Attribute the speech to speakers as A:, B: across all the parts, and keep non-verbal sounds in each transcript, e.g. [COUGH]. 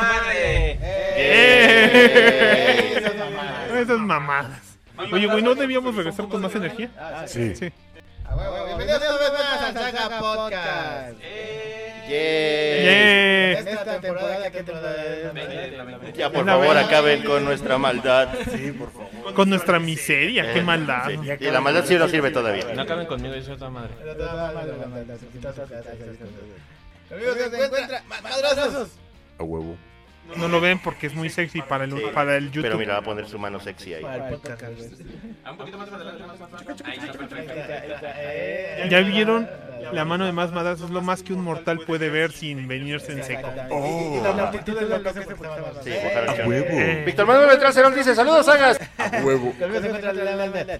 A: Ah,
B: Eh.
C: Esas mamadas.
D: Esas mamadas. Oye, güey, ¿no debíamos regresar con más energía?
E: Sí.
D: Sí.
C: Ah, bueno, bueno, Bienvenidos una vez más al Saga Podcast.
B: Yeah.
D: ¡Eh!
C: Esta temporada, ¿qué temporada es?
B: Ya por
D: Una
B: favor
D: vez.
B: acaben con nuestra maldad.
E: Sí, por favor.
D: Con nuestra miseria, qué
B: Eh,
D: maldad.
B: sí. Y la maldad sí nos sirve
A: No
B: todavía.
A: acaben conmigo, yo soy otra madre.
C: Amigos, se encuentra madrazos.
E: A huevo.
D: No lo ven porque es muy sexy para el, para el YouTube.
B: Pero mira, va a poner su mano sexy ahí.
C: Para el podcast, güey.
A: Un poquito más adelante, más
D: ¿Ya vieron? La mano de más madrazos es lo más que un mortal puede ver sin venirse en seco.
E: Oh.
C: Y la multitud es lo que se portaba.
B: Sí, ojalá
E: A
B: que-
E: huevo.
B: Víctor Manuel Beltrán Cerón dice, saludos, sagas.
E: A huevo.
C: Amigos, se encuentra la maldad.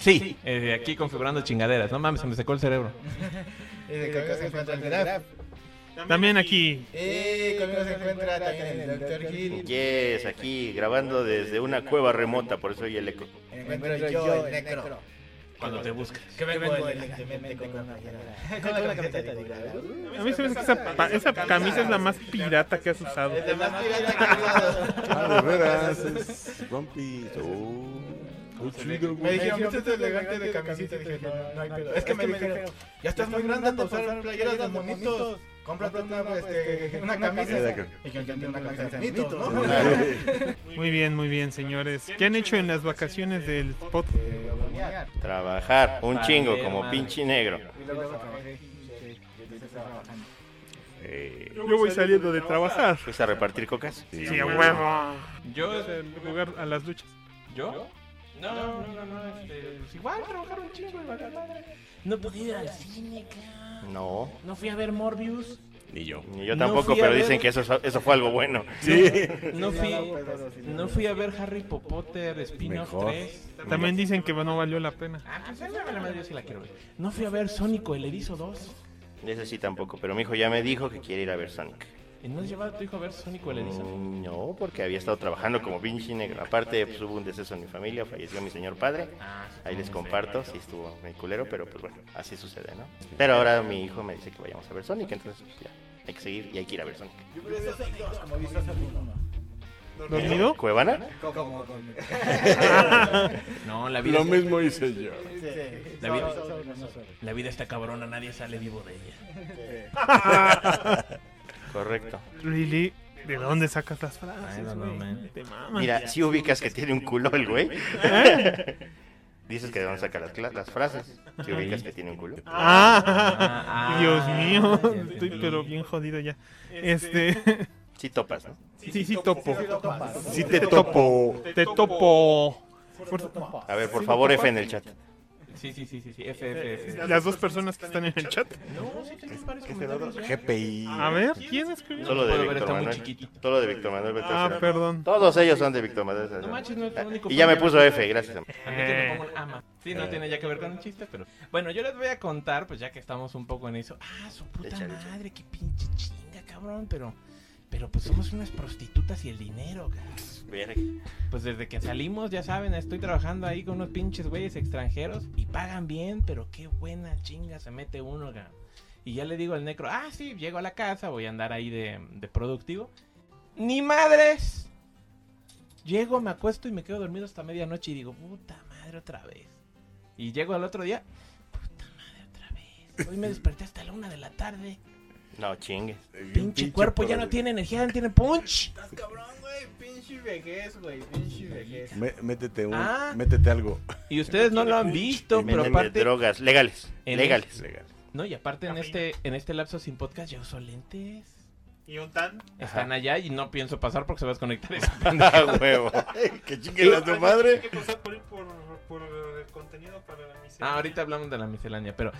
A: Sí, eh, aquí configurando chingaderas. No mames, se me secó el cerebro.
C: Y de conmigo se encuentra el Graf.
D: También aquí.
C: Y conmigo se encuentra también el Dr. Gil.
B: Yes, aquí grabando desde una cueva remota, por eso oye el eco.
C: Me encuentro yo, el Necro.
A: Cuando te buscas.
C: Que vengo elegantemente con una Con la camiseta de Graf.
D: A mí se me hace que esa, pa- esa camisa es la más pirata que has usado.
C: Es la más pirata que he usado.
E: Ah, de veras. Es One Piece. Oh. Oh, chido,
C: Me
E: güey.
C: dijeron, "Viste elegante de camiseta", dije, "No, no hay pedo". Es que me dijeron, ya estás muy grande para usar playeras de monitos. Cómprate una, este, una camisa. Y que yo entiendo una camisa de monitos, ¿no?
E: [LAUGHS]
D: Muy bien, muy bien, señores. ¿Qué han hecho en las vacaciones del podcast?
B: Trabajar un chingo como pinche negro.
C: Y luego trabajé. Sí, estoy trabajando.
B: Eh,
D: Yo voy saliendo de trabajar.
B: ¿Fuiste a repartir cocas?
D: Sí, a huevo.
A: ¿Yo? este,
D: Desde el lugar a las luchas.
A: ¿Yo? No, no, no, no. Este, pues igual trabajar un chingo y valer madre. No pude ir al cine, claro.
B: No,
A: No fui a ver Morbius.
E: Ni yo.
B: ni yo
A: No
B: tampoco,
A: fui a
B: pero
A: ver.
B: dicen que eso, eso fue algo bueno.
E: Sí.
A: No fui, no fui a ver Harry Potter Spin-off
E: Mejor.
A: 3.
D: También dicen que no valió la pena.
A: Ah, pues esa vale madre, yo sí la quiero ver. No fui a ver Sónico el Erizo 2.
B: Ese sí tampoco, pero mi hijo ya me dijo que quiere ir a ver Sonic.
A: ¿Y no has llevado a tu hijo a ver Sónico el Erizo?
B: Mm, No, porque había estado trabajando como pinche negro. Aparte, pues, hubo un deceso en mi familia, falleció mi señor padre. Ahí les comparto, sí estuvo muy culero, pero pues bueno, así sucede, ¿no? Pero ahora mi hijo me dice que vayamos a ver Sonic, entonces pues, ya, hay que seguir y hay que ir a ver Sonic.
D: ¿Dormido?
B: ¿Cuevana?
C: Como con-
A: No, la vida,
E: Lo mismo hice yo.
C: Sí.
A: La vi-
C: Sobre, sobre, sobre.
A: la vida está cabrona, nadie sale vivo de ella.
B: Correcto.
D: Lili, ¿de dónde sacas las
A: Ay,
D: frases,
A: no, no,
D: güey?
A: man.
D: Te mamas.
B: Mira, si ubicas que tiene un culo el güey. Dices que de dónde saca las, cla- las frases. Si ubicas que tiene un culo.
D: Ah,
A: Ah,
D: Dios
A: ah,
D: mío,
A: ya
D: estoy
A: entendí.
D: pero bien jodido ya. Este, [LAUGHS]
B: Sí topas, ¿no?
D: sí, sí topo.
E: Sí te topo.
D: Te topo.
B: A ver, por favor, F en el chat.
A: Sí, sí, sí, sí, sí. F, F, F.
D: Las dos personas que están en el chat.
A: No, sí tenemos varios comentarios ya.
E: GPI.
D: A ver, ¿quién escribió?
B: Solo de
A: puedo ver,
B: Víctor
A: está muy
B: Manuel.
A: chiquito.
B: Solo de Víctor Manuel. Beltrán
D: Ah,
B: Serrano.
D: perdón.
B: Todos ellos son de Víctor Manuel.
A: No
B: Serrano.
A: manches, no es el único
B: Y ya me
A: problema.
B: puso F, gracias. amigo.
A: A mí que
B: Eh.
A: me pongan ama. Sí, no tiene ya que ver con el chiste, pero... Bueno, yo les voy a contar, pues ya que estamos un poco en eso. Ah, su puta
B: Échale, échale.
A: madre, qué pinche chinga, cabrón, pero... Pero pues somos unas prostitutas y el dinero, cabrón.
B: Verga.
A: Pues desde que salimos, ya saben, estoy trabajando ahí con unos pinches güeyes extranjeros y pagan bien, pero qué buena chinga se mete uno, cabrón. Y ya le digo al necro, ah, sí, llego a la casa, voy a andar ahí de, de productivo. ¡Ni madres! Llego, me acuesto y me quedo dormido hasta medianoche y digo, puta madre, otra vez. Y llego al otro día, puta madre, otra vez. Hoy me desperté hasta la una de la tarde.
B: No, chingues.
E: Pinche,
A: Pinche cuerpo ya no tiene energía, ya no tiene punch.
C: Estás cabrón, güey. Pinche vejez, güey. Pinche vejez.
E: Me- métete un,
A: Ah.
E: métete algo. [LAUGHS]
A: Y ustedes no lo han visto, pero
B: Métete
A: aparte...
B: drogas legales.
A: En-
B: Legales.
E: Legal.
A: No, y aparte en
D: Cafeína.
A: este, en este lapso sin podcast yo uso lentes.
D: ¿Y un tan?
A: Están allá y no pienso pasar porque se va a [LAUGHS] desconectar eso.
B: [LAUGHS] Ah, huevo. que chinguen a tu madre.
D: que pasar por, el contenido para la
A: Ah, ahorita hablamos de la miscelánea, pero...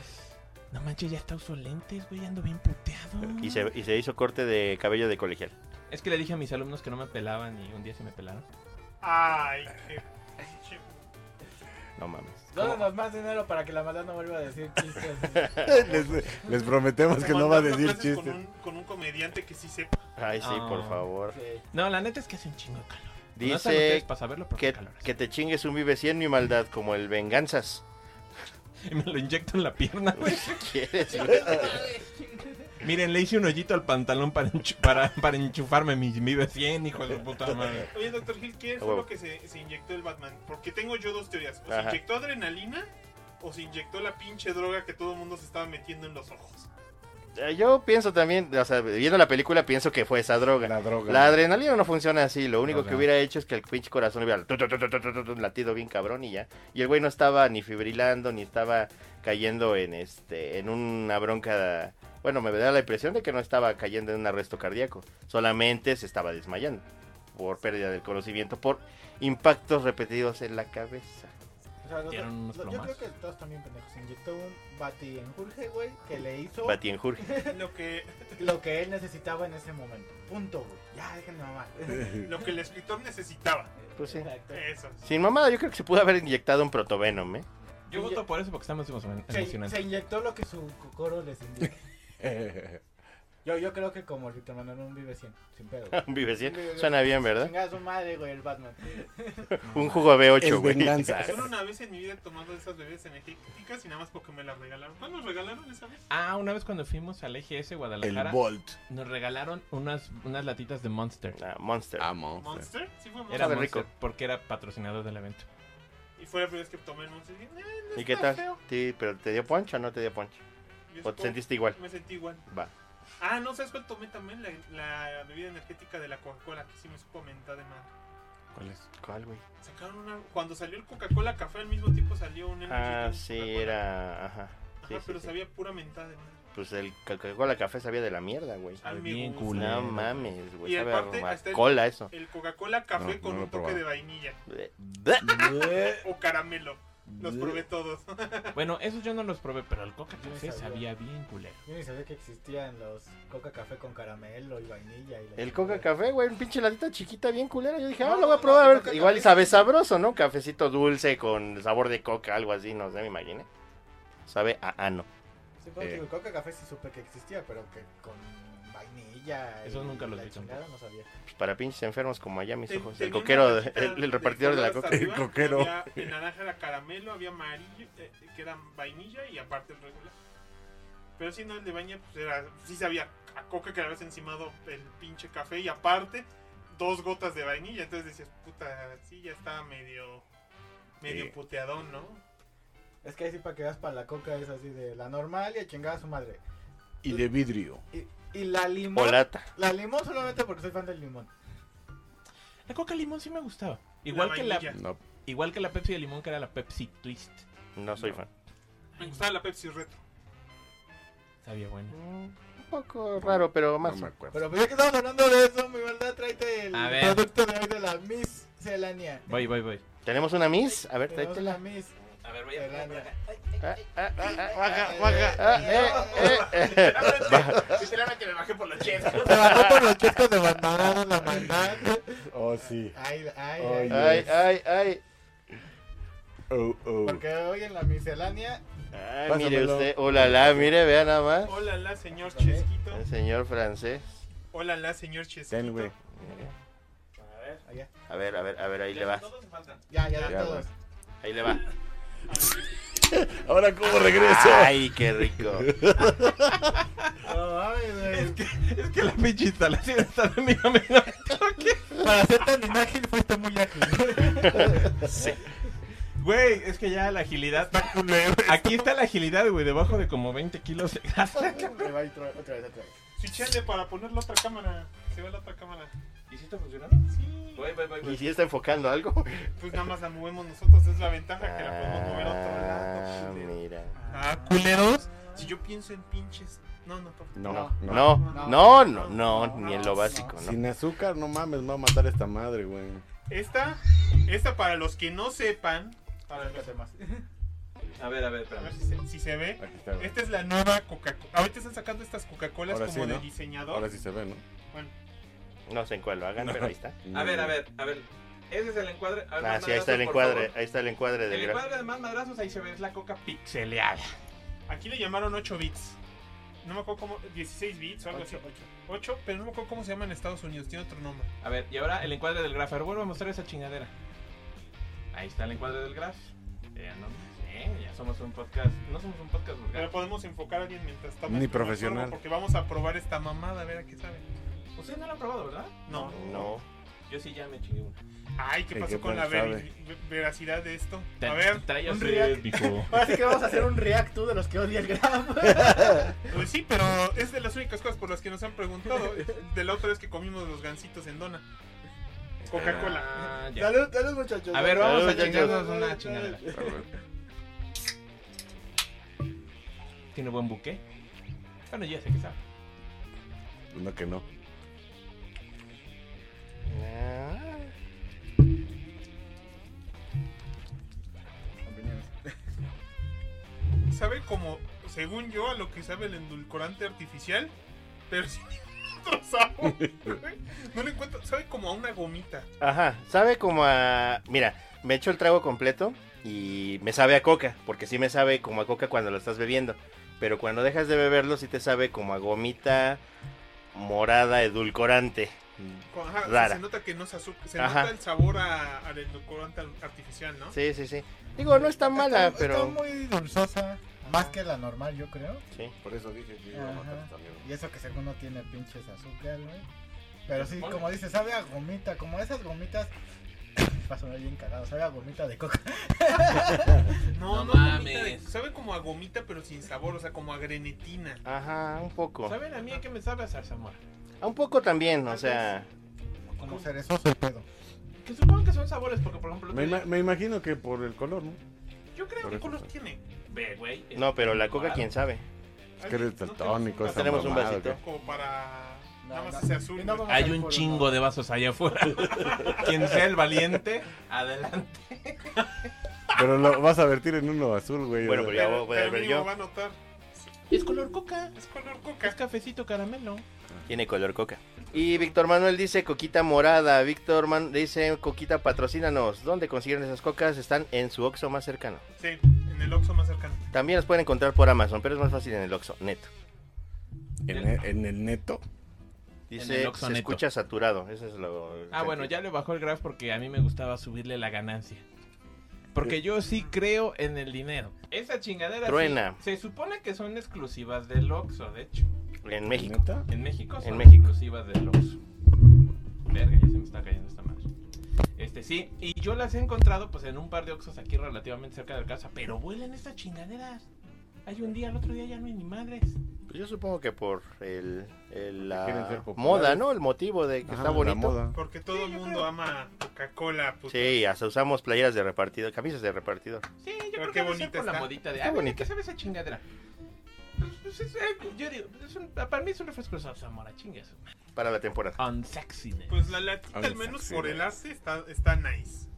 A: No manches, ya está uso lentes, güey, ando bien puteado.
B: Y se, y se hizo corte de cabello de colegial.
A: Es que le dije a mis alumnos que no me pelaban y un día se me pelaron.
D: Ay,
B: No mames.
C: Dónanos más dinero para que la maldad no vuelva a decir chistes.
E: Les, les prometemos que no va a decir chistes.
D: Con un comediante que sí sepa.
B: Ay, sí, por
A: Ah.
B: favor.
A: No, la neta es que hace un chingo de calor. no están
B: Dice
A: ustedes para saberlo, pero
B: que,
A: qué calor hace. [LAUGHS]
B: que te chingues un vive 100 mi maldad, como el venganzas.
A: Y me lo inyecto en la pierna, güey.
B: ¿Quieres, güey?
A: Miren, le hice un hoyito al pantalón para, enchu- para, para enchufarme mi Vive 100, hijo de puta madre.
D: Oye, doctor Gil, ¿qué
B: Ah,
D: fue
B: huevo.
D: lo que se, se inyectó el Batman? Porque tengo yo dos teorías. O se
B: Ajá.
D: inyectó adrenalina o se inyectó la pinche droga que todo el mundo se estaba metiendo en los ojos.
B: Eh, Yo pienso también, o sea, viendo la película pienso que fue esa droga.
E: La droga.
B: La adrenalina no funciona así, lo único
A: Droga.
B: que hubiera hecho es que el pinche corazón hubiera tu, tu, tu, tu, tu, tu, tu, latido bien cabrón y ya. Y el güey no estaba ni fibrilando, ni estaba cayendo en este en una bronca. Bueno, me da la impresión de que no estaba cayendo en un arresto cardíaco, solamente se estaba desmayando por pérdida del conocimiento, por impactos repetidos en la cabeza.
C: O sea, los-
A: Dieron unos
C: los- yo
A: plomazos.
C: creo que todos también pendejos. Se inyectó un batienjurge, güey, que le hizo
B: Batienjurge.
D: Lo que,
C: lo que él necesitaba en ese momento. Punto, güey. Ya, déjenme mamar.
E: [LAUGHS]
D: lo que el escritor necesitaba.
B: Pues sí.
C: Exacto.
D: Eso.
B: Sin mamada, yo creo que se pudo haber inyectado un protovenom, ¿eh? [LAUGHS]
A: Yo voto por eso porque estamos
C: Se,
A: emocionantes.
C: se inyectó lo que su coro les indicó. Yo, yo creo que como el Víctor Manuel no vive 100, sin pedo. güey.
B: Vive cien. Suena bien, [LAUGHS] ¿verdad?
C: Chingada su madre, güey, el Batman.
B: Un jugo B8,
E: Es
B: güey. [LAUGHS]
E: venganza.
D: Solo una vez en mi vida he tomado esas bebidas energéticas y nada más porque me las regalaron. ¿No nos regalaron esa vez?
A: Ah, una vez cuando fuimos al EGS
E: El
A: Guadalajara,
E: Volt.
A: nos regalaron unas, unas latitas de Monster.
B: Ah, Monster.
E: Amo.
D: ¿Monster? Sí fue Monster.
A: Era
B: sabe
A: Monster
B: rico.
A: porque era patrocinador del evento.
D: Y fue la primera vez que tomé el Monster y dije, "Eh, no
B: ¿Y qué
D: está
B: tal?
D: feo".
B: Sí, pero ¿te dio poncho o no te dio poncho?
D: Yo
B: ¿O te
D: supongo-
B: sentiste igual?
D: Me sentí igual.
B: Va.
D: Ah, no, ¿sabes cuál tomé también? La, la bebida energética de la Coca-Cola, que sí me supo a mentada de madre.
B: ¿Cuál es? ¿Cuál, güey?
D: Sacaron una... Cuando salió el Coca-Cola Café, al mismo tiempo salió un...
B: Ah,
D: energético
B: sí,
D: Coca-Cola.
B: era... Ajá.
D: Ajá,
B: Sí, sí,
D: pero
B: sí.
D: sabía pura mentada de madre.
B: Pues el Coca-Cola café sabía de la mierda, güey.
D: A mí me
A: bien
D: gusta.
A: culero.
B: No mames, güey.
D: Ah, Y
B: Sabe
D: aparte,
B: a
D: hasta el-
B: cola eso.
D: El Coca-Cola Café
E: No,
D: con
E: no
D: un
E: lo
D: toque
E: he probado.
D: de vainilla.
B: Bleh.
D: O caramelo. Los probé todos.
A: Bueno, esos yo no los probé, pero el coca café
C: Yo sabía.
A: sabía bien culero.
C: Yo ni sabía que existían los coca café con caramelo y vainilla. Y la
B: El
C: chingada.
B: coca café, güey, un pinche latita chiquita bien culera. Yo dije, ah,
C: No,
B: lo voy a
C: no,
B: probar
C: no,
B: a ver.
C: Coca-Cola
B: Igual
C: es-
B: sabe sabroso, ¿no? Cafecito dulce con sabor de coca, algo así, no sé, me imaginé. Sabe a ano.
C: Sí, porque
E: Eh.
C: el coca café sí supe que existía, pero que con vainilla. y
A: Eso nunca los
C: la
A: vi
C: chingada, no sabía.
B: Pues para pinches enfermos como allá mis
D: Ten-
B: ojos. El
D: tenía una
B: coquero,
D: cajita
B: el, el repartidor de la
D: color
B: coca.
D: hasta arriba,
E: El coquero. [LAUGHS]
D: Había, el naranja era caramelo, había amarillo, eh, que era vainilla y aparte el regular. Pero si no, el de vainilla, pues era, sí sabía a coca que le habías encimado el pinche café y aparte dos gotas de vainilla. Entonces decías, puta, sí, ya estaba medio, medio
E: Sí.
D: puteadón, ¿no?
C: Es que ahí sí para que veas para la coca es así de la normal y a chingada su madre.
E: Y de vidrio.
C: Y, y la limón.
B: O lata.
C: La limón solamente porque soy fan del limón.
A: La coca limón sí me gustaba. Igual, que,
D: vainilla.
A: la,
E: No.
A: igual que la Pepsi de limón, que era la Pepsi Twist.
B: No soy fan.
D: Me gustaba la Pepsi Retro.
A: Sabía bueno.
B: Un poco raro, pero
E: No
B: más.
E: me acuerdo.
C: Pero pues ya que estamos hablando de eso, mi maldad, tráete el
A: A ver.
C: producto de hoy de la miscelánea.
A: Voy, voy, voy.
B: Tenemos una Miss. A ver,
C: Tenemos la
B: tráetela.
C: mis.
A: A ver, voy
C: a poner por acá.
B: Ah, ah, ah, ah, baja, baja. Ah, eh, eh, eh.
D: [LAUGHS] Sinceramente Ah, me bajé por la chesca.
C: Se bajó por los chicos de Batman, la maldad.
E: Oh, sí.
C: Ay, ay, ay.
E: Oye.
B: Ay, ay, ay.
E: Oh, oh.
C: Porque hoy en la miscelánea
B: Ah,
E: Pásamelo.
B: mire usted. Hola, la, mire, vea nada más.
D: Hola, la señor Chesquito.
B: El señor francés.
D: Hola, la señor Chesquito.
E: Ten, güey.
C: Allá.
B: A ver, a ver, a ver, ahí le va.
C: Ya, ya,
E: Ya,
C: de todos.
B: Ahí le va.
E: Ahora, ¿cómo regreso?
B: Ay, qué rico.
C: No, mames, güey.
A: Es que la pinche instalación está de mi amigo.
C: Para ser tan inágil fuiste muy ágil.
A: Güey, es que ya la agilidad. Aquí está la agilidad, güey, debajo de como 20 kilos de grasa.
C: Ahí va, otra otra vez, otra vez.
D: Switchale para poner la otra cámara. Se ve la otra cámara.
A: ¿Y si está funcionando?
D: Sí.
A: Voy, voy, voy,
B: ¿Y si está enfocando algo?
D: Pues nada más la movemos nosotros. Es la ventaja que la podemos mover a otro
B: Ah,
D: lado. culero.
B: mira.
D: Ah, culeros. Si yo pienso en pinches. No, no, papá.
E: No, no.
B: No, no, no, no, ni en lo básico, ¿no?
E: Sin azúcar, no mames, me va a matar esta madre, güey.
D: Esta, esta para los que no sepan. Para los-
C: Acércate más.
A: A ver, a ver,
D: a
A: espérame.
D: ver si se, si se ve.
E: Aquí está, güey.
D: Esta ¿Este es la nueva Coca-Cola. Ahorita están sacando estas Coca-Colas
E: Ahora
D: como
E: sí,
D: de
E: ¿no?
D: diseñador.
E: Ahora sí se ve, ¿no?
D: Bueno,
B: No sé en cuál lo hagan, pero ahí está.
A: A ver, a ver, a ver. Ese es el encuadre. A ver,
B: Ah,
A: más
B: sí, ahí está el
A: madrazos, por
B: encuadre.
A: favor.
B: Ahí está el encuadre
A: El
B: del gra-
A: encuadre de más madrazos, ahí se ve, es la coca pixeleada.
D: aquí le llamaron 8 bits. No me acuerdo cómo. 16 bits o algo
C: Ocho,
D: así.
C: ocho.
D: 8, pero no me acuerdo cómo se llama en Estados Unidos. Tiene otro nombre.
A: A ver, y ahora el encuadre del graf. A ver, vuelvo a mostrar esa chingadera. Ahí está el encuadre del graf. Vean, ¿no? ¿eh? Ya somos un podcast. No somos un podcast vulgar.
D: Pero podemos enfocar a alguien mientras estamos.
E: Ni
D: con el
E: profesional.
D: sorbo, Porque vamos a probar esta mamada, a ver a qué sabe.
A: Ustedes no lo han probado, ¿verdad?
D: No.
B: No.
A: Yo sí ya me chingué una.
D: Ay, ¿qué
E: ¿Y
D: pasó
E: qué
D: con la
E: tal
D: veri-
E: sabe?
D: ve- veracidad de esto?
A: Tra-
D: A ver,
A: trae
C: un
A: así,
C: react.
A: dijo.
C: Ahora sí que vamos a hacer un react tú de los que odia el Graham.
D: pues sí, pero es de las únicas cosas por las que nos han
E: [LAUGHS]
D: preguntado. De la otra vez que comimos los gancitos en dona. Coca-Cola.
A: Ah, ya.
C: Salud, salud, muchachos.
A: A ver, vamos a
B: Salud,
A: chingarnos
C: salud,
A: una
C: salud.
A: chingadera.
E: A ver,
A: Tiene buen buque. Bueno, ya sé que sabe.
E: uno que no.
B: Ah,
D: Sabe como, según yo, a lo que sabe el endulcorante artificial, pero sin ningún otro sabor. No le encuentro. Sabe como a una gomita.
B: Ajá, sabe como a... Mira, me echo el trago completo y me sabe a coca, porque sí me sabe como a coca cuando lo estás bebiendo, pero cuando dejas de beberlo sí te sabe como a gomita morada edulcorante.
D: Con- ajá, o sea,
B: Rara.
D: se nota que no es azúcar. Se
B: Ajá.
D: nota el sabor a- al endulcorante al- artificial, ¿no?
B: Sí, sí, sí. Digo, no es tan mala,
C: Está-
B: pero...
C: Está muy dulzosa. Más que la normal, yo creo.
B: Sí.
E: Por eso dije que iba a matar esta mierda.
C: Y eso que según no tiene pinches azúcar, güey. Pero sí,
A: Bueno.
C: como dice, sabe a gomita, como esas gomitas. [COUGHS] Va a sonar bien cagado, sabe a gomita de coca.
D: No, no,
A: No
D: gomita de-
A: mames.
D: sabe como a gomita, pero sin sabor, o sea, como a grenetina.
B: Ajá, un poco.
A: ¿Saben a mí que me sabe a zarzamora?
B: A Un poco también, o
D: Tal
B: sea...
C: Como cerezoso el pedo.
A: Que supongo que son sabores, porque por ejemplo. el
E: Me,
A: otro
E: ima-
A: día-
E: me imagino que por el color, ¿no?
D: Yo creo
E: Por
D: que
E: eso
D: color
E: sabe.
D: tiene.
A: Ve, güey. es-
B: No, pero la coca,
A: Claro.
B: quién sabe.
E: Es que eres daltónico,
D: No
E: esa
B: tenemos un
E: mamada,
B: vasito.
E: ¿qué?
D: Como para.
C: No,
D: Nada más
C: no.
D: ese azul.
C: Y no
D: güey.
C: vamos-
A: Hay un chingo de vasos allá [LAUGHS] afuera. Quien sea el valiente, adelante.
E: Pero lo vas a vertir en uno azul, güey.
B: Bueno,
E: o sea,
B: pero ya voy- voy a
D: pero
B: ver
D: mínimo
B: yo.
D: va a notar.
A: Es color coca.
D: Es color
A: Es
D: coca.
A: cafecito caramelo.
B: Tiene color coca. Y Víctor Manuel dice coquita morada. Víctor Manuel dice coquita patrocínanos. ¿Dónde consiguieron esas cocas? Están en su Oxxo más cercano.
D: Sí, en el Oxxo más cercano.
B: También las pueden encontrar por Amazon, pero es más fácil en el Oxxo, neto.
E: ¿En, el- en el neto.
B: Dice,
A: el Oxxo
B: se
A: neto".
B: escucha saturado. Eso es lo...
A: Ah, bueno, ya le bajó el graph porque a mí me gustaba subirle la ganancia. Porque yo sí creo en el dinero. Esa chingadera sí-
B: Truena.
A: se supone que son exclusivas del Oxxo, de hecho.
B: En México.
E: ¿Neta?
A: En México son
B: En México.
A: exclusivas del Oxxo. Verga, ya se me está cayendo esta madre. Este sí, y yo las he encontrado pues en un par de Oxxos aquí relativamente cerca de la casa, pero vuelan estas chingaderas. Hay un día, al otro día ya no hay ni madres.
B: Pues yo supongo que por el, el-
E: Quieren ser
B: la
E: populares.
B: moda, ¿no? El motivo de que
E: Ajá,
B: está
E: la
B: bonito.
E: moda.
D: Porque todo el mundo ama Coca-Cola. puta.
B: Sí, hasta usamos playeras de repartidor, camisas de repartidor.
A: Sí, yo creo
D: Pero qué
A: que bonita
D: bonita
A: por la
D: está.
A: modita de.
B: Está
A: Ah, mira,
B: bonita.
A: ¿qué sabe esa chingadera? Pues, pues, es, eh, yo digo, es un- para mí es un refresco de Zamora, chingas.
B: Para la temporada.
A: Unsexy.
D: Pues la latita,
E: Ay,
D: al menos
E: sexy,
D: por
E: güey.
D: el arte, está, está nice.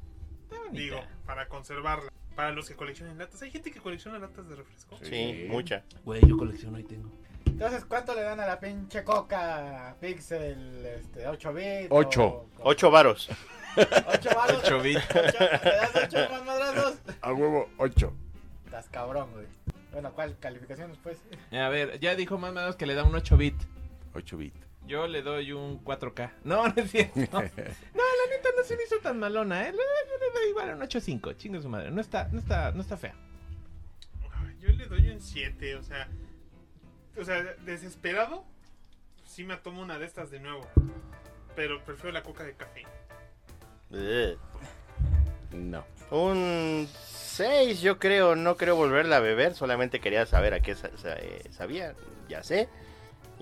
A: Está bonita.
D: Digo, para conservarla. Para los que coleccionan latas. Hay gente que colecciona latas de refresco.
B: Sí,
E: Ah, Sí.
B: mucha.
A: Güey, yo colecciono y tengo.
C: Entonces, ¿cuánto le dan a la pinche coca? Pixel, este, 8 bits.
E: Ocho.
C: o- o-
B: Ocho varos.
C: Ocho balos.
A: Ocho bits.
C: Ocho- ¿Le das ocho más madrazos?
E: A huevo, 8.
C: Estás cabrón, güey. Bueno, ¿cuál pues? calificación después?
A: A ver, ya dijo más o menos que le da un 8 bit.
E: 8 bit.
A: Yo le doy un 4K. No, no es
D: [LAUGHS]
A: cierto. No,
D: Ah.
A: la neta no se me hizo tan malona, ¿eh? Le, le- le doy igual a un 8.5, chinga su madre. No está, no está, no está fea.
D: Ay, Yo le doy un 7, o sea. O sea, desesperado. Sí me tomo una de estas de nuevo. Pero prefiero la coca de café.
B: Ugh.
E: No.
B: Un 6, yo creo. No creo volverla a beber. Solamente quería saber a qué sa- sa- eh, sabía. Ya sé.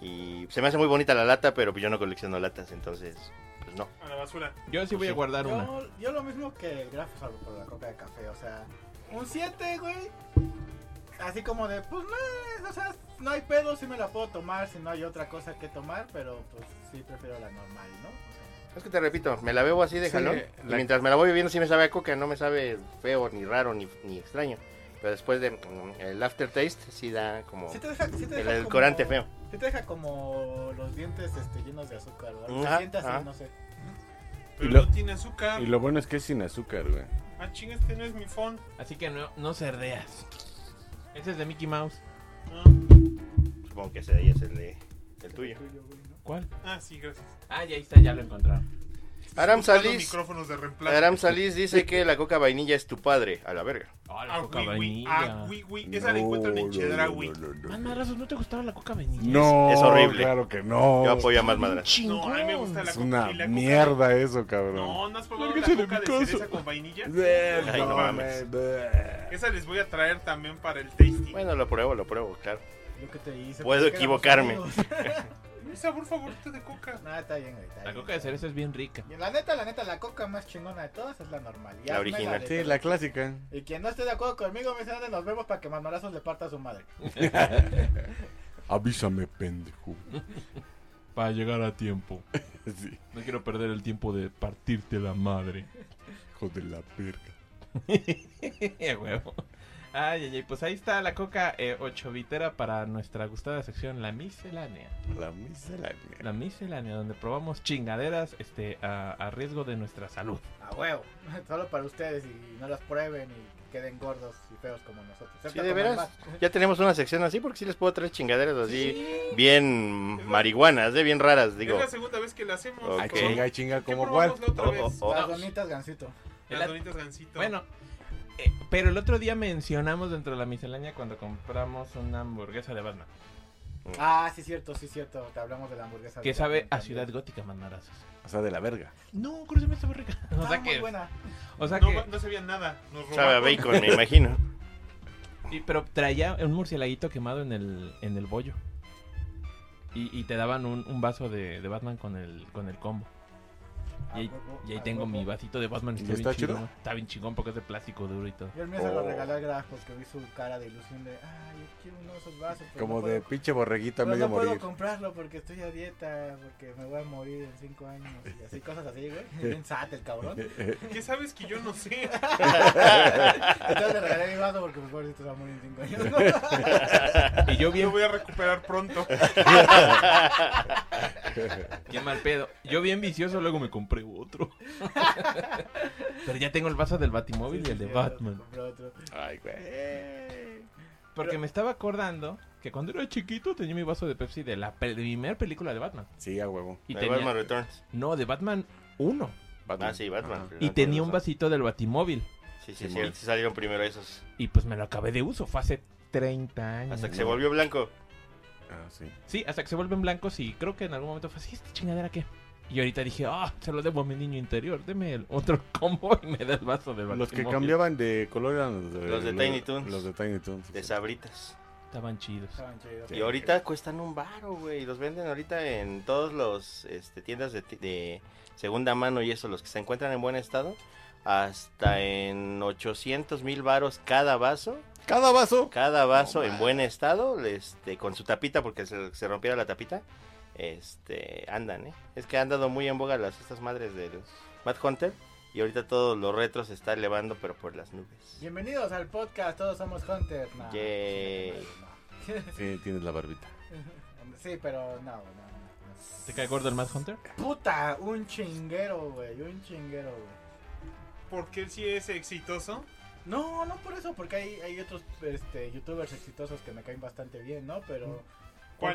B: Y se me hace muy bonita la lata, pero pues yo no colecciono latas, entonces, pues no.
D: A la basura.
A: Yo sí voy a guardar una.
C: Yo, yo lo mismo que el grafo, salvo por la coca de café, o sea, un 7, güey. Así como de, pues no, o sea, no hay pedo, si me la puedo tomar, si no hay otra cosa que tomar, pero pues sí prefiero la normal, ¿no? O sea,
B: Es que te repito, me la bebo así de
E: Sí,
B: jalón. Y
E: la-
B: mientras me la voy bebiendo, sí me sabe a coca. No me sabe feo, ni raro, ni, ni extraño. Pero después de mm, el aftertaste, sí da como
C: sí te deja, sí te
B: el
C: deja
B: edulcorante
C: como,
B: feo.
C: Sí te deja como los dientes este, llenos de azúcar, ¿verdad?
B: Ajá,
C: Se siente así,
B: ajá.
C: no sé.
D: Pero
E: Y lo-
D: no tiene azúcar.
E: Y lo bueno es que es sin azúcar, güey.
D: Ah, chinga, este no es mi phone.
A: Así que no, no cerdeas. Ese es de Mickey Mouse.
D: Ah,
B: Supongo que ese de ahí es el, de, el tuyo.
A: ¿Cuál?
D: ah, sí, gracias.
A: Ah, ya ahí está, ya lo encontraron.
B: Aram
D: buscando
B: Salis.
D: micrófonos de reemplazo.
B: Aram Salis dice que la coca vainilla es tu padre. A la verga.
A: Ah, la
D: Ah,
A: coca
D: güey, güey.
A: vainilla.
D: Ah, güey, güey. Esa la encuentran en Chedraui. Ah,
E: No, no,
A: Más
E: no, no,
A: madrazos, ¿no te gustaba la coca vainilla?
E: No,
B: Es horrible.
E: Claro que no.
B: Yo apoyo a más madras.
A: Chingón.
D: No, a mí me gusta la
E: Es
D: coca.
E: una
D: y la coca-
E: mierda eso, cabrón.
D: No, no has probado la
F: Lárguese de
D: coca
F: mi
D: de,
F: casa.
D: cereza con vainilla.
E: Bleh,
B: Ay, no
E: no
B: mames.
E: bleh.
D: Esa les voy a traer también para el tasting.
B: Bueno, lo pruebo, lo pruebo, claro.
C: Lo que te hice.
B: Puedo
C: pues, que éramos
B: equivocarme.
C: amigos.
D: Mi sabor favorito de coca.
C: Nah, está bien, güey. está
A: La
C: bien.
A: coca de cereza es bien rica.
C: Y la neta, la neta, la coca más chingona de todas es la normal. Y
B: La
C: hazme
B: original.
C: de
E: Sí,
C: todas.
E: la clásica.
C: Y quien no esté de acuerdo conmigo, me dice dónde nos vemos para que Manorazos le parta a su madre.
E: Avísame, pendejo. [LAUGHS]
A: Para llegar a tiempo.
E: Sí,
A: No quiero perder el tiempo de partirte la madre.
E: hijo de la verga.
A: [LAUGHS] A huevo. Ay, ay, ay. Pues ahí está la coca eh, ochovitera para nuestra gustada sección, la miscelánea.
E: La miscelánea.
A: La miscelánea, donde probamos chingaderas este, a, a riesgo de nuestra salud.
C: A huevo. [LAUGHS] Solo para ustedes y no las prueben y queden gordos y feos como nosotros.
B: Sí,
C: Excepto
B: de
C: como el
B: veras.
C: Mac.
B: Ya tenemos una sección así porque sí les puedo traer chingaderas así. Bien marihuanas, de bien raras, digo.
D: Es la segunda vez que la hacemos.
B: Ok.
E: Ah,
D: con-
E: chinga, chinga,
D: ¿Qué
E: como cuál.
D: probamos la otra
B: Oh,
D: vez?
B: oh, oh.
C: Las donitas, Gancito.
D: Las donitas gancito.
A: Bueno, eh, pero el otro día mencionamos dentro de la miscelánea cuando compramos una hamburguesa de Batman.
C: Ah, sí, cierto, sí, cierto. Te hablamos de la hamburguesa.
A: Que
C: de
A: sabe
C: Batman
A: a Ciudad
C: también.
A: Gótica, manarazos.
E: O sea, de la verga.
C: Pues
A: No, cruzame estaba rica. O
C: Estaba
A: sea
C: muy
A: que.
C: buena.
A: O sea
D: no,
A: que.
D: no sabía nada. Nos
B: Sabe a
D: robaron.
B: bacon, me imagino.
A: y- pero traía un murcielaguito quemado en el, en el bollo. Y, y te daban un, un vaso de, de Batman con el, con el combo. Y ahí,
C: Ah, A huevo,
A: y ahí
C: a
A: tengo
C: huevo.
A: mi vasito de Batman.
E: ¿Y
A: Está,
E: está
A: bien chido.
E: chido?
A: ¿no? Está bien chingón porque es de plástico duro y todo.
C: Yo el mío se lo
E: Oh.
C: regalé al Graf porque vi su cara de ilusión de, ay, yo quiero uno de esos vasos. pero
E: Como
C: no
E: de
C: puedo-
E: pinche borreguita
C: pero
E: medio
C: no puedo
E: morir.
C: comprarlo porque estoy a dieta, porque me voy a morir en cinco años. Y así, cosas así,
E: [LAUGHS]
C: güey. Bien sate el cabrón.
D: [LAUGHS] ¿Qué sabes que yo no sé?
C: Entonces le regalé mi vaso porque mi pobrecito se va a morir en
A: [LAUGHS]
C: cinco años.
A: Y yo bien,
D: [LAUGHS] Lo voy a recuperar
B: [LAUGHS]
D: pronto.
A: qué mal pedo. Yo bien vicioso, luego me compré otro. pero ya tengo el vaso del Batimóvil y el de
C: Sí,
A: Batman.
C: compré otro.
E: Ay, güey.
A: Porque me estaba acordando que cuando era chiquito tenía mi vaso de Pepsi de la pe- de mi primera película de Batman.
E: Sí, a huevo.
A: Y
B: De
A: tenía-
B: Batman Returns.
A: No, de Batman 1.
B: Ah, sí, Batman.
A: Y tenía un vasito del Batimóvil.
B: Sí, sí, sí, sí, salieron primero esos.
A: Y pues me lo acabé de uso. Fue hace 30 años.
B: Hasta que se volvió blanco.
E: Ajá. Ah, sí.
A: Sí, hasta que se vuelven blancos. Y creo que en algún momento fue así: ¿esta chingadera qué? Y ahorita dije: ¡Ah! se lo debo a mi niño interior. Deme el otro [LAUGHS] combo y me da el vaso del Batimóvil.
E: Los que cambiaban de color eran los de,
B: Los de Tiny Toons.
E: Los de Tiny Toons.
B: De sabritas.
A: Estaban chidos.
C: Estaban chidos.
B: Y ahorita cuestan un baro, güey. Los venden ahorita en todos los este, tiendas de, ti- de segunda mano y eso, los que se encuentran en buen estado. Hasta en 800 mil varos cada vaso.
E: Cada vaso.
B: Cada vaso en
E: man.
B: buen estado, este, con su tapita, porque se, se rompiera la tapita. Este, andan, ¿eh? Es que han dado muy en boga las estas madres de los Mad Hunter. Y ahorita todos los retros se está elevando, pero por las nubes.
C: Bienvenidos al podcast, todos somos Hunter. No,
B: Yay.
C: chingate madre,
E: Sí, tienes la barbita.
C: no. Sí, pero no, no, no. no.
A: ¿Te cae gordo el Mad Hunter?
C: Puta, un chinguero, güey, un chinguero, güey.
D: Porque él sí es exitoso.
C: No, no por eso, porque hay, hay otros este, youtubers exitosos que me caen bastante bien, ¿no? Pero por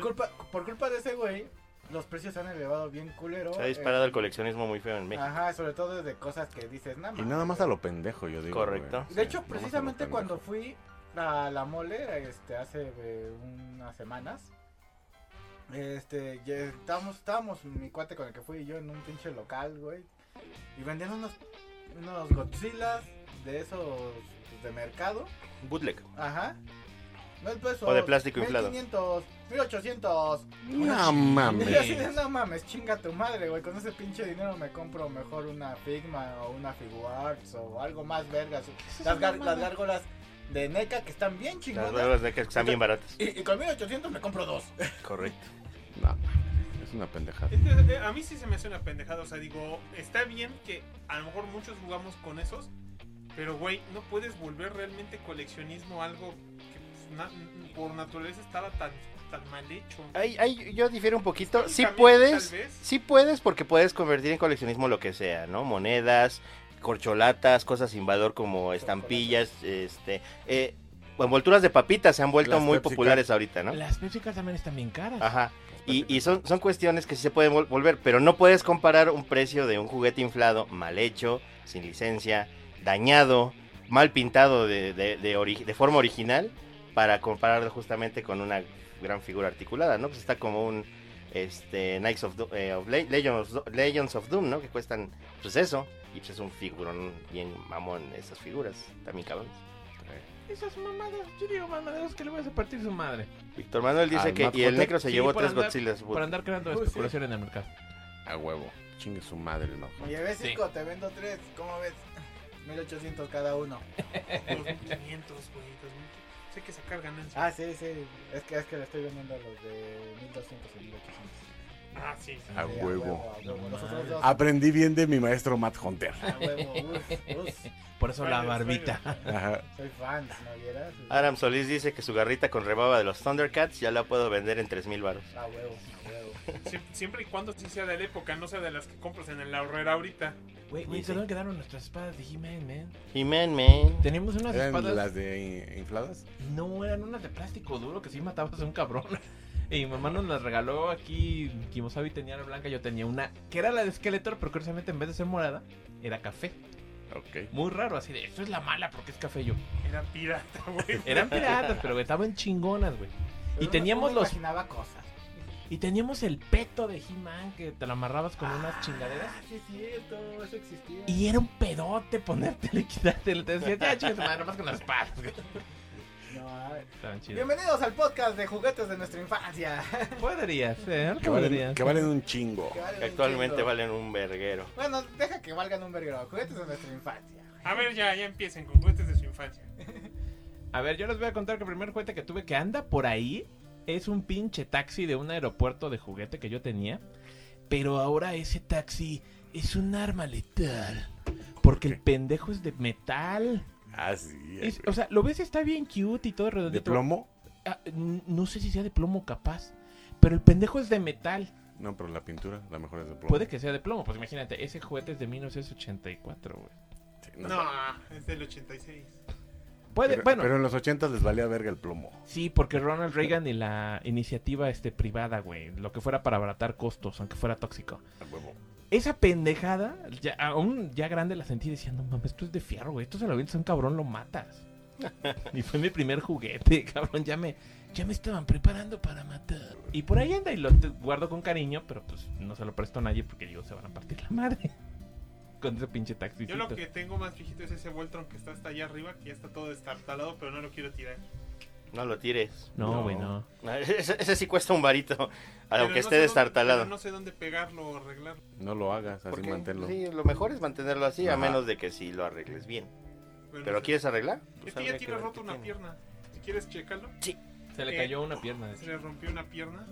D: ¿Cuál?
C: culpa, por culpa de ese güey, los precios se han elevado bien culero.
B: Se ha disparado
C: eh,
B: el coleccionismo muy feo en México.
C: Ajá, sobre todo desde cosas que dices, nada
E: Y
C: más.
E: nada más a lo pendejo, yo digo.
B: Correcto.
E: güey. Sí,
C: De hecho,
E: nada más a lo
C: precisamente
E: pendejo.
C: cuando fui a la mole, este, hace eh, unas semanas, este, ya estábamos, estábamos mi cuate con el que fui y yo en un pinche local, güey, y vendían unos, unos Godzillas de esos de mercado,
B: Bootleg.
C: ajá. Mil pesos,
B: O de plástico inflado.
C: 1500, 1800.
E: No
C: Y yo [LAUGHS] así de,
E: mames.
C: no mames, chinga tu madre, güey. Con ese pinche dinero me compro mejor una Figma o una Figuarts o algo más vergas. Las, gar- las gárgolas de NECA que están bien
B: Las
C: chingonas.
B: nuevas de que están bien baratas.
C: Y, y con 1800 me compro dos.
B: Correcto.
E: No, es una pendejada.
D: Entonces, eh, a mí sí se me hace una pendejada. O sea, digo, está bien que a lo mejor muchos jugamos con esos. Pero, güey, no puedes volver realmente coleccionismo a algo que pues, na- por naturaleza estaba tan, tan mal hecho.
B: Ahí, ahí yo difiero un poquito.
D: Sí,
B: Si
D: también,
B: Ah, puedes,
D: tal vez.
B: sí puedes porque puedes convertir en coleccionismo lo que sea, ¿no? Monedas, corcholatas, cosas sin valor como estampillas, este... eh, envolturas de papitas se han vuelto
E: Las
B: muy
E: Pepsi
B: populares ahorita, ¿no?
A: Las Pepsi Cola también están bien caras.
B: Ajá. Y, y son, son cuestiones que sí se pueden vol- volver, pero no puedes comparar un precio de un juguete inflado mal hecho, sin licencia, dañado, mal pintado de, de- de ori- de forma original, para compararlo justamente con una gran figura articulada, ¿no? Pues está como un este, Knights of, Do- eh, of Le- Legends, of Do- Legends of Doom, ¿no? Que cuestan, pues eso, y pues es un figurón bien mamón esas figuras, también cabrón.
A: Esas mamadas, yo digo mamadas que le voy a partir su madre.
B: Víctor Manuel dice
E: Al
B: que y el
E: mascote.
B: necro se
A: Sí,
B: llevó
A: por
B: tres
A: andar-
B: Godzillas. Wood.
A: Para andar creando
C: Uy, sí.
A: especulación en el mercado.
E: A huevo. Chingue su madre el mascote.
C: Oye, ves
A: Sí.
C: cinco, te vendo tres, ¿cómo ves? 1800 cada uno.
D: 2500, güey. 2500. Sé que sacar ganancias.
C: Ah, sí, sí. Es que es que le estoy vendiendo los de 1200 y 1800.
D: Ah, sí. sí.
E: A
C: Sí,
E: huevo.
C: a huevo. Los otros dos. Ah, A
E: Aprendí bien de mi maestro Matt Hunter.
C: huevo. Uf, uf.
A: Por eso la
D: Sueños,
A: barbita.
D: sueños.
E: [LAUGHS] Ajá.
C: Soy fan, ¿no vieras?
B: Aram Solís dice que su garrita con rebaba de los Thundercats ya la puedo vender en 3000 baros.
C: A huevo, a huevo.
D: Siempre, siempre y cuando sí sea de la época, no sea de las que compras en el ahorrera ahorita.
A: Güey, güey, ¿dónde quedaron nuestras espadas de He-Man, man?
B: Y men, men.
A: Tenemos unas espadas.
E: ¿Eran las de infladas?
A: No, eran unas de plástico duro que sí matabas a un cabrón. [LAUGHS] Y mi mamá nos las regaló aquí. Kimosabi tenía la blanca, yo tenía una que era la de Skeletor, pero curiosamente en vez de ser morada, era café.
E: Ok.
A: Muy raro, así de, esto es la mala porque es café yo.
D: Era pirata, güey.
A: Eran piratas, pero güey, estaban chingonas, güey. Y
C: Pero
A: teníamos
C: uno
A: los-
C: imaginaba cosas.
A: Y teníamos el peto de He-Man que te lo amarrabas con unas chingaderas.
C: Ah, sí es cierto, eso existía.
A: Y era un pedote ponértelo y quitártelo. Te decías, ya chingas, madre, nomás con las espadas. güey".
C: No, a ver.
A: Estaban chidas.
C: Bienvenidos al podcast de juguetes de nuestra infancia. [LAUGHS]
A: Podría ser,
E: Que valen,
A: podría
E: que
A: ser.
E: valen un chingo.
C: Que valen
B: que
C: un
B: Actualmente
C: chingo.
B: valen un verguero.
C: Bueno, deja que valgan un verguero. Juguetes de nuestra infancia.
D: A ver, ya, ya empiecen con juguetes de su infancia.
A: A ver, yo les voy a contar que el primer juguete que tuve que anda por ahí es un pinche taxi de un aeropuerto de juguete que yo tenía. Pero ahora ese taxi es un arma letal. Porque el pendejo es de metal.
E: Ah, Así
A: Es- o sea, lo ves, está bien cute y todo redondito.
E: ¿De plomo?
A: Ah, n- no sé si sea de plomo capaz. Pero el pendejo es de metal.
E: No, pero la pintura, la mejor es de plomo.
A: Puede que sea de plomo. Pues imagínate, ese juguete es de 1984, güey.
E: Sí,
D: No, es del 86.
A: Puede,
E: Pero,
A: bueno.
E: pero en los 80 les valía verga el plomo.
A: Sí, porque Ronald Reagan y la iniciativa este, privada, güey, lo que fuera para abaratar costos, aunque fuera tóxico.
E: A huevo.
A: Esa pendejada, ya, aún ya grande la sentí diciendo, mames, esto es de fierro, güey, esto se lo avientas a un cabrón, lo
E: [LAUGHS]
A: matas. y fue mi primer juguete, [LAUGHS] cabrón, ya me, ya me estaban preparando para matar. Y por ahí anda y lo te- guardo con cariño, pero pues no se lo presto a nadie porque digo, se van a partir la madre. [LAUGHS] con ese pinche taxi.
D: Yo lo que tengo más fijito es ese Voltron que está hasta allá arriba, que ya está todo destartalado, pero no lo quiero tirar.
B: No lo tires.
A: No, güey, no.
B: No, [LAUGHS] Ese, ese sí cuesta un varito,
D: Pero
B: aunque
D: no sé
B: esté
D: dónde-
B: destartalado.
D: pero No sé dónde pegarlo o arreglarlo.
E: No lo hagas, así
B: Porque,
E: manténlo.
B: Sí, lo mejor es mantenerlo así, a
E: Ajá.
B: menos de que sí lo arregles bien.
D: no
B: ¿Pero
D: sé.
B: quieres arreglar?
D: Es
B: Pues
D: que ya
B: habría
D: tiene
B: ver
D: roto
B: qué
D: una
B: tiene.
D: pierna. Si quieres checarlo,
A: Se
E: Eh,
A: le cayó una pierna. de
E: oh,
D: se
A: hecho.
D: le rompió una pierna.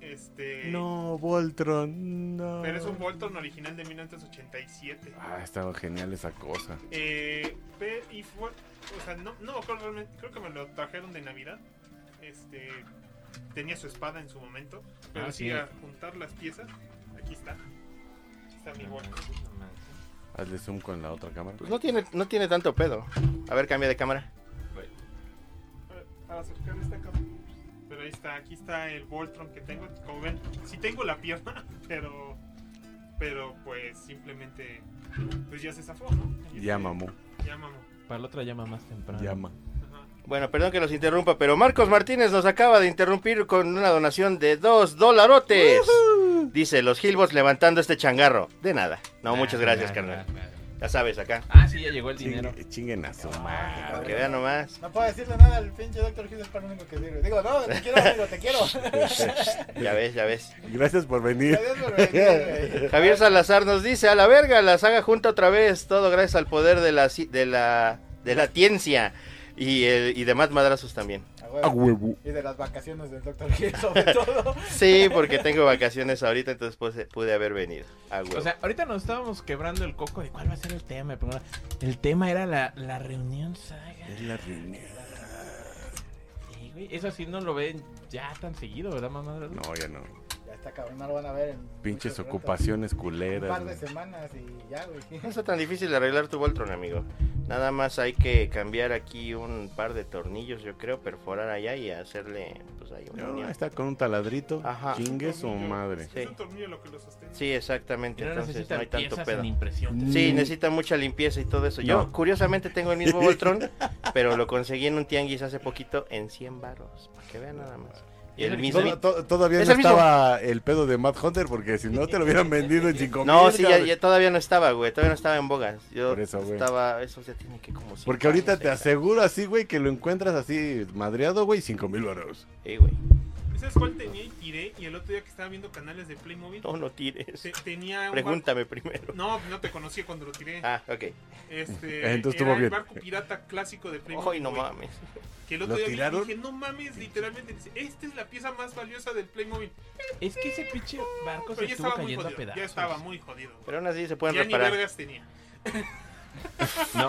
D: Este.
E: No, Voltron, no.
D: Pero es un Voltron original de 1987.
E: Ah, estaba genial esa cosa.
D: Eh, pe- y fue, o sea, no, no me acuerdo realmente, creo que me lo trajeron de Navidad. Este, tenía su espada en su momento, pero
A: Ah,
D: sí,
A: sí.
D: a juntar las piezas. Aquí está. Aquí está
A: Ah,
D: mi bolsa.
E: Hazle zoom con la otra cámara.
B: Pues no tiene, no tiene tanto pedo. A ver, cambia de cámara.
D: Para- Para acercar esta cámara. Pero ahí está, aquí está el Voltron que tengo. Como ven, sí tengo la pierna, [LAUGHS] pero pero pues simplemente pues ya se zafó, ¿no? Este,
E: Ya mamó,
D: Ya mamó.
A: Para la otra llama más temprano.
E: llama.
D: Ajá.
B: Bueno, perdón que los interrumpa, pero Marcos Martínez nos acaba de interrumpir con una donación de dos dolarotes. Dice, los Gilbots levantando este changarro. De nada. No, muchas gracias, carnal. Ah, Ya sabes, acá.
A: Ah, sí, ya llegó el dinero.
E: Chinguen, chinguen a su madre.
B: Para que vean nomás.
C: No puedo decirle nada al pinche Dr. Hill, es para lo único que sirve. Digo, no, te quiero, amigo, te quiero. [LAUGHS]
B: Ya ves, ya ves.
E: Gracias por venir.
C: Gracias por venir,
B: [LAUGHS]
C: güey.
B: Javier Salazar nos dice, a la verga, la saga junta otra vez, todo gracias al poder de la ci- de la de la ciencia y, el- y demás madrazos también.
C: A
E: A
C: huevo.
E: huevo.
C: Y de las vacaciones del Dr. Hill, sobre todo.
B: Sí, porque tengo vacaciones ahorita, entonces pues, pude haber venido. A huevo.
A: O sea, ahorita nos estábamos quebrando el coco de cuál va a ser el tema. pero bueno, El tema era la, la reunión saga.
E: Es la reunión.
A: Sí, güey, Eso sí no lo ven ya tan seguido, ¿verdad, mamá?
E: No, ya no.
C: Ya está cabrón, no lo van a ver en.
E: Pinches
C: mucho rato.
E: ocupaciones
C: Un
E: culeras.
C: par de
E: güey.
C: semanas y ya, güey.
B: No está tan difícil de arreglar tu Voltron, amigo. Nada más hay que cambiar aquí un par de tornillos, yo creo, perforar allá y hacerle, pues ahí una
E: No, este,
B: unión.
E: está con un taladrito.
B: Ajá.
E: Chingue su
D: Tornillo.
E: madre.
D: Es un tornillo lo que lo sostiene.
B: Sí, exactamente.
A: Y no
B: Entonces
A: necesita
B: no hay tanto
A: piezas
B: pedo.
A: en impresión.
B: Sí, necesita mucha limpieza y todo eso. Yo,
E: No.
B: curiosamente, tengo el
E: [LAUGHS]
B: mismo Voltron, pero lo conseguí en un tianguis hace poquito en 100 barros. Para que vean nada más. Y el
A: Toda-
B: mismo.
E: Toda- to- todavía
B: Es
E: no
B: el mismo.
E: estaba el pedo de Matt Hunter porque si no te lo hubieran vendido en 5
B: No, sí, ya, ya todavía no estaba, güey. Todavía no estaba en boga. Yo
E: Por eso, güey.
B: estaba. Eso ya tiene que como. cinco
E: Porque ahorita
B: años
E: te
B: extra.
E: aseguro así, güey, que lo encuentras así madreado, güey, 5 mil baros.
B: Ey, güey.
D: ¿Sabes cuál tenía y tiré? Y el otro día que estaba viendo canales de Playmobil,
B: No, no tires.
D: te- tenía un
B: Pregúntame primero.
D: [LAUGHS] barco- No, no te conocía cuando lo tiré.
B: Ah, ok.
D: Este,
E: [LAUGHS] Entonces
D: era
E: estuvo
D: el
E: bien.
D: barco pirata clásico de Playmobil.
B: Ay, no
D: güey,
B: mames.
D: Que el
E: ¿Lo
D: otro día vi y
E: tiraron?
D: dije, no mames, literalmente dice, esta es la pieza más valiosa del Playmobil.
A: Es que ese pinche barco se
D: Pero ya
A: estuvo
D: estaba muy
A: cayendo a
D: jodido.
A: pedazos.
D: Ya estaba muy jodido. güey.
B: Pero aún así se pueden
D: Ya ni
B: reparar.
D: vergas tenía.
A: No,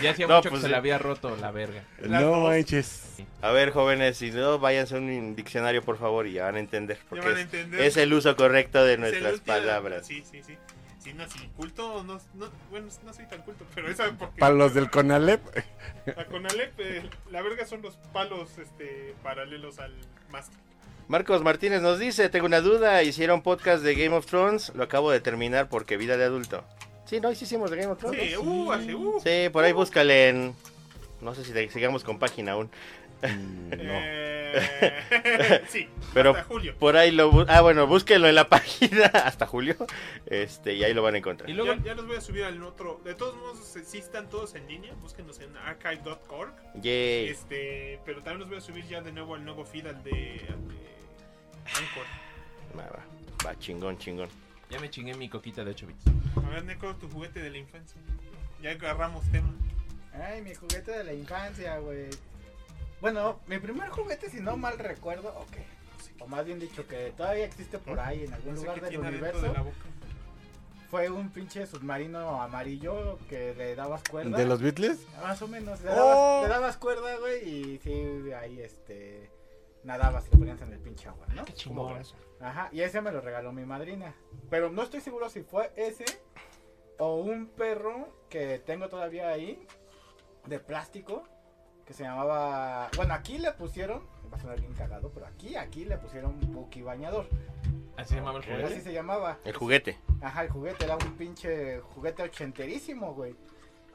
A: ya hacía
B: No,
A: mucho que
B: pues
A: se
B: sí.
A: le había roto la verga.
D: Las
E: no
D: dos.
E: manches.
B: A ver, jóvenes, si no, váyanse a un diccionario, por favor, y ya van a entender.
D: Ya
B: Porque
D: van a
B: es-
D: entender.
B: es, el uso correcto de
D: Es el
B: nuestras
D: último de-
B: palabras.
D: Sí, sí, sí. Si no, si culto, no, no- bueno, no soy tan culto, pero esa porque...
E: Para los del Conalep,
D: La Conalep, eh, la verga son los palos este, paralelos al mástil.
B: Marcos Martínez nos dice, tengo una duda, hicieron podcast de Game of Thrones, lo acabo de terminar porque vida de adulto. Sí, no, sí hicimos de Game of Thrones.
D: Sí, uh, hace uh.
B: Sí, por ahí búscale en... No sé si de- sigamos con página aún.
D: Eh, sí,
B: Pero-
D: hasta julio.
B: Por ahí lo... bu- Ah, bueno, búsquenlo en la [LAUGHS] página hasta julio. Este, y ahí lo van a encontrar.
A: Y luego
D: ya, ya los voy a subir al otro. De todos modos, se- sí están todos en línea. Búsquenos en archive.org.
B: Yay.
D: Este, pero también los voy a subir ya de nuevo al nuevo feed, al de, al de Anchor.
B: Va, va, va, chingón, chingón.
A: ya me chingué mi coquita de 8 bits.
D: A ver, Necro, tu juguete de la infancia. Ya agarramos tema.
C: Ay, mi juguete de la infancia, güey. Bueno, mi primer juguete, si no mal recuerdo, ok. O más bien dicho, que todavía existe por ahí en algún
D: No sé
C: lugar
D: qué
C: del
D: tiene adentro
C: universo.
D: de la boca.
C: Fue un pinche submarino amarillo que le dabas cuerda.
E: de los Beatles,
C: Más o menos, le
E: ¡Oh!
C: dabas, le dabas cuerda, güey, y sí, ahí este. Nadabas y te ponías en el pinche agua, ¿no?
A: Qué chingón.
C: Ajá, y ese me lo regaló mi madrina. Pero no estoy seguro si fue ese o un perro que tengo todavía ahí de plástico que se llamaba. Bueno, aquí le pusieron. Va a sonar bien cagado, pero aquí, aquí le pusieron Buki Bañador.
A: Así se llamaba el
B: Ok.
C: Así
A: juego.
C: se llamaba.
B: El juguete.
C: Ajá, el juguete era un pinche juguete ochenterísimo, güey.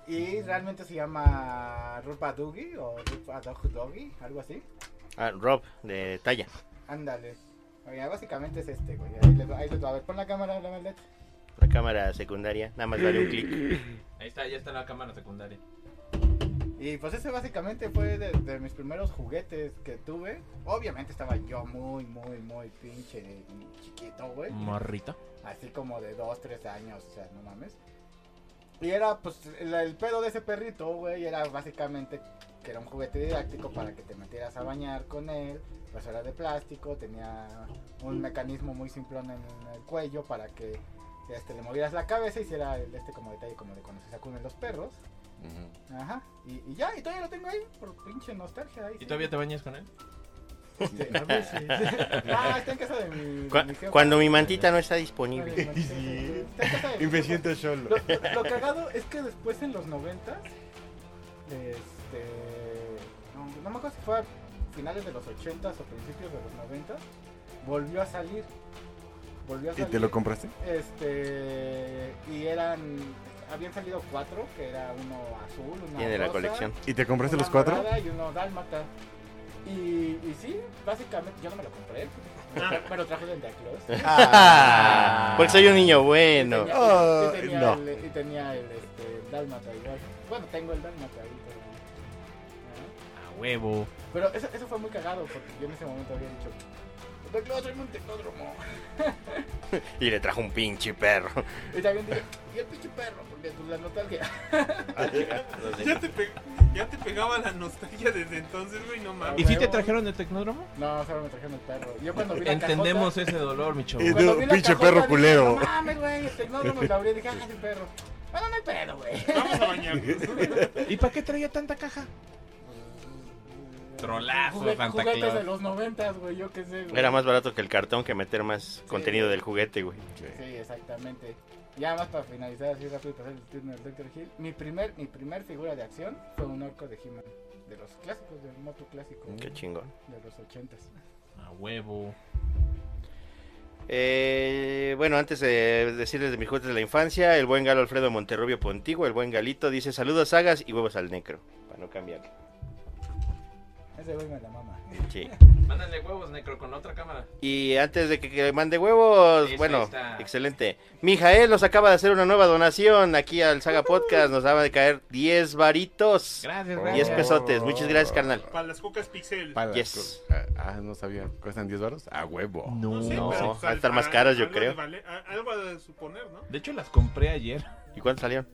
C: Y realmente se llama Rupa Doogie o Rupa Dog Doggy, algo así.
B: Ah, Rob, de talla.
C: Ándale. Oye, básicamente es este, güey. Ahí les, ahí les- a ver, pon la cámara, la verdad.
B: La cámara secundaria. Nada más vale un clic.
A: Ahí está, ya está la cámara secundaria.
C: Y pues ese básicamente fue de, de mis primeros juguetes que tuve. Obviamente estaba yo muy, muy, muy pinche chiquito, güey.
A: Morrito.
C: Así como de 2, 3 años, o sea, no mames. Y era pues el, el pedo de ese perrito, güey, era básicamente que era un juguete didáctico para que te metieras a bañar con él. Pues era de plástico, tenía un mecanismo muy simplón en el cuello para que este, le movieras la cabeza y hiciera el- este como detalle como de cuando se sacuden los perros. Ajá. Y, y ya, y todavía lo tengo ahí por pinche nostalgia. Ahí,
A: ¿Y todavía te bañas con él? [LAUGHS]
C: te... a veces. ah, está en casa de mi... de mi
B: Cu-
C: jefa.
B: cuando mi mantita no está
C: Está
B: disponible.
C: en casa de mi
E: y me
C: jefa.
E: siento solo.
C: Lo, lo- lo cagado es que después en los 90, este. No, no me acuerdo si fue a finales de los 80 o principios de los 90, volvió a salir. Volvió a
E: ¿Y
C: salir.
E: te lo compraste?
C: Este. Y eran. Habían salido cuatro, que era uno azul, uno
B: Tiene la
C: rosa,
B: colección.
E: ¿Y te compraste
C: una
E: los cuatro?
C: morada Y uno dálmata. Y, y sí, básicamente yo no me lo compré, [LAUGHS] me lo trajo el de Claus.
B: Ah, porque soy un niño bueno.
C: Tenía-
E: Ah,
C: sí tenía
E: no.
C: el- y tenía el, este, el Dálmata igual. Bueno, tengo el Dálmata ahí. Pero, Ajá.
A: A huevo.
C: Pero eso, eso fue muy cagado porque yo en ese momento había dicho: "Santa Claus, soy un tecnódromo. [LAUGHS]
B: Y le trajo un pinche perro.
C: Y también dije: Y el pinche perro, porque tú la nostalgia.
B: No sé.
D: Ya te, pe- ya te pegaba la nostalgia desde entonces, güey, no mames.
A: ¿Y si te
C: huevo.
A: trajeron el tecnódromo?
C: [LAUGHS] No, solo me trajeron el perro. Yo cuando vi la
A: Entendemos
C: cajota-
A: ese dolor, mi chavo.
E: Y-
C: cuando
E: No,
C: vi la
E: pinche
C: cajota,
E: perro
C: dije,
E: culero.
C: No mames, güey, el tecnódromo. Y la abrí y dije: Ah, es el perro. Bueno, no hay pedo, güey.
D: Vamos a bañarnos.
A: ¿Y para qué traía tanta caja? Trolazo,
C: Juguetes
A: Santa Claus.
C: de los noventas, güey, yo qué sé, güey.
B: Era más barato que el cartón que meter más contenido del juguete, güey.
C: Sí, exactamente. Ya más para finalizar así rápido para hacer el turno del Dr. Hill. Mi primer, mi primer figura de acción fue un orco de He-Man. De los clásicos, del moto clásico.
B: Mm, Qué chingón.
C: De los ochentas.
A: A huevo.
B: Eh, bueno, antes de decirles de mis juguetes de la infancia, el buen galo Alfredo Monterrubio Pontigo, el buen galito, dice saludos sagas y huevos al necro. Para no cambiar.
C: Ese güey me la mama.
B: Sí.
A: Mándale huevos, Necro, con otra cámara.
B: Y antes de que, que mande huevos,
A: Eso
B: bueno,
A: está.
B: excelente. Mijael nos acaba de hacer una nueva donación aquí al Saga Podcast. Nos acaba de caer 10 varitos,
A: Gracias,
E: Oh,
B: 10
A: gracias.
B: pesotes. Muchas gracias, carnal.
D: Para las cucas pixel.
E: Para
B: Yes.
E: las co- Ah, no sabía. ¿Cuestan 10 baros? A huevo.
D: No, sé,
B: No,
D: pero,
B: van a
D: sal-
B: estar más caras, yo
D: algo de
B: creo.
D: vale- a- algo ha de suponer, ¿no?
A: De hecho, las compré ayer. [LAUGHS]
B: ¿Y cuántos salieron?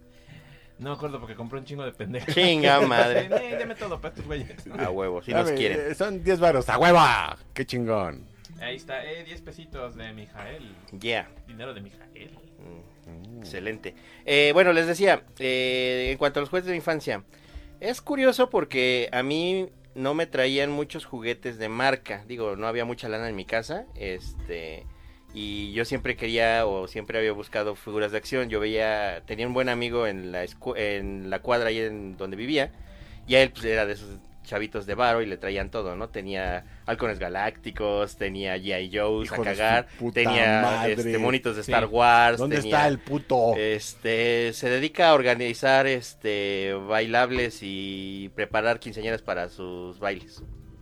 A: No me acuerdo porque compré un chingo de pendejos. [LAUGHS]
B: Chinga madre.
A: Eh, Deme todo para estos güeyes. [LAUGHS]
B: A huevos, si nos
E: Dame,
B: quieren.
E: eh, son 10 baros. ¡A hueva! ¡Qué chingón!
A: Ahí está, eh, 10 pesitos de Mijael.
B: Yeah.
A: Dinero de Mijael.
B: Mm.
E: Mm.
B: Excelente. Eh, bueno, les decía, eh, en cuanto a los juguetes de mi infancia, es curioso porque a mí no me traían muchos juguetes de marca. Digo, no había mucha lana en mi casa. Este. Y yo siempre quería o siempre había buscado figuras de acción. Yo veía, tenía un buen amigo en la, escu- en la cuadra ahí en donde vivía. Y a él pues, era de esos chavitos de varo y le traían todo, ¿no? Tenía halcones galácticos, tenía G.I. Joe's a
E: Hijo de su
B: cagar,
E: puta
B: tenía
E: madre.
B: este, monitos de
A: Sí.
B: Star Wars.
E: ¿Dónde
B: tenía-
E: está el puto?
B: este, se dedica a organizar este bailables y preparar quinceañeras para sus bailes.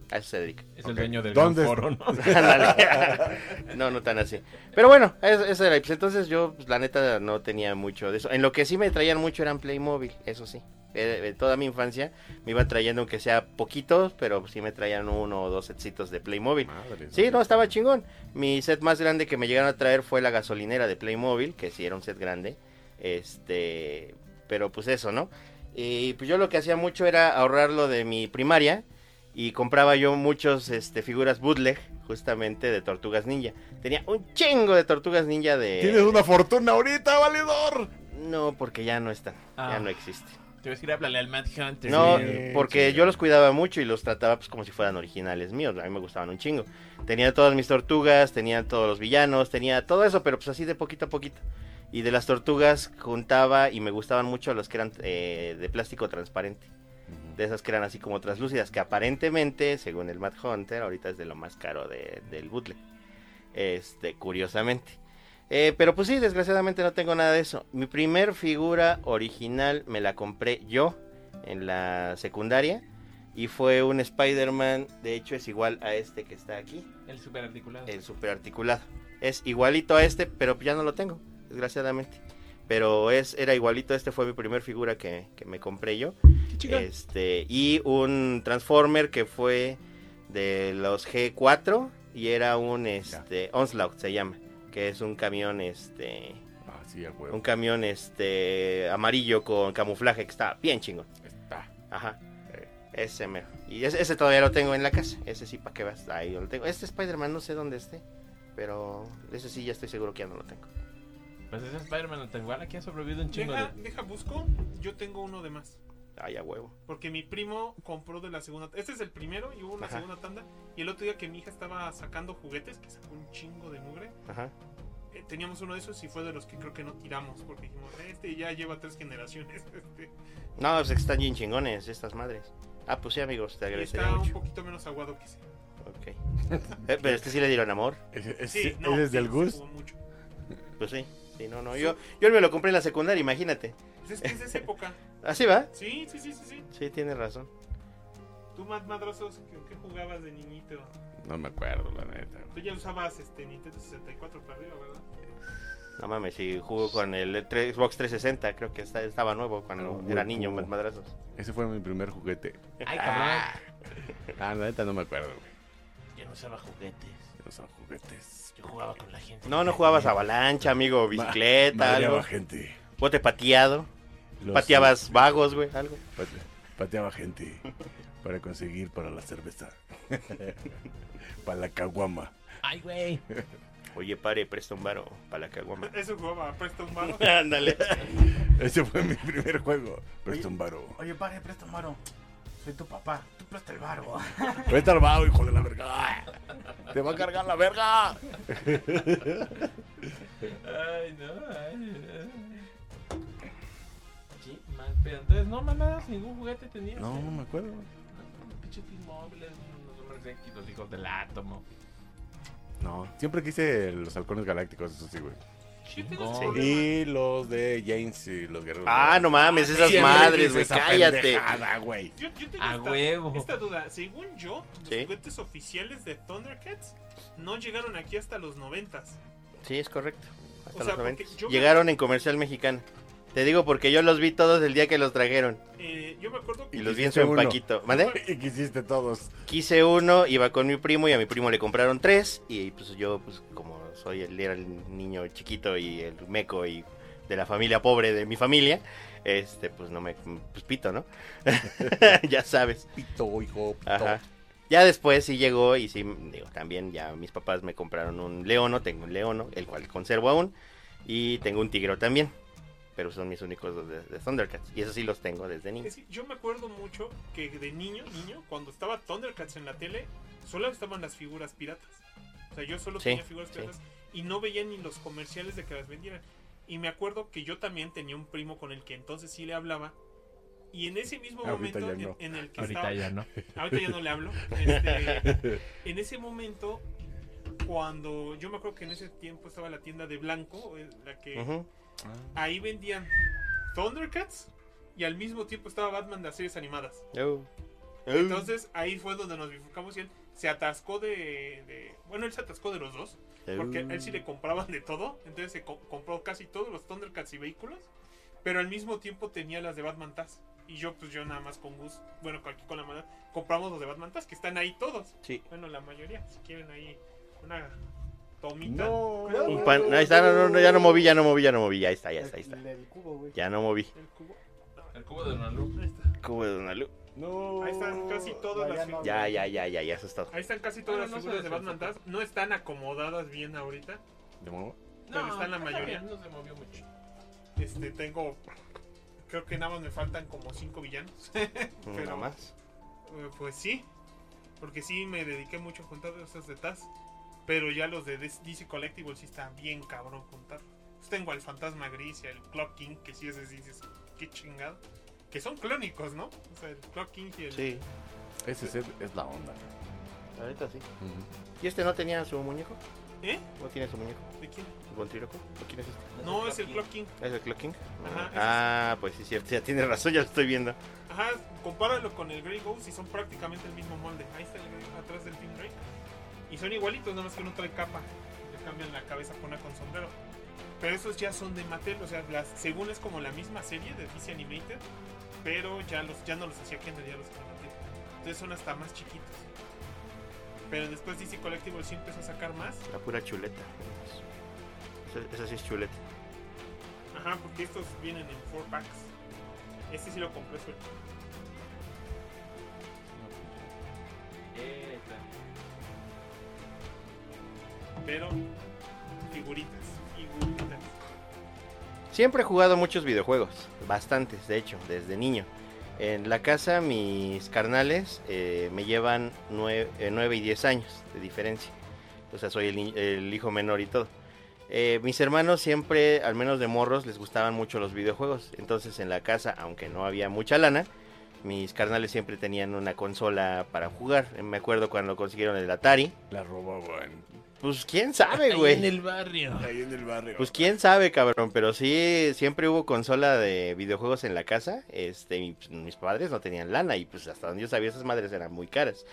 B: A eso se dedica. [LAUGHS]
A: Es el dueño del
E: ¿Dónde
A: gran [LAUGHS] foro, ¿no?
B: Ándale. no, no tan así. Pero bueno, es- eso era. Y Pues entonces yo, pues, la neta, no tenía mucho de eso. En lo que sí me traían mucho eran Playmobil, eso sí. Eh, eh, toda mi infancia me iban trayendo, aunque sea poquitos, pero sí me traían uno o dos setcitos de Playmobil.
E: Madre,
B: Sí, no, estaba chingón. Mi set más grande que me llegaron a traer fue la gasolinera de Playmobil, que sí era un set grande. Este, pero pues eso, ¿no? Y pues yo lo que hacía mucho era ahorrarlo de mi primaria y compraba yo muchos este figuras bootleg justamente de tortugas ninja. Tenía un chingo de tortugas ninja de
E: Tienes una fortuna ahorita, valedor.
B: No, porque ya no están.
A: Ah.
B: Ya no existen.
A: Te ves que ir a hablarle al Mad Hunter.
B: No,
A: Sí.
B: porque
E: sí.
B: yo los cuidaba mucho y los trataba pues como si fueran originales míos. A mí me gustaban un chingo. Tenía todas mis tortugas, tenía todos los villanos, tenía todo eso, pero pues así de poquito a poquito. Y de las tortugas juntaba y me gustaban mucho los que eran eh, de plástico transparente. De esas que eran así como translúcidas, que aparentemente, según el Mad Hunter, ahorita es de lo más caro de- del bootleg. Este, curiosamente. Eh, pero pues sí, desgraciadamente no tengo nada de eso. Mi primer figura original me la compré yo en la secundaria. Y fue un Spider-Man, de hecho es igual a este que está aquí,
A: El super articulado.
B: el super articulado. Es igualito a este, pero ya no lo tengo, desgraciadamente. Pero es, era igualito, este fue mi primer figura que, que me compré yo.
A: Qué chingón.
B: Este, y un Transformer que fue de los G4 y era un este Onslaught se llama, que es un camión este
E: Ah, sí, a
B: un
E: huevo.
B: camión este amarillo con camuflaje que está bien chingón.
E: Está.
B: Ajá.
E: Eh.
B: Ese mero. Y ese, ese todavía lo tengo en la casa. Ese sí, ¿para qué vas? Ahí yo lo tengo. Este Spider-Man no sé dónde esté, pero ese sí ya estoy seguro que ya no lo tengo.
A: Pues ese Spider-Man te igual aquí ha sobrevivido un chingo
D: Deja,
A: de...
D: deja, busco. Yo tengo uno de más.
B: Ay, a huevo.
D: Porque mi primo compró de la segunda. Este es el primero y hubo una
B: Ajá.
D: segunda tanda. Y el otro día que mi hija estaba sacando juguetes, que sacó un chingo de mugre,
B: Ajá.
D: eh, teníamos uno de esos y fue de los que creo que no tiramos. Porque dijimos, este ya lleva tres generaciones. [LAUGHS] Este.
B: No, pues están bien chingones estas madres. Ah, pues sí, amigos, te
D: Y
B: agradecería
D: está un
B: mucho.
D: poquito menos aguado que ese.
B: Ok. [LAUGHS] Eh, pero es que sí le dieron amor.
E: Ese, ese-
D: Sí, no,
E: ese es
D: sí,
E: del
D: se
E: Gus.
D: jugó mucho.
B: Pues sí, sí, no, no. Yo, yo me lo compré en la secundaria, imagínate.
D: Pues es que es de esa época.
B: Así va.
D: Sí, sí, sí, sí. sí.
B: Sí, tienes razón.
D: Tú, más Madrazos, ¿qué, qué jugabas de niñito?
E: No me acuerdo, la neta.
D: Tú ya usabas este, Nintendo 64 para arriba, ¿verdad?
B: No mames, si jugo con el tre- Xbox 360, creo que esta- estaba nuevo cuando
E: Ah,
B: era
E: huevo.
B: niño, pues, más madrazos.
E: Ese fue mi primer juguete.
A: Ay, cabrón.
E: Ah, la neta no me acuerdo, güey.
A: Yo no usaba juguetes.
E: No son juguetes.
A: Yo jugaba con la gente.
B: No, no jugabas avalancha, amigo, bicicleta,
E: Ma-
B: algo.
E: Pateaba gente.
B: Bote pateado.
E: Los-
B: Pateabas vagos, güey, algo.
E: pate- pateaba gente para conseguir para la cerveza. para la caguama.
A: Ay, güey.
B: Oye, pare, presta un varo para
D: [LAUGHS]
B: la caguama.
D: Eso jugaba, presta un
B: [LAUGHS]
D: barro.
B: Ándale.
E: Ese fue mi primer juego. Presta un varo.
C: Oye, padre, presta un maro. soy tu papá, tú presta
B: [LAUGHS]
C: el barbo.
E: Vete al vago, hijo de la verga. Te va a cargar la verga.
A: Ay, no, ay, ay. Qué mal pedo. Entonces, no mamadas, ningún juguete tenía.
E: No, no me acuerdo.
A: Pinches inmóviles, unos números X, los hijos del átomo.
E: No, siempre quise los halcones galácticos, eso sí, güey.
A: Chingón.
B: Sí.
E: Y los de James y los guerreros.
B: Ah, no mames, esas
E: Siempre
B: madres,
E: quise
B: güey,
E: esa
B: cállate.
E: pendejada, güey.
D: Yo, yo tengo
A: A
D: esta,
A: huevo.
D: esta duda. Según yo, los
B: Sí.
D: juguetes oficiales de Thundercats no llegaron aquí hasta los noventas.
B: Sí, es correcto. Hasta
D: O sea,
B: los
D: porque
B: 90.
D: yo me-
B: Llegaron en comercial mexicano. Te digo porque yo los vi todos el día que los trajeron.
D: Eh, yo me acuerdo que
B: Y los vi
E: quise
B: en su
E: uno.
B: empaquito. ¿Mande?
E: Y quisiste todos.
B: Quise uno, iba con mi primo y a mi primo le compraron tres. Y pues yo, pues como soy el, era el niño chiquito y el meco y de la familia pobre de mi familia, este, pues no me, pues pito, ¿no? [LAUGHS] ya sabes.
E: Pito, hijo, pito.
B: Ajá. Ya después sí llegó y sí, digo, también ya mis papás me compraron un leono, tengo un leono, el cual conservo aún, y tengo un tigro también. Pero son mis únicos dos de, de Thundercats. Y eso sí los tengo desde niño.
D: Es que yo me acuerdo mucho que de niño, niño, cuando estaba Thundercats en la tele, solo estaban las figuras piratas. O sea, yo solo
B: Sí,
D: tenía figuras
B: sí.
D: piratas y no veía ni los comerciales de que las vendieran. Y me acuerdo que yo también tenía un primo con el que entonces sí le hablaba. Y en ese mismo
E: Ahorita
D: momento
E: ya
D: en-
E: no.
D: en, el que
A: Ahorita
D: estaba.
A: ya no.
D: Ahorita ya no le hablo.
E: [LAUGHS]
D: Este, en ese momento, cuando yo me acuerdo que en ese tiempo estaba la tienda de blanco, eh, la que
B: Ujú.
D: ahí vendían Thundercats y al mismo tiempo estaba Batman de las series animadas.
B: Oh.
D: Entonces ahí fue donde nos bifurcamos y él se atascó de, de- Bueno, él se atascó de los dos, porque a él
B: Mm.
D: sí le compraban de todo, entonces se co- compró casi todos los Thundercats y vehículos, pero al mismo tiempo tenía las de Batman Taz. Y yo, pues yo nada más con Gus, bueno, con- aquí con la mano, compramos los de Batman Taz, que están ahí todos.
B: Sí.
D: Bueno, la mayoría, si quieren ahí una tomita.
C: No,
B: Un pan- ahí está, no, no, no, ya no moví, ya no moví, ya no moví. Ahí está, ya está, ahí está.
C: El, del cubo, güey.
B: Ya no moví.
D: El cubo.
A: El cubo de Nalu.
D: Ahí está.
B: Cubo de Donalú.
E: No.
D: Ahí están casi todas
C: No, ya
D: las
C: no.
D: figuras.
B: Ya, ya, ya, ya, ya, eso es todo.
D: Ahí están casi todas
A: Ah,
D: las
A: no se
D: figuras de Batman
A: desenfoca.
D: Taz. No están acomodadas bien ahorita.
E: ¿De nuevo?
D: Pero está en la mayoría.
A: No se movió mucho.
D: Este, tengo. Creo que nada más me faltan como cinco villanos. [LAUGHS]
B: Nada más.
D: Eh, Pues sí. Porque sí me dediqué mucho a juntar esos de Taz. Pero ya los de DC DC Collectible sí está bien cabrón juntar. Pues tengo al Fantasma Gris y al Clock King, que sí ese sí dices, qué chingado. Que son clónicos, ¿no? O sea, el Clock King y el.
B: Sí,
E: Ese es, el- es la onda.
B: ahorita sí. ¿Y este no tenía su muñeco?
D: ¿Eh?
B: ¿No tiene su muñeco?
D: ¿De quién?
B: ¿El ventríloco? ¿O quién es este?
D: No, es el Clock King.
B: ¿Es el clocking?
D: Ajá,
B: ah, pues sí, cierto. Ya tiene razón, ya lo estoy viendo.
D: Ajá, compáralo con el Grey Ghost y son prácticamente el mismo molde. Ahí está el Grey atrás del Team Drake. Y son igualitos, nada más que uno trae capa. Le cambian la cabeza por una con sombrero. Pero esos ya son de Mattel, o sea, las, según es como la misma serie de DC Animated, pero ya, los, ya no los hacía Kendall, ya los hacía Mattel. Entonces son hasta más chiquitos. Pero después DC Collectible sí empezó a sacar más.
B: La pura chuleta. Esa, esa sí es chuleta.
D: Ajá, porque estos vienen en 4 packs. Este sí lo compré suelto.
A: Eh,
D: Pero figuritas, figuritas.
B: Siempre he jugado muchos videojuegos, bastantes de hecho, desde niño. En la casa mis carnales eh, me llevan 9, y 10 años de diferencia. O sea, soy el, ni- el hijo menor y todo. Eh, mis hermanos siempre, al menos de morros, les gustaban mucho los videojuegos. Entonces en la casa, aunque no había mucha lana, mis carnales siempre tenían una consola para jugar. Eh, Me acuerdo cuando consiguieron el Atari.
E: La robaban.
B: Pues quién sabe, güey.
A: en el barrio.
E: Ahí en el barrio.
B: Pues quién sabe, cabrón, pero sí, siempre hubo consola de videojuegos en la casa. Este, y, pues, mis padres no tenían lana y pues hasta donde yo sabía esas madres eran muy caras.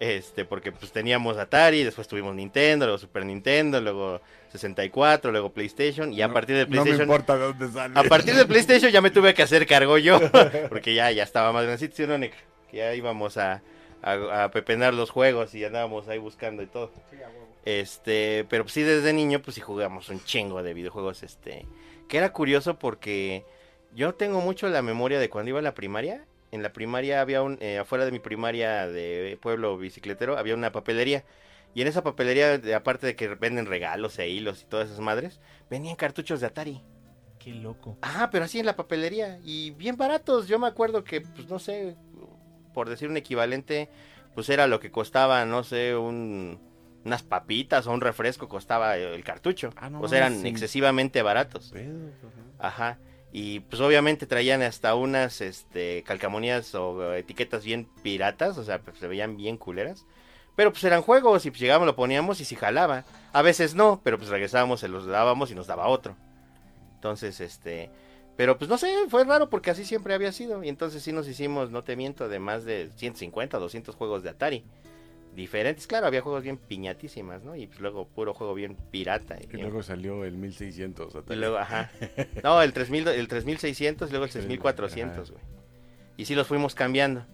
B: Este, porque pues teníamos Atari, después tuvimos Nintendo, luego Super Nintendo, luego 64, luego PlayStation y a
E: No-
B: partir de
E: No me
B: PlayStation
E: importa de dónde sale.
B: a partir de PlayStation ya me tuve que hacer cargo yo, [LAUGHS] porque ya, ya estaba más grandecito, ¿sí o no, Nick? Que ya íbamos a, a, a pepenar los juegos y andábamos ahí buscando y todo. Este, pero pues, sí, desde niño, pues sí jugamos un chingo de videojuegos, este, que era curioso porque yo tengo mucho la memoria de cuando iba a la primaria. En la primaria había un, eh, afuera de mi primaria de pueblo bicicletero, había una papelería. Y en esa papelería, de- aparte de que venden regalos e hilos y todas esas madres, venían cartuchos de Atari.
A: Qué loco.
B: Ah, Ajá, pero así en la papelería. Y bien baratos. Yo me acuerdo que, pues no sé, por decir un equivalente, pues era lo que costaba, no sé, un, unas papitas o un refresco costaba el cartucho.
E: Ah, no
B: o sea, eran
E: mames, sí.
B: excesivamente baratos.
E: [LAUGHS] Pedo,
B: Ajá. Y pues obviamente traían hasta unas este, calcamonías o eh, etiquetas bien piratas, o sea, pues, se veían bien culeras. Pero pues eran juegos y pues llegábamos, lo poníamos y si jalaba. A veces no, pero pues regresábamos, se los dábamos y nos daba otro. Entonces, este... Pero pues no sé, fue raro porque así siempre había sido. Y entonces sí nos hicimos, no te miento, de más de 150, 200 juegos de Atari. Diferentes, claro, había juegos bien piñatísimas, ¿no? Y pues luego puro juego bien pirata.
E: Y luego salió el 1600.
B: Y
E: Atari.
B: luego, ajá. No, el, 3000, do- el 3600 y luego el
E: Tres,
B: 6400,
E: ajá.
B: güey. Y sí los fuimos cambiando.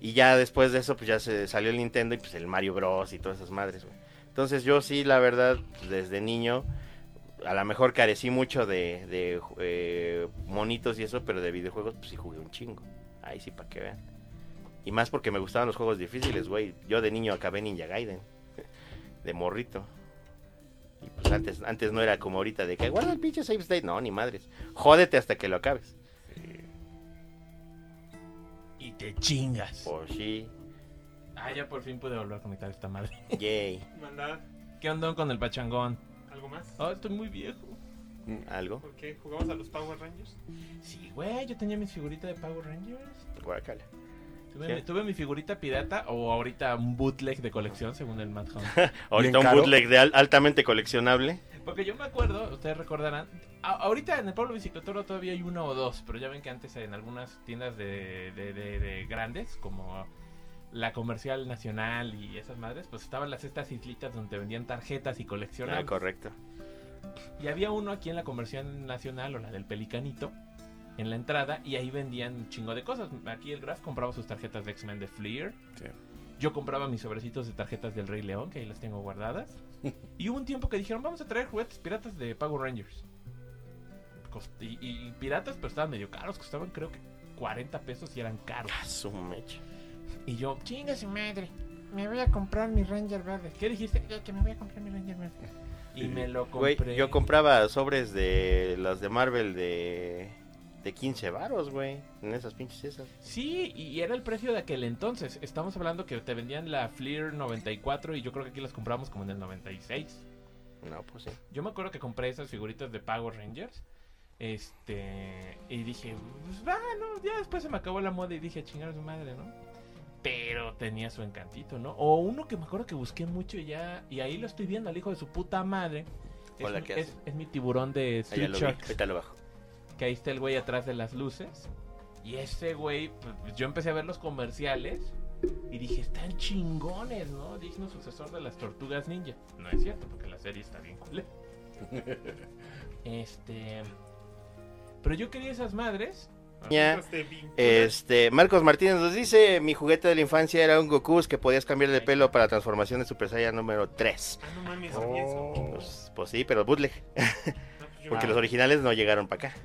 B: Y ya después de eso, pues ya se salió el Nintendo y pues el Mario Bros. y todas esas madres, güey. Entonces yo sí, la verdad, pues, desde niño, a lo mejor carecí mucho de, de, eh, monitos y eso, pero de videojuegos, pues sí jugué un chingo. Ahí sí, para que vean. Y más porque me gustaban los juegos difíciles, güey. Yo de niño acabé Ninja Gaiden. [LAUGHS] De morrito. Y pues antes, antes no era como ahorita de que guarda el pinche save state. No, ni madres. Jódete hasta que lo acabes.
A: Y te chingas.
B: Por sí.
A: Ah, ya por fin pude volver a conectar esta madre. [LAUGHS]
B: Yay.
D: Mandar
A: ¿Qué onda con el pachangón?
D: algo más.
A: Oh, estoy muy viejo.
B: [LAUGHS] Algo.
D: ¿Por qué? ¿Jugamos a los Power Rangers?
A: Sí, güey, yo tenía mi figurita de Power Rangers.
B: Guácala.
A: Tuve,
B: ¿Qué?
A: mi, tuve mi figurita pirata o ahorita un bootleg de colección, según el Mad Hunt.
B: Ahorita un
E: caro?
B: bootleg de al- altamente coleccionable.
A: Porque yo me acuerdo, ustedes recordarán, a- ahorita en el pueblo biciclotero todavía hay uno o dos, pero ya ven que antes en algunas tiendas de, de- de- de grandes, como la Comercial Nacional y esas madres, pues estaban las estas islitas donde vendían tarjetas y
B: Ah,
A: coleccionables.
B: correcto.
A: Y había uno aquí en la Conversión Nacional o la del Pelicanito, en la entrada, y ahí vendían un chingo de cosas. Aquí el Graf compraba sus tarjetas de X-Men de Fleer.
E: Sí.
A: Yo compraba mis sobrecitos de tarjetas del Rey León, que ahí las tengo
B: [LAUGHS]
A: guardadas. y hubo un tiempo que dijeron, vamos a traer juguetes piratas de Power Rangers. Cost- Y, y- y piratas, pero estaban medio caros, costaban creo que 40 pesos y eran caros.
B: Ah, su mecha.
A: Y yo, chinga su madre,
G: Me voy a comprar mi Ranger verde.
A: ¿qué dijiste?
G: Ya que me voy a comprar mi Ranger verde.
A: Y me lo compré.
B: Güey, yo compraba sobres de las de Marvel de, de 15 varos, güey. En esas pinches esas.
A: Sí, y era el precio de aquel entonces. Estamos hablando que te vendían la Fleer 94 y yo creo que aquí las compramos como en el 96.
B: No, pues sí.
A: Yo me acuerdo que compré esas figuritas de Power Rangers. Este. Y dije, pues va, no, ya después se me acabó la moda y dije, chingar a su madre, ¿no? Pero tenía su encantito, ¿no? O uno que me acuerdo que busqué mucho y ya. Y ahí lo estoy viendo al hijo de su puta madre. Es
B: Hola,
A: mi-
B: ¿qué
A: es,
B: haces?
A: es mi tiburón de
B: Ahí
A: Street
B: Ah, ya lo vi.
A: Sharks
B: Ahorita lo bajo.
A: que ahí está el güey atrás de las luces. Y ese güey, pues, pues, yo empecé a ver los comerciales y dije, están chingones, ¿no? Digno sucesor de las tortugas ninja. No es cierto, porque la serie está bien cool. este. Pero yo quería esas madres.
B: Ya.
D: Esas de vinculan-
B: Este, Marcos Martínez nos dice, mi juguete de la infancia era un Goku que podías cambiar de pelo para transformación de Super Saiyan número 3.
D: Ah, no mames, pienso.
A: Oh,
B: Pues, pues sí, pero bootleg,
D: No, pues yo-
B: porque los originales no llegaron para acá.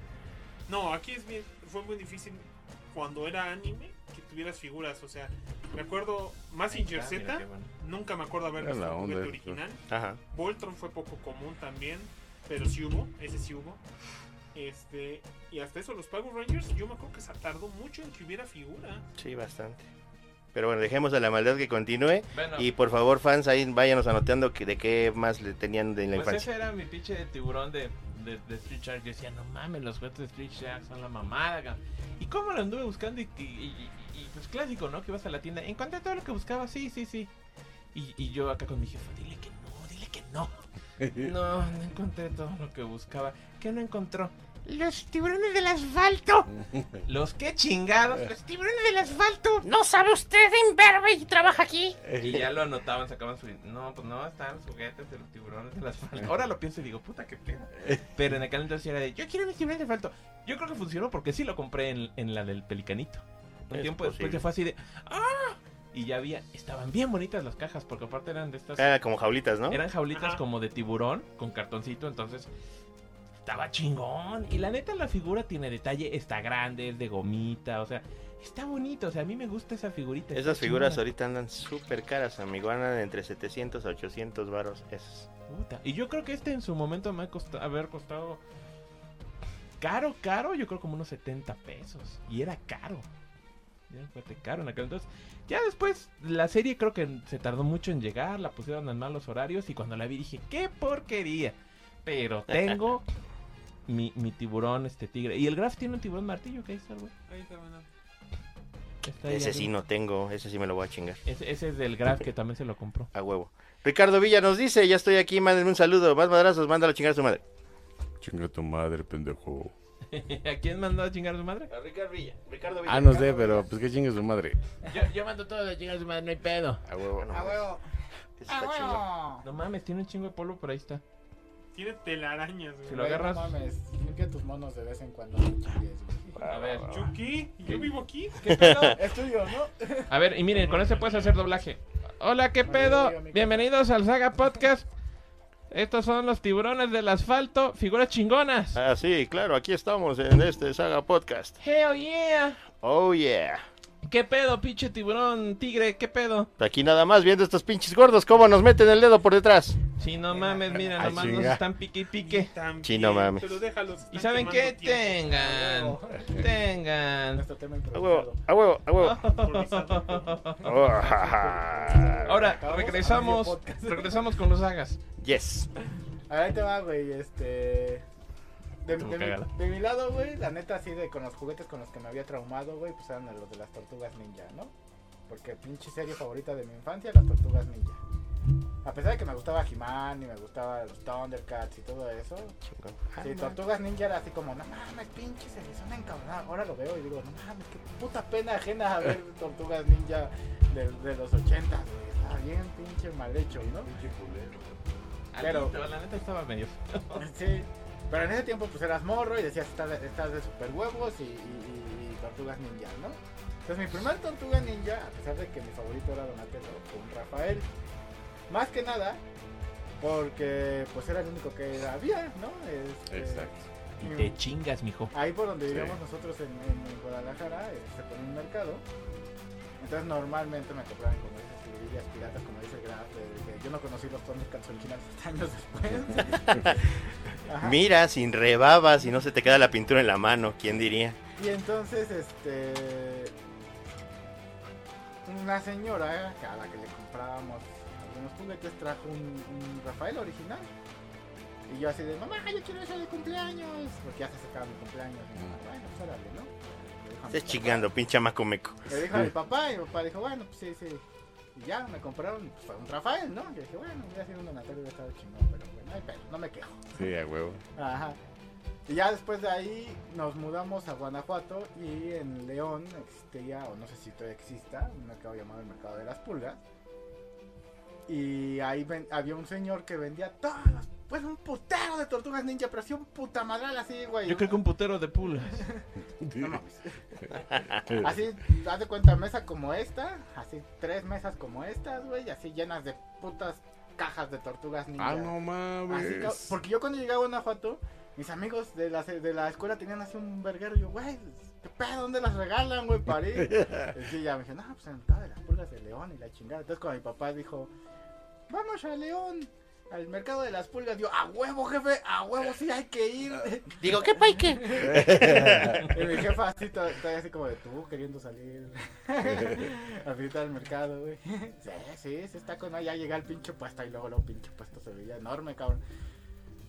D: No, aquí es bien, fue muy difícil cuando era anime que tuvieras figuras. O sea, me acuerdo Massinger
A: Ahí está, mira qué
D: Z,
A: bueno.
D: nunca me acuerdo haber
E: Era
D: visto
E: la
D: el juguete
E: onda,
D: original.
B: Ajá.
D: Voltron fue poco común también, pero sí hubo, ese sí hubo. Este, y hasta eso, los Power Rangers, yo me acuerdo que se tardó mucho en que hubiera figura.
B: Sí, bastante. Pero bueno, dejemos a la maldad que continúe.
A: Bueno,
B: Y por favor, fans, ahí váyanos anotando que- de qué más le tenían de la
A: pues
B: infancia.
A: ese era mi pinche de tiburón de, de, de Street Shark. Yo decía, no mames, los juguetes de Street Shark son la mamada. cabrón". ¿Y cómo lo anduve buscando? Y, y- y- y- y, pues clásico, ¿no? Que vas a la tienda. Encontré todo lo que buscaba, sí, sí, sí. Y, y yo acá con mi jefa, dile que no, dile que no.
B: [LAUGHS]
A: No, no encontré todo lo que buscaba. ¿Qué no encontró?
G: Los tiburones del asfalto.
A: Los que
B: [LAUGHS]
A: chingados. pues,
G: Los tiburones del asfalto. ¿No sabe usted imberbe y trabaja aquí?
A: Y ya lo anotaban, sacaban su... No, pues no, estaban los juguetes de los tiburones de las faldas. Ahora lo pienso y digo, puta, qué pena. Pero en aquel entonces era de, yo quiero mis tiburones de falto. Yo creo que funcionó porque sí lo compré en, en la del pelicanito. Un
B: Es
A: tiempo después
B: posible.
A: que fue así de, ¡ah! Y ya había, estaban bien bonitas las cajas porque aparte eran de estas...
B: Era Ah, como jaulitas, Eh, ¿no?
A: Eran jaulitas
D: Ajá.
A: como de tiburón con cartoncito, entonces estaba chingón. Y la neta la figura tiene detalle, está grande, es de gomita, o sea, está bonito, o sea, a mí me gusta esa figurita.
B: Esas
A: está
B: figuras
A: chingona.
B: ahorita andan súper caras, amigo. Andan entre 700 a 800 varos. Esas.
A: Puta, Y yo creo que este en su momento me ha costa- haber costado caro, caro, yo creo como unos 70 pesos. Y era caro. Era un juguete caro en aquel entonces. Ya después, la serie creo que se tardó mucho en llegar, la pusieron en malos horarios y cuando la vi dije, ¡qué porquería! Pero [LAUGHS] tengo mi, mi tiburón, este tigre. Y el Graf tiene un tiburón martillo, que ahí está, el güey.
D: Ahí está, bueno.
A: Está ahí
B: Ese sí
A: arriba.
B: no tengo, ese sí me lo voy a chingar.
A: Ese, ese es del Graf que también se lo compró.
B: A huevo. Ricardo Villa nos dice, ya estoy aquí, mándenme un saludo. Más madrazos, mándalo a chingar a su madre.
E: [LAUGHS] Chinga tu madre, pendejo.
A: [LAUGHS] ¿A quién mandó a chingar a su madre?
B: A Ricardo Villa. Ricardo
E: Ah, no sé, pero pues que chingue su madre.
A: Yo, mando todo a chingar a su madre, no hay pedo.
E: A huevo.
C: Ah,
B: A huevo. Está chingón.
A: No mames, tiene un chingo de polvo, pero ahí está.
D: Tiene telarañas,
A: Si
D: güey.
A: lo
C: Güey,
A: agarras-
C: No mames, limpia tus monos de vez en cuando. [LAUGHS] no chingues, güey.
A: A ver,
D: Chucky,
A: ¿Qué?
D: yo vivo aquí.
C: ¿Qué pedo? Es tuyo,
B: [LAUGHS]
C: ¿no?
A: a ver, y miren, con ese puedes hacer doblaje. Hola, ¿qué pedo? Bienvenidos al Saga Podcast. Estos son los tiburones del asfalto, figuras chingonas.
B: Ah, sí, claro, aquí estamos en este Saga Podcast.
A: Hell yeah.
B: Oh, yeah.
A: ¿Qué pedo, pinche tiburón, tigre? ¿Qué pedo?
B: Aquí nada más viendo estos pinches gordos cómo nos meten el dedo por detrás.
A: Si no mames, mira,
E: Ay,
A: nomás nos
E: chinga.
A: están pique y pique.
D: También,
B: Chino, mames.
D: Pero déjalos.
A: ¿Y
D: están
A: saben
D: quemando
A: qué?
D: tiempo.
C: [LAUGHS]
A: Tengan. Tengan.
C: Nuestro tema
B: A Ah, huevo,
C: improvisado.
B: a huevo, a huevo.
D: Improvisado.
B: Oh, ja, ja.
A: Ahora,
C: Acabamos a
A: regresamos.
C: medio podcast.
A: Regresamos con los sagas.
B: Yes.
C: Ahí te va, güey, este... De,
A: Estuvo
C: de mi-
A: cagada.
C: de mi lado, güey, la neta, así de con los juguetes con los que me había traumado, güey, pues eran los de las tortugas ninja, ¿no? Porque pinche serie favorita de mi infancia, las tortugas ninja. A pesar de que me gustaba He-Man y me gustaba los Thundercats y todo eso,
B: Chingón.
C: sí, Tortugas Ninja era así como, no mames, pinche se les una encabronada. Ahora lo veo y digo, no mames, qué puta pena ajena a ver Tortugas Ninja de, de los 80, güey. Está bien pinche mal hecho, ¿no? Pero-
A: Pero la neta estaba medio.
C: Sí, pero en ese tiempo pues eras morro y decías estás, estás de super huevos y, y- y- y tortugas ninja, ¿no? Entonces mi primer tortuga ninja, a pesar de que mi favorito era Donatello con Rafael, más que nada porque pues era el único que había, ¿no? Este,
E: Exacto.
A: Y te chingas, mijo.
C: Ahí por donde
E: Sí.
C: vivíamos nosotros en, en- en Guadalajara, eh, se ponía un mercado. Entonces normalmente me compraban como dices figurillas piratas, como dice Graf, de- de- yo no conocí los Thundercats originales hasta años después. Ajá.
B: Mira, sin rebabas y no se te queda la pintura en la mano, ¿quién diría?
C: Y entonces, este. Una señora a la que le comprábamos algunos juguetes trajo un, un Rafael original. Y yo así de, mamá, yo quiero ese de cumpleaños. Porque ya se acercaba mi cumpleaños. Y mi mamá, bueno, pues órale, ¿no? Le dijo a mi
B: Mm. Estás
C: papá-
B: chingando, pinche macomeco.
C: Le dijo a mi papá y mi papá dijo, bueno, pues sí, sí. Y ya, me compraron pues, fue un Rafael, ¿no? Yo dije, bueno, hubiera sido un donatario, hubiera estado chingón, pero bueno, ay, pero no me quejo.
E: Sí, a huevo.
C: Ajá. Y ya después de ahí nos mudamos a Guanajuato y en León existía, o no sé si todavía exista, un mercado llamado el Mercado de las Pulgas. Y ahí ven- había un señor que vendía todas las, pues un putero de tortugas ninja, pero así un puta madral así, güey.
A: Yo creo que un putero de pulgas.
C: No
E: [LAUGHS]
C: mames. Así, haz de cuenta, mesa como esta, así tres mesas como estas, güey, así llenas de putas cajas de tortugas ninja.
E: Ah, no
C: Así que-
E: mames.
C: porque yo cuando llegaba a Guanajuato, mis amigos de la, de la escuela tenían así un verguero. Y yo, güey, ¿qué pedo? ¿Dónde las regalan, güey, para ir? Y sí, ya me dijeron, no, pues en el mercado de las pulgas de León y la chingada. Entonces cuando mi papá dijo, vamos a León, al mercado de las pulgas, yo, a huevo, jefe, a huevo, sí hay que ir.
G: Digo, ¿qué pay qué?
E: [LAUGHS]
C: y mi jefa así, to- todavía así como de tú, queriendo salir [LAUGHS] a visitar el mercado, güey. [LAUGHS] Sí, sí, sí, está con... Ya llega el pinche puesto y luego el pinche puesto se veía enorme, cabrón.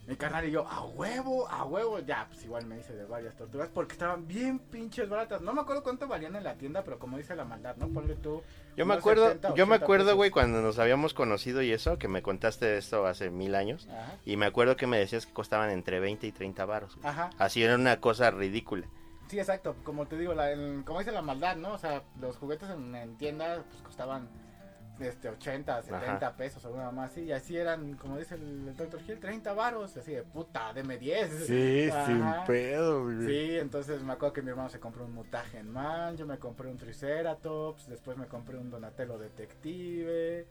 C: Mi carnal y yo, a huevo, a huevo. Ya, pues igual me hice de varias tortugas porque estaban bien pinches baratas. No me acuerdo cuánto valían en la tienda, pero como dice la maldad, ¿no? Ponle tú.
B: Yo me
C: unos
B: acuerdo,
C: 70,
B: yo me
C: 80
B: acuerdo,
C: pesos.
B: güey, cuando nos habíamos conocido y eso, que me contaste esto hace mil años.
C: Ajá.
B: Y me acuerdo que me decías que costaban entre 20 y 30 varos. güey.
C: Ajá.
B: Así era una cosa ridícula.
C: Sí, exacto. Como te digo, la, el- como dice la maldad, ¿no? O sea, los juguetes en, en tienda pues, costaban este, 80, 70 pesos, alguna más así. Y así eran, como dice el, doctor Gil, 30 varos. Así de puta, deme 10.
E: Sí,
C: Ajá.
E: sin pedo, güey.
C: Sí, entonces me acuerdo que mi hermano se compró un mutagen man, yo me compré un triceratops, después me compré un Donatello detective.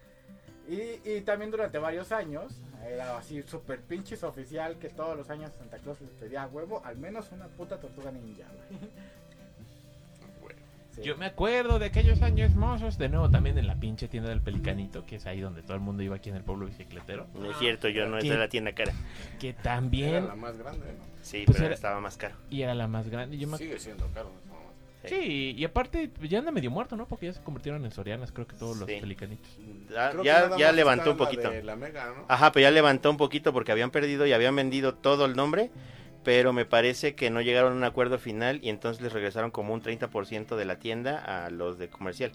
C: Y, y también durante varios años, era así súper pinches oficial que todos los años Santa Claus les pedía a huevo al menos una puta tortuga ninja,
D: [LAUGHS]
C: güey. Sí.
A: Yo me acuerdo de aquellos años mozos, de nuevo también en la pinche tienda del Pelicanito, que es ahí donde todo el mundo iba aquí en el pueblo bicicletero,
B: No es cierto, yo no es de
A: ¿Quién?
B: la tienda cara.
A: que
E: Era
A: también
E: la más grande, ¿no?
B: Sí,
A: Pues
B: pero
A: era-
B: estaba más caro.
A: y era la más grande. Yo me
E: Sigue siendo caro. no es mamá.
A: Sí, y- y aparte pues, ya anda medio muerto, ¿no? Porque ya se convirtieron en sorianas, creo que todos los
B: Sí.
A: pelicanitos.
B: Ya,
E: Creo que
B: ya-
E: nada
B: ya
E: más
B: levantó un
E: está la
B: poquito.
E: de la Mega, ¿no?
B: Ajá, pero ya levantó un poquito porque habían perdido y habían vendido todo el nombre, pero me parece que no llegaron a un acuerdo final y entonces les regresaron como un 30% de la tienda a los de comercial.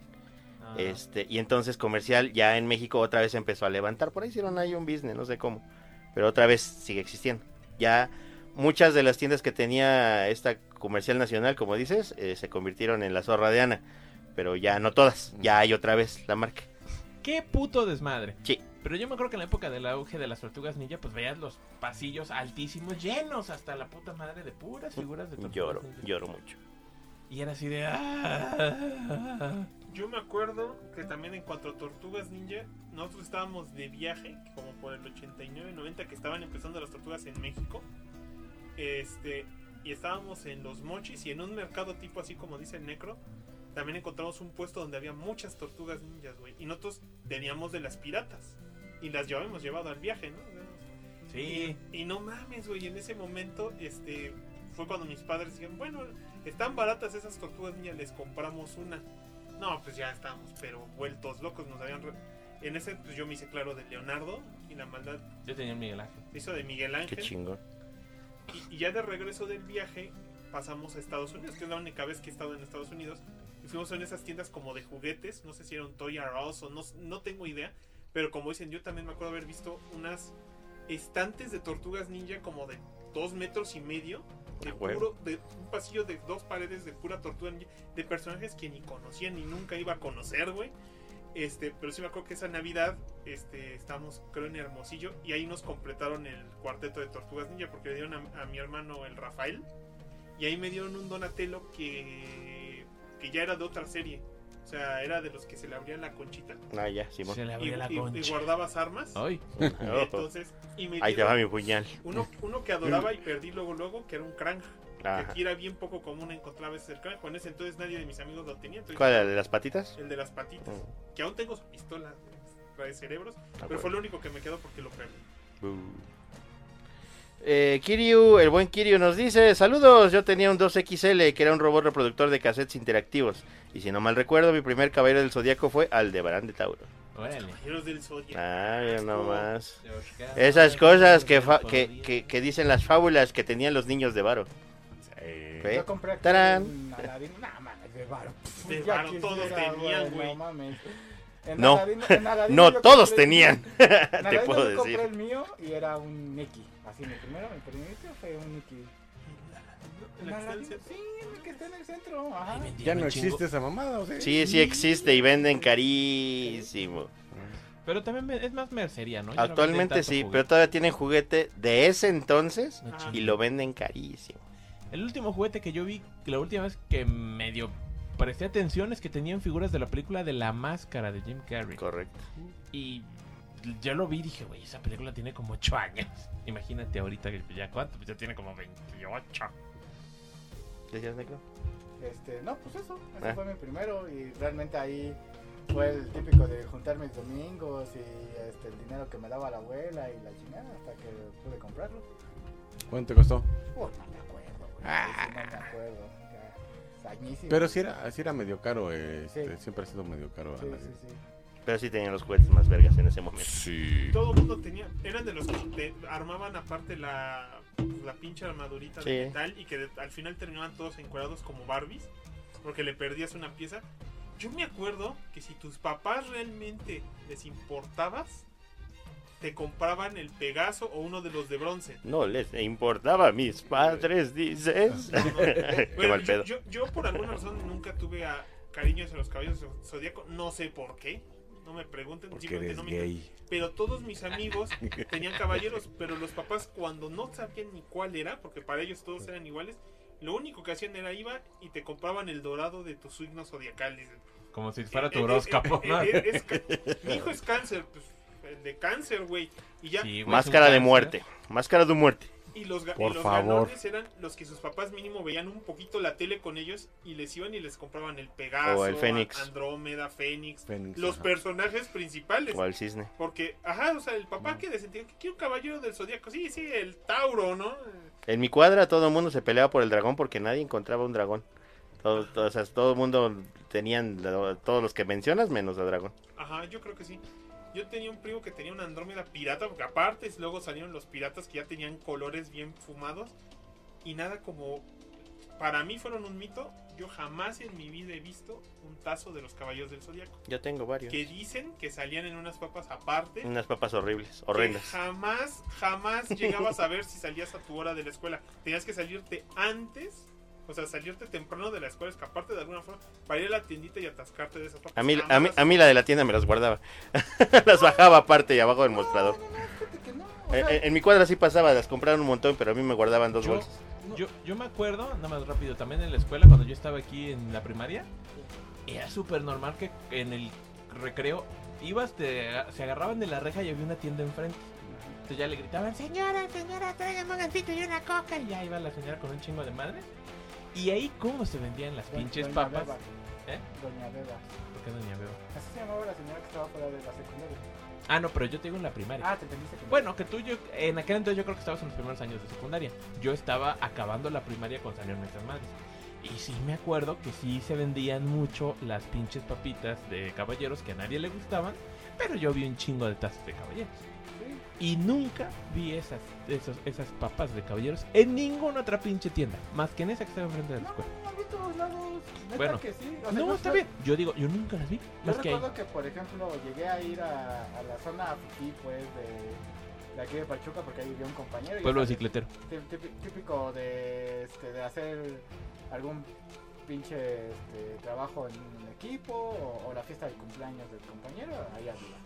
B: Este, y entonces comercial ya en México otra vez empezó a levantar, por ahí hicieron ahí un business, no sé cómo, pero otra vez sigue existiendo. Ya muchas de las tiendas que tenía esta comercial nacional, como dices, eh, se convirtieron en la zorra de Ana, pero ya no todas, ya hay otra vez la marca.
A: Qué puto desmadre.
B: Sí.
A: Pero yo me acuerdo que en la época del auge de las tortugas ninja, pues veías los pasillos altísimos, llenos hasta la puta madre de puras figuras de tortugas
B: Lloro,
A: ninja.
B: lloro mucho.
A: Y era así de. "Ah".
D: [LAUGHS] Yo me acuerdo que también en cuanto a Tortugas Ninja, nosotros estábamos de viaje, como por el 89, 90, que estaban empezando las tortugas en México. Este, y estábamos en los mochis y en un mercado tipo así como dice el Necro, también encontramos un puesto donde había muchas tortugas ninjas, güey. Y nosotros teníamos de las piratas. Y las llevábamos llevado al viaje, ¿no? O sea,
A: Sí.
D: y, y no mames, güey, en ese momento este fue cuando mis padres dijeron, bueno, están baratas esas tortugas niñas, les compramos una. No, pues ya estábamos, pero vueltos locos, nos habían... re- En ese, pues yo me hice claro de Leonardo y la maldad
A: Yo tenía el Miguel Ángel.
D: se hizo de Miguel
B: Qué
D: Ángel.
B: chingón.
D: Y, y ya de regreso del viaje pasamos a Estados Unidos, que es la única vez que he estado en Estados Unidos. Y fuimos a una de esas tiendas como de juguetes, no sé si era un Toy R Us o no, no tengo idea. Pero como dicen, yo también me acuerdo haber visto unas estantes de tortugas ninja como de dos metros y medio. De,
B: Ah, güey.
D: puro, de un pasillo de dos paredes de pura tortuga ninja, de personajes que ni conocía ni nunca iba a conocer, güey. Este, pero sí me acuerdo que esa Navidad este, estamos, creo, en Hermosillo y ahí nos completaron el cuarteto de Tortugas Ninja porque le dieron a, a mi hermano el Rafael y ahí me dieron un Donatello que, que ya era de otra serie. O sea, era de los que se le abrían la conchita
B: Ah, ya, Simón.
A: Se le
D: y,
A: abría la
D: y- y
A: concha.
D: guardabas armas.
A: Ay.
D: Y entonces, y me
B: pues. Ahí te
D: dieron
B: va mi puñal.
D: uno, uno que adoraba y perdí luego, luego, que era un Krang. Que
B: Ajá.
D: aquí era bien poco común encontrar a veces el Krang. En ese entonces nadie de mis amigos lo tenía. entonces-
B: ¿Cuál? ¿La de las patitas?
D: El de las patitas. Que aún tengo su pistola de cerebros.
B: Ah,
D: Pero
B: bueno.
D: fue lo único que me quedó porque lo perdí.
B: Eh, Kiryu, el buen Kiryu nos dice, saludos, yo tenía un 2XL que era un robot reproductor de cassettes interactivos. Y si no mal recuerdo, mi primer caballero del zodiaco fue Aldebarán de Tauro.
A: Órale.
D: Caballeros del Zodiaco.
B: Ah, mira nomás.
A: Ay,
B: Esas cosas que, fa-
A: por
B: que,
A: Dios.
B: que- que dicen las fábulas que tenían los niños de Varo.
E: Sí.
B: ¿Ve?
C: Yo compré aquí
B: ¿Eh? Tarán.
C: un Aladino. No mames, de varo. Pff,
D: De
C: [LAUGHS] ya
D: varo, todos
C: quisiera,
D: tenían, güey.
C: No mames.
B: [LAUGHS]
C: En
B: No.
C: Aladino- en Aladino
B: No,
C: yo
B: todos
C: compré-
B: tenían, [LAUGHS]
C: en
B: te
C: Aladino
B: puedo
C: yo compré
B: decir.
C: el mío y era un Nicky. Así, mi primero, mi primer inicio fue un Nicky.
D: En
C: En
D: la que está el
C: Aladino,
D: centro.
C: sí, en el que está en el centro. Ajá.
E: Ya no existe esa mamada, ¿o sí?
B: Sí, sí existe y venden carísimo.
A: Pero también me- es más mercería, ¿no? Ya no venden
B: Actualmente
A: tanto
B: sí,
A: juguete.
B: pero todavía tienen juguete de ese entonces
A: No
D: Ah.
A: chingues.
B: y lo venden carísimo.
A: El último juguete que yo vi, que la última vez que medio presté atención es que tenían figuras de la película de la máscara de Jim Carrey.
B: Correcto.
A: Y yo lo vi y dije, güey, esa película tiene como 8 años. [LAUGHS] Imagínate ahorita que ya cuánto, pues ya tiene como 28.
B: ¿Decías, Necro?
C: Este, no, pues eso, ese
B: Ah.
C: fue mi primero y realmente ahí fue el típico de juntar mis domingos y este, el dinero que me daba la abuela y la chingada hasta que pude comprarlo.
E: ¿Cuánto costó?
C: Uy, no me acuerdo, güey.
B: Ah.
C: ahí sí No me acuerdo. Ya, es añísimo.
E: Pero sí era, sí era medio caro, eh,
C: Sí.
E: este, siempre ha sido medio caro.
C: Sí,
E: Ana.
C: sí, sí.
B: Pero sí tenían los juguetes más vergas en ese momento.
E: Sí.
D: Todo el mundo tenía. Eran de los que te armaban aparte la, la pinche armadurita de
B: Sí.
D: metal y que de- al final terminaban todos encuadrados como Barbies porque le perdías una pieza. Yo me acuerdo que si tus papás realmente les importabas, te compraban el Pegaso o uno de los de bronce.
B: No les importaba a mis
A: [LAUGHS]
B: padres, dices. [LAUGHS] [LAUGHS] Qué
D: Bueno,
B: mal
D: yo-
B: pedo.
D: Yo, yo por alguna razón nunca tuve a cariño hacia los caballos del zodiaco, no sé por qué. No me pregunten,
E: Porque
D: simplemente
E: eres
D: no me
E: gay.
D: Pero todos mis
B: [LAUGHS]
D: amigos tenían caballeros, pero los papás cuando no sabían ni cuál era, porque para ellos todos eran iguales, lo único que hacían era iba y te compraban el dorado de tu signo zodiacal. dicen.
A: Como si fuera tu
E: [LAUGHS]
D: Eh, eh,
A: horóscopo,
D: eh,
A: ¿no?
D: eh, eh, es
A: [LAUGHS]
D: ca- mi hijo es cáncer, pues, el de cáncer, güey. Y ya,
A: Sí, güey,
B: Máscara
A: es
B: de
A: un
B: muerte. Máscara de muerte.
D: y los, ga- y
E: Por
D: los
E: favor.
D: ganones eran los que sus papás mínimo veían un poquito la tele con ellos y les iban y les compraban el Pegaso,
B: O el Fénix.
D: Andrómeda, Fénix,
E: Fénix,
D: los
E: ajá.
D: personajes principales.
B: O al cisne.
D: Porque, ajá, o sea, el papá que desentendía que quiere un caballero del zodiaco. Sí, sí, el Tauro, ¿no?
B: En mi cuadra todo el mundo se peleaba por el dragón porque nadie encontraba un dragón. Todo, todo- o sea, todo el mundo tenían lo- todos los que mencionas menos a Dragon.
D: Ajá, yo creo que sí. Yo tenía un primo que tenía una Andrómeda pirata, porque aparte luego salieron los piratas que ya tenían colores bien fumados. Y nada como... Para mí fueron un mito. Yo jamás en mi vida he visto un tazo de los caballeros del zodiaco.
B: Yo tengo varios.
D: Que dicen que salían en unas papas aparte.
B: Unas papas horribles,
D: que
B: horrendas.
D: jamás, jamás llegabas a ver si salías a tu hora de la escuela. Tenías que salirte antes, o sea, salirte temprano de la escuela, escaparte de alguna forma, para ir a la tiendita y atascarte de esas papas.
B: A mí,
D: Jamás
B: a, mí,
D: las-
B: a mí la de la tienda me las guardaba. [LAUGHS] las bajaba aparte y abajo del mostrador.
C: No, no, no, fíjate que no. O
B: Eh,
C: sea,
B: eh, En, mi cuadra sí pasaba, las compraron un montón, pero a mí me guardaban dos
A: Yo-
B: bolsas.
A: Yo, yo me acuerdo, nada más rápido, también en la escuela, cuando yo estaba aquí en la primaria, era súper normal que en el recreo ibas, te, se agarraban de la reja y había una tienda enfrente. Entonces ya le gritaban, señora, señora, tráigame un gancito y una coca. Y ya iba la señora con un chingo de madre. Y ahí cómo se vendían las
C: Doña-
A: pinches
C: Doña
A: papas.
C: Beba.
A: ¿Eh?
C: Doña Beba.
A: ¿Por qué doña Beba?
C: Así se llamaba la señora que estaba fuera de la secundaria.
A: Ah, no, pero yo te digo en la primaria.
C: Ah, te entendiste que no.
A: Bueno, que tú yo, en aquel entonces yo creo que estabas en los primeros años de secundaria. Yo estaba acabando la primaria cuando salieron estas madres. Y sí me acuerdo que sí se vendían mucho las pinches papitas de caballeros que a nadie le gustaban, pero yo vi un chingo de tazas de caballeros. Y nunca vi esas, esos- esas papas de caballeros en ninguna otra pinche tienda, más que en esa que estaba enfrente de la
C: No,
A: escuela.
C: no, vi todos lados. Neta
A: Bueno.
C: que sí. O sea,
A: No,
C: yo-
A: está
C: yo-
A: bien. Yo digo, yo nunca las vi.
C: Yo
A: Más que ahí.
C: recuerdo que, por ejemplo, llegué a ir a, a la zona Fifi, pues, de, de aquí de Pachuca, porque ahí vivía un compañero. y
A: Pueblo
C: ya sabes,
A: bicicletero.
C: tí- tí- Típico de, este, de hacer algún pinche este, trabajo en un equipo o, o la fiesta del cumpleaños del compañero, ahí arriba.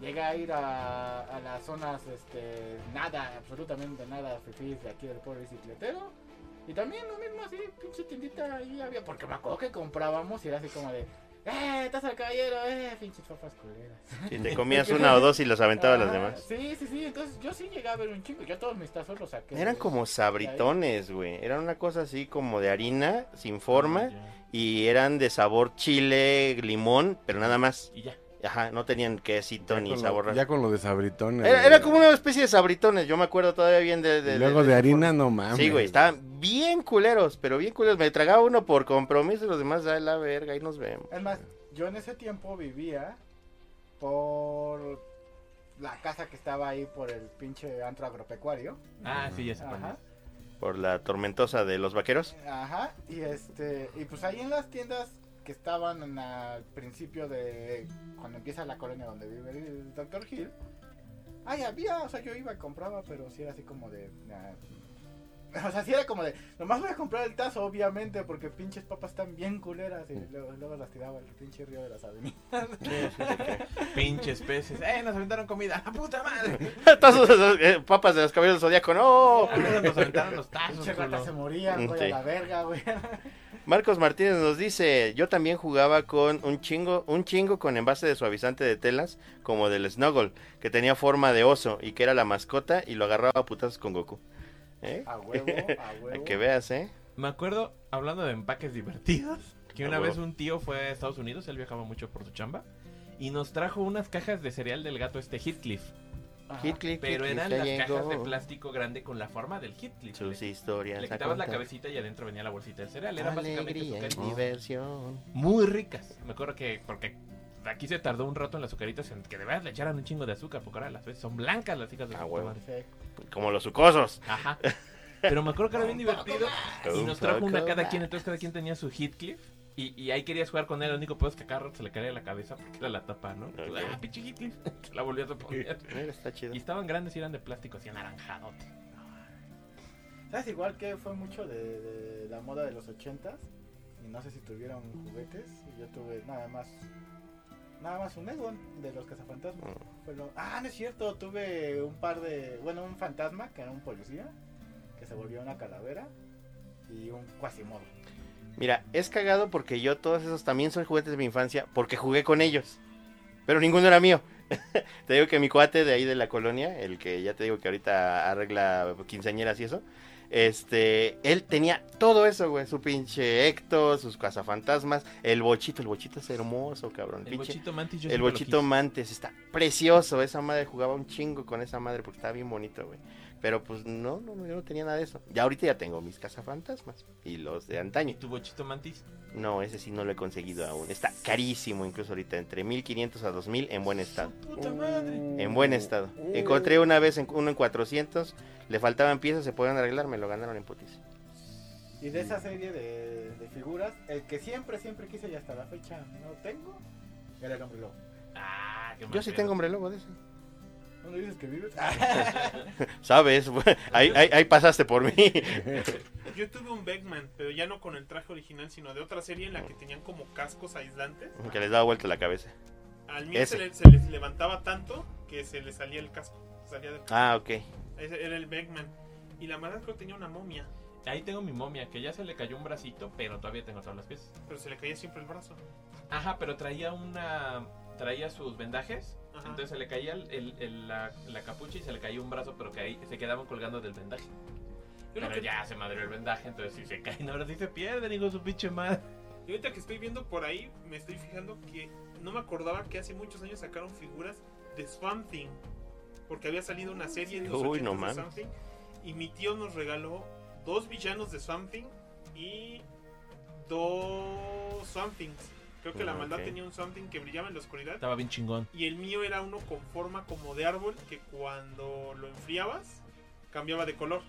C: Llegué a ir a, a las zonas, este, nada, absolutamente nada, fifís de aquí del pueblo bicicletero. Y también lo mismo, así, pinche tiendita ahí había, porque me acuerdo que comprábamos y era así como de, ¡eh, estás al caballero, eh, pinches papas culeras!
B: Y
E: [LAUGHS]
B: te comías una o dos y las aventabas las
C: Ajá,
B: demás.
C: Sí, sí, sí, entonces yo sí llegué a ver un chingo, yo todos mis tazos los
E: Ah.
C: saqué.
B: Eran
C: de-
B: como sabritones, güey. Eran una cosa así como de harina, sin forma,
E: Ah,
B: y eran de sabor chile, limón, pero nada más.
A: Y ya.
B: Ajá, no tenían quesito ni
E: con
B: sabor.
E: lo,
B: raro.
E: ya con lo de sabritón. eh,
B: Era, era como una especie de sabritones, yo me acuerdo todavía bien de... de-
E: Y luego de,
B: esa
E: harina,
B: forma.
E: no mames.
B: Sí, güey, estaban bien culeros, pero bien culeros. Me tragaba uno por compromiso y los demás, da la verga, ahí nos vemos.
C: Es más, yo en ese tiempo vivía por la casa que estaba ahí por el pinche antro agropecuario.
A: Ah, sí, ya se
C: Ajá.
B: Por la tormentosa de los vaqueros. [LAUGHS]
C: Ajá. Y este, y pues ahí en las tiendas que estaban en al principio de cuando empieza la colonia donde vive el Dr. Hill. Ay, había, o sea, yo iba y compraba, pero sí era así como de. nah. [LAUGHS] O sea, sí era como de, nomás voy a comprar el tazo, obviamente, porque pinches papas están bien culeras y luego, luego las tiraba el pinche río de las avenidas.
A: Pinches peces. ¡Eh, nos aventaron comida! [LAUGHS] ¡Ah, puta madre!
B: Tazos de- eh, papas de los caballos del zodiaco, no.
A: Nos aventaron los tazos,
C: Pinche rata
A: culo.
C: se moría, güey,
B: Sí.
C: a la verga,
B: [LAUGHS]
C: güey.
B: Marcos Martínez nos dice, yo también jugaba con un chingo, un chingo con envase de suavizante de telas, como del Snuggle, que tenía forma de oso y que era la mascota y lo agarraba a putazos con Goku. ¿Eh?
A: Ah,
C: A huevo, a
B: A
C: huevo.
B: que veas, ¿eh?
A: Me acuerdo, hablando de empaques divertidos, que
B: A
A: una vez
B: huevo.
A: un tío fue a Estados Unidos, él viajaba mucho por su chamba, y nos trajo unas cajas de cereal del gato este Heathcliff.
C: Ajá.
B: Hit,
A: Ah,
B: click,
A: Pero
B: click,
A: eran
B: ya
A: las cajas
B: llegó.
A: de plástico grande con la forma del Heathcliff.
B: Sus
A: Le,
B: historias.
A: le
B: a
A: quitabas la
B: contar.
A: cabecita y adentro venía la bolsita del cereal. Era
B: Alegría
A: básicamente
B: y
A: su carita.
B: diversión.
A: Muy ricas. Me acuerdo que, porque aquí se tardó un rato en las azucaritas en que de verdad le echaran un chingo de azúcar, porque ahora las veces son blancas las hijas de
B: A
A: su puta
B: huevo.
A: madre.
C: Sí.
B: Como los sucosos.
A: Ajá. Pero me acuerdo que era bien divertido. Y nos trajo una cada quien, entonces cada quien tenía su Heathcliff. Y, y ahí querías jugar con él, lo único peor es que a cada rato se le caía la cabeza porque era la tapa, ¿no?
B: Ok.
A: Ah, pinche Heathcliff. Se [LAUGHS] la volvías a
B: [LAUGHS]
A: poner.
B: Mira, está chido.
A: Y estaban grandes y eran de plástico, así anaranjadote.
C: ¿Sabes igual que fue mucho de, de la moda de los ochentas? Y no sé si tuvieron juguetes. y Yo tuve nada más. Nada más un Egon de los cazafantasmas. Fue lo- Ah, no es cierto. Tuve un par de. Bueno, un fantasma que era un policía. Que se volvió una calavera. Y un cuasimodo.
B: Mira, es cagado porque yo todos esos también son juguetes de mi infancia porque jugué con ellos. Pero ninguno era mío. [LAUGHS] te digo que mi cuate de ahí de la colonia, el que ya te digo que ahorita arregla quinceañeras y eso, este, él tenía todo eso, güey, su pinche Ecto, sus cazafantasmas, el bochito, el bochito es hermoso, cabrón,
A: El
B: pinche-
A: bochito mantis yo
B: el
A: siempre lo
B: bochito
A: quise.
B: mantes está precioso, esa madre jugaba un chingo con esa madre porque estaba bien bonito, güey. Pero pues no, no, no, yo no tenía nada de eso. Ya ahorita ya tengo mis cazafantasmas y los de antaño.
A: ¿Tu bochito mantis?
B: No, ese sí no lo he conseguido aún. Está carísimo, incluso ahorita, entre 1500 a 2000 en buen estado.
A: ¡Puta madre!
B: En buen estado. Encontré una vez en, uno en 400, le faltaban piezas, se podían arreglar, me lo ganaron en putis.
C: Y de esa serie de, de figuras, el que siempre, siempre quise y hasta la fecha no tengo, era el hombre lobo.
A: Ah, qué mal
B: Yo sí
A: pedo.
B: tengo hombre lobo de ese.
C: ¿No le dices que
E: [LAUGHS]
C: vives?
B: ¿Sabes? [LAUGHS] Pues, Ahí, ahí, ahí pasaste por [LAUGHS] mí.
D: Yo tuve un Beckman, pero ya no con el traje original, sino de otra serie en la que tenían como cascos aislantes.
B: Que les daba vuelta la cabeza.
D: Al mío
B: Ese.
D: se, le- se les levantaba tanto que se le salía el casco. Salía de...
B: Ah, ok.
D: Ese era el Beckman. Y la madre creo que tenía una momia,
A: Ahí tengo mi momia, que ya se le cayó un bracito, pero todavía tengo todas las piezas.
D: pero se le caía siempre el brazo.
A: Ajá, pero traía una... Traía sus vendajes,
D: Ajá.
A: entonces se le caía el- el- el- la, la capucha y se le caía un brazo, pero que ahí se quedaban colgando del vendaje.
D: Yo lo
A: Pero
D: que-
A: ya se madrió el vendaje, entonces si se caen, ahora sí se pierden, hijo de su pinche madre.
D: Y ahorita que estoy viendo por ahí, me estoy fijando que no me acordaba que hace muchos años sacaron figuras de Swamp Thing. Porque había salido una serie en los
B: Ah, Uy,
D: 80s
B: no
D: de
B: mames.
D: Swamp Thing, Y mi tío nos regaló dos villanos de Swamp Thing y dos Swamp Things. Creo que la
B: Ah,
D: maldad
B: ok.
D: tenía un Swamp Thing que brillaba en la oscuridad.
A: Estaba bien chingón.
D: Y el mío era uno con forma como de árbol que cuando lo enfriabas cambiaba de color.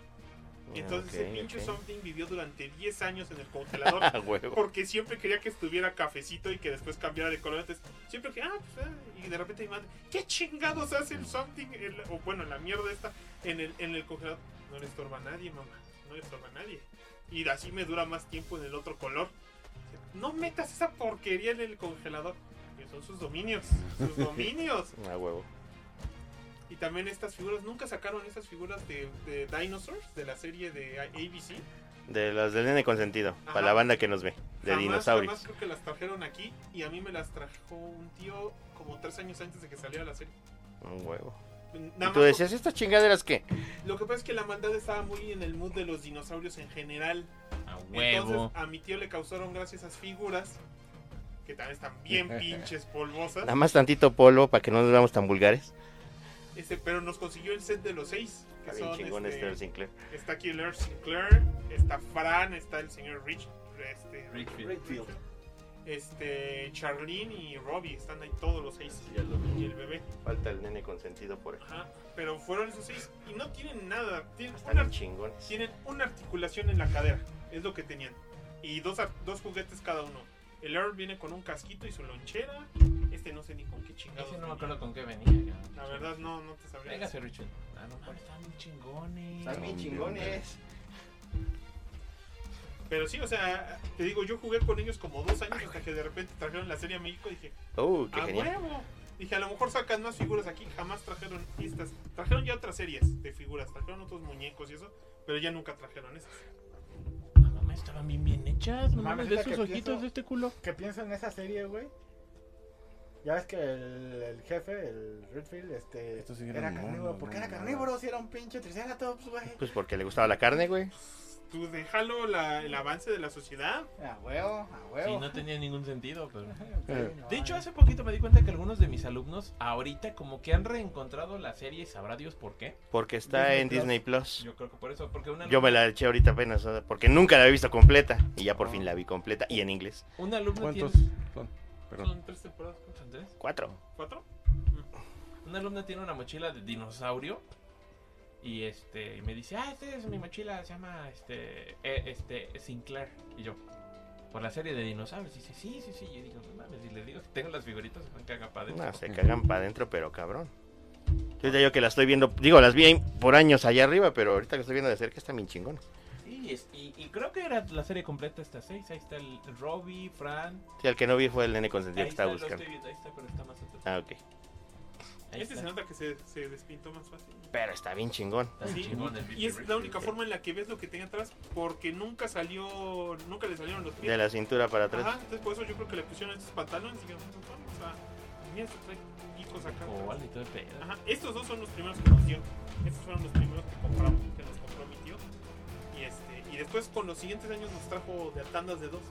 D: Y entonces
B: Ah, Ok,
D: el pinche
B: ok.
D: Something vivió durante 10 años en el congelador.
B: [LAUGHS] A huevo.
D: [LAUGHS] Porque siempre quería que estuviera cafecito y que después cambiara de color. Entonces, siempre que, ah, pues, ah, y de repente mi madre, ¿qué chingados hace el something? El- o bueno, la mierda esta en el, en el congelador. No le estorba a nadie, mamá. No le estorba a nadie. Y así me dura más tiempo en el otro color. No metas esa porquería en el congelador. Que son sus dominios. Sus dominios.
B: A huevo.
D: Y también estas figuras, nunca sacaron estas figuras de, de Dinosaurs, de la serie de ABC.
B: De las del nene consentido.
D: Ajá.
B: Para la banda que nos ve. De
D: Jamás,
B: dinosaurios.
D: jamás creo que las trajeron aquí y a mí me las trajo un tío como tres años antes de que saliera la serie.
B: Un huevo.
D: Nada
B: ¿Y tú
D: más,
B: decías, ¿estas chingaderas qué?
D: Lo que pasa es que la maldad estaba muy en el mood de los dinosaurios en general.
A: A huevo.
D: Entonces a mi tío le causaron gracias esas figuras que también están
B: [LAUGHS]
D: bien pinches polvosas.
B: Nada más tantito polvo para que no nos veamos tan vulgares.
D: Este, pero nos consiguió el set de los seis. Que
B: Está bien
D: son,
B: chingón
D: este,
B: este Earl Sinclair.
D: está aquí Laird Sinclair, está Fran, está el señor Rich, este,
A: Richfield.
C: Redfield.
D: este, Charlene y Robbie. Están ahí todos los seis
B: ya lo vi.
D: y el bebé.
B: Falta el nene consentido por él.
D: Ajá, pero fueron esos seis y no tienen nada. Tienen
B: Están
D: una, [LAUGHS]
B: bien chingones.
D: tienen una articulación en la cadera, es lo que tenían. Y dos, ar- dos juguetes cada uno. El Earl viene con un casquito y su lonchera. Este no sé ni con qué chingados.
A: Ese no me
D: venía.
A: acuerdo con qué venía. ya.
D: La verdad no, no te sabría.
A: Véngase, Richard. Ah, no, mames, están bien chingones.
C: Están bien chingones.
D: Pero sí, o sea, te digo, yo jugué con ellos como dos años hasta que de repente trajeron la serie a México y dije,
B: Uh, qué
D: ¡a
B: genial.
D: huevo! Dije, a lo mejor sacan más figuras aquí, jamás trajeron estas. Trajeron ya otras series de figuras, trajeron otros muñecos y eso, pero ya nunca trajeron esas.
A: No mames, estaban bien bien hechas. No
C: Mames,
A: mames, de
C: ahorita
A: sus
C: que
A: ojitos
C: pienso-
A: de este culo.
C: ¿Qué pienso en esa serie, güey? Ya ves que el, el jefe, el Redfield, este,
E: Estos sí eran
C: era
E: monos,
C: carnívoro.
E: no
C: ¿Por qué era
E: mames.
C: carnívoro si era un pinche triceratops, güey?
B: Pues porque le gustaba la carne, güey.
D: Tú déjalo la- el avance de la sociedad.
C: A huevo, a
A: Sí,
C: huevo.
A: no tenía ningún sentido,
C: [LAUGHS]
A: pero...
C: Ok, no, eh,
A: De hecho,
C: ay.
A: hace poquito me di cuenta que algunos de mis alumnos ahorita como que han reencontrado la serie y sabrá Dios por qué.
B: Porque está
C: Disney
B: en
C: Plus.
B: Disney Plus.
A: Yo creo que por eso, porque una,
B: Yo me la eché ahorita apenas, ¿eh? porque nunca la había visto completa. Y ya
D: Ah.
B: por fin la vi completa y en inglés.
A: un alumno
E: ¿Cuántos
A: tiene...
E: son? Perdón.
D: Son tres temporadas, ¿cuántas?
A: ¿Son tres?
B: Cuatro.
D: ¿Cuatro?
A: Una alumna tiene una mochila de dinosaurio y este y me dice, ah, esta es mi mochila, se llama este, eh, este Sinclair. Y yo, por la serie de dinosaurios. Y dice, sí, sí, sí. Y yo digo, no mames, y les digo que tengo las figuritas, se van cagapadas.
B: No, se cagan para adentro, pero cabrón. Yo ya yo que la estoy viendo, digo, las vi ahí por años allá arriba, pero ahorita que estoy viendo de cerca están bien chingones.
A: Sí, es- y, y creo que era la serie completa esta seis. Ahí está el Robbie, Fran.
B: Sí, el que no vi fue el nene consentido
A: Ahí
B: que
A: está,
B: estaba
A: lo estoy
B: buscando.
A: viendo, ahí está, pero está más atrás.
B: Ah, ok.
A: Ahí
D: este se
A: está.
D: nota que se, se despintó más fácil.
B: Pero está bien chingón.
A: Está bien
D: Sí,
A: chingón el Victor
D: Y es la única
A: Richfield.
D: forma en la que ves lo que tenía atrás porque nunca salió, nunca le salieron los pies.
B: De la cintura para atrás.
D: Ajá, entonces por eso yo creo que le pusieron estos pantalones y dijeron, "Pues, vamos a... Mira, estos trae picos acá.
A: Cobal y todo el pedo.
D: Ajá, estos dos son los primeros que nos dio. Estos fueron los primeros que compramos, que nos compró mi tío. Y, este, y después con los siguientes años nos trajo de a tandas de dos.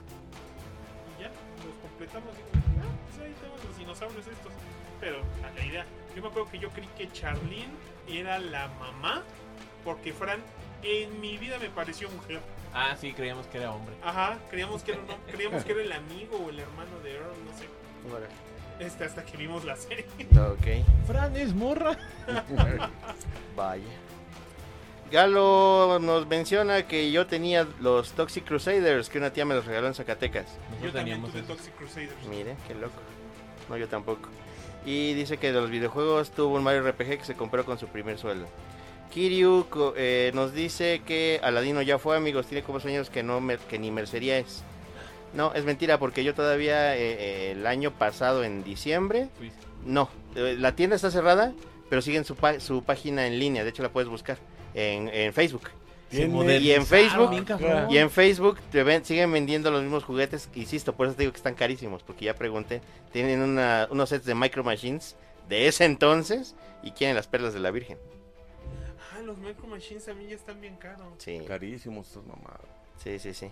D: Y ya, los completamos. Digo, ah, pues ahí tenemos los dinosaurios estos. Pero a la idea, yo me acuerdo que yo creí que Charlene era la mamá porque Fran en mi vida me pareció mujer.
A: Ah, sí, creíamos que era hombre.
D: Ajá, creíamos que era, un hom- creíamos que era el amigo o el hermano de Earl, no sé.
B: Órale.
D: Este, hasta que vimos la serie.
B: Ok.
A: Fran es morra.
E: [LAUGHS]
B: Vaya. Galo nos menciona que yo tenía los Toxic Crusaders que una tía me los regaló en Zacatecas.
D: Yo
A: Nosotros
D: también
A: teníamos
D: tuve
A: esos.
D: Toxic Crusaders.
B: Mire, qué loco. No, yo tampoco. Y dice que de los videojuegos tuvo un Mario RPG que se compró con su primer sueldo. Kiryu co- eh, nos dice que Aladino ya fue, amigos. Tiene como sueños que, no mer- que ni mercería es. No, es mentira, porque yo todavía eh, eh, el año pasado, en diciembre,
A: Fuiste.
B: no, eh, la tienda está cerrada, pero siguen su, pa- su página en línea. De hecho, la puedes buscar en, en Facebook.
E: Tiene
B: Y en Facebook,
A: bien cabrón.
B: y en Facebook te ven- siguen vendiendo los mismos juguetes. Insisto, por eso te digo que están carísimos, porque ya pregunté. Tienen una- unos sets de Micro Machines de ese entonces y quieren las perlas de la Virgen.
D: Ah, los Micro Machines también ya están bien caros.
B: Sí,
E: carísimos estos mamadas.
B: sí, sí, sí.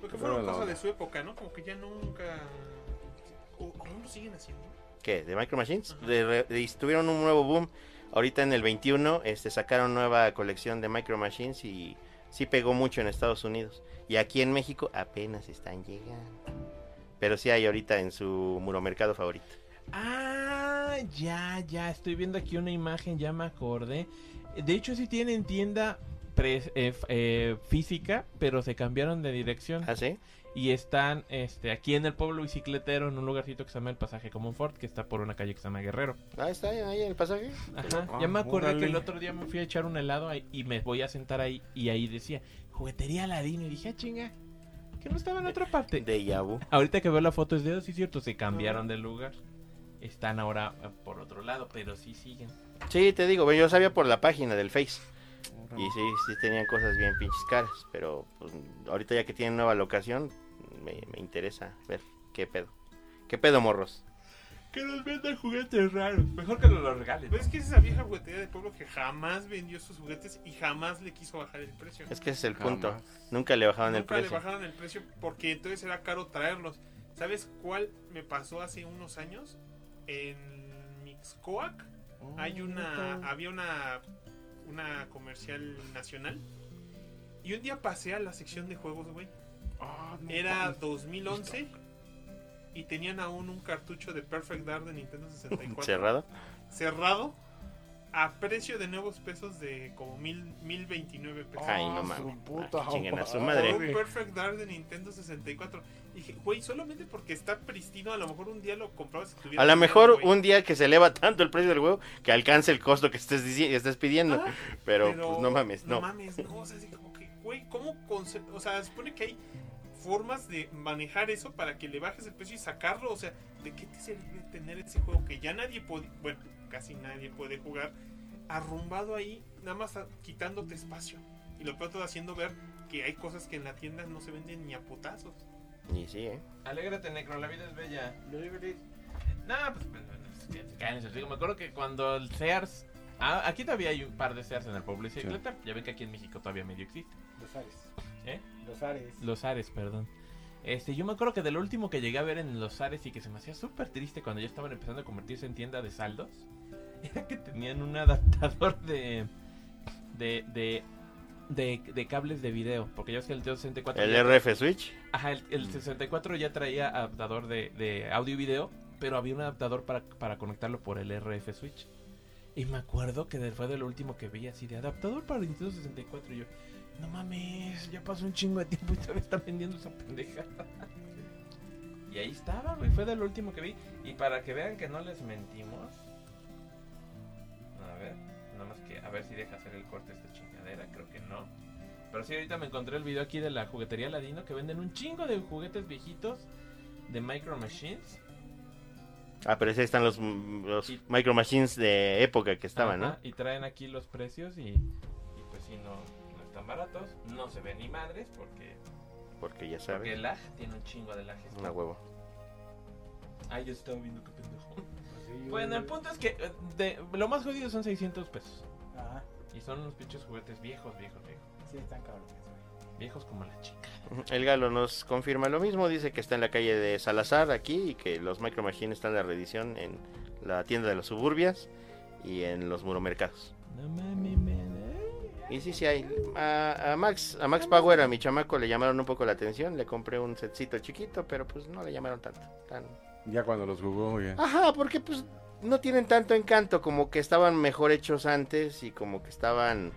D: Porque
E: Pero
D: fueron
E: la
D: cosas
E: onda.
D: de su época, ¿no? Como que ya nunca. ¿O- ¿Aún lo siguen haciendo?
B: ¿Qué? ¿De Micro Machines?
D: Ajá.
B: De, re- de- tuvieron un nuevo boom. Ahorita en el 21 este, sacaron nueva colección de Micro Machines y sí pegó mucho en Estados Unidos. Y aquí en México apenas están llegando. Pero sí hay ahorita en su muromercado favorito.
A: Ah, ya, ya. Estoy viendo aquí una imagen, ya me acordé. De hecho, sí tienen tienda pres- eh, f- eh, física, pero se cambiaron de dirección.
B: ¿Ah, sí?
A: Y están este, aquí en el pueblo bicicletero, en un lugarcito que se llama el pasaje Común Fort, que está por una calle que se llama Guerrero.
B: Ah, está ahí en el pasaje.
A: Ajá.
E: Ah,
A: ya me acordé
E: órale.
A: que el otro día me fui a echar un helado ahí- y me voy a sentar ahí y ahí decía, juguetería Aladino. Y dije, ah, chinga, que no
B: Eh,
A: estaba en otra parte.
B: De Yabu.
A: Ahorita que veo la foto es de, "Oh, sí, cierto, se cambiaron de lugar. Están ahora eh, por otro lado, pero sí siguen.
B: Sí, te digo, bueno, yo sabía por la página del Face. Y sí, sí tenían cosas bien pinches caras. Pero pues, ahorita ya que tienen nueva locación, me, me interesa ver qué pedo. ¿Qué pedo, morros?
A: Que nos vendan juguetes raros. Mejor que nos los regalen.
D: Pero es que es esa vieja juguetería de pueblo que jamás vendió sus juguetes y jamás le quiso bajar el precio.
B: Es que ese es el punto.
E: Jamás.
B: Nunca le bajaban el
D: Nunca le
B: precio.
D: bajaron el precio porque entonces era caro traerlos. ¿Sabes cuál me pasó hace unos años? En Mixcoac hay una, había una, una comercial nacional. Y un día pasé a la sección de juegos, güey. Era 2011 y tenían aún un cartucho de Perfect Dark de Nintendo 64
B: ¿Cerrado?
D: cerrado a precio de nuevos pesos de como mil, 1029 pesos.
B: Ay, no
E: su
B: mames.
E: puta
B: Ah, chinguen a su
E: madre.
D: Por un
B: madre.
D: Perfect Dark de Nintendo 64. Y dije, güey, solamente porque está pristino, a lo mejor un día lo comprabas y tuvieras
B: A lo
D: dinero,
B: mejor
D: güey.
B: un día que se eleva tanto el precio del huevo que alcance el costo que estés, dici- estés pidiendo.
D: Ah,
B: pero, pues, no mames, no.
D: No mames, no. O sea, así como que, güey, ¿cómo conce- O sea, supone que hay formas de manejar eso para que le bajes el precio y sacarlo. O sea, ¿de qué te sirve tener ese juego que ya nadie puede. Bueno, casi nadie puede jugar arrumbado ahí, nada más a- quitándote espacio. Y lo peor todo haciendo ver que hay cosas que en la tienda no se venden ni a putazos.
B: Y sí, ¿eh?
A: Alégrate, Necro, la vida es bella. No, pues, pues, pues, que se caen en su hocico. Me acuerdo que cuando el Sears. Ah, aquí todavía hay un par de Sears en el pueblo bicicleta. Ya ven que aquí en México todavía medio existe.
C: Los Ares.
A: ¿Eh?
C: Los Ares.
A: Los Ares, perdón. Este, yo me acuerdo que del último que llegué a ver en Los Ares y que se me hacía súper triste cuando ya estaban empezando a convertirse en tienda de saldos, [LAUGHS] era que tenían un adaptador de de, de, de, de cables de video, porque ya es que el Nintendo 64
B: El
A: ya-
B: RF Switch.
A: ajá, el, el 64 ya traía adaptador de, de audio y video, pero había un adaptador para, para conectarlo por el RF Switch. Y me acuerdo que de- fue del último que vi así de adaptador para Nintendo 64 y yo, no mames, ya pasó un chingo de tiempo y todavía está vendiendo esa pendeja. [LAUGHS] Y ahí estaba, güey, fue del último que vi. Y para que vean que no les mentimos. A ver, nada más que a ver si deja hacer el corte esta chingadera, creo que no. Pero sí, ahorita me encontré el video aquí de la juguetería Ladino que venden un chingo de juguetes viejitos de Micro Machines.
B: Ah, pero ahí están los, los Micro Machines de época que estaban, ¿no?
A: Ajá, Y traen aquí los precios y, y pues sí, no, no están baratos. No se ven ni madres porque,
B: Porque ya
A: porque
B: sabes.
A: el lag tiene un chingo de lag.
B: Una huevo.
A: Ay, yo estaba viendo qué pendejo.
C: Pues sí,
A: [LAUGHS] Bueno,
C: güey.
A: el punto es que eh, de, lo más jodido son 600 pesos.
C: Ajá.
A: Y son unos pinches juguetes viejos, viejos, viejos.
C: Sí, están cabrones, güey.
A: Viejos como la chica.
B: El Galo nos confirma lo mismo, dice que está en la calle de Salazar aquí y que los Micro Machines están de reedición en la tienda de los suburbias y en los muromercados.
A: No mames, man. Ay,
B: Y sí, sí hay. A, a Max, a Max Power, a mi chamaco le llamaron un poco la atención. Le compré un setcito chiquito, pero pues no le llamaron tanto. Tan...
E: Ya cuando los jugó, ya.
B: Ajá, porque pues no tienen tanto encanto, como que estaban mejor hechos antes y como que estaban,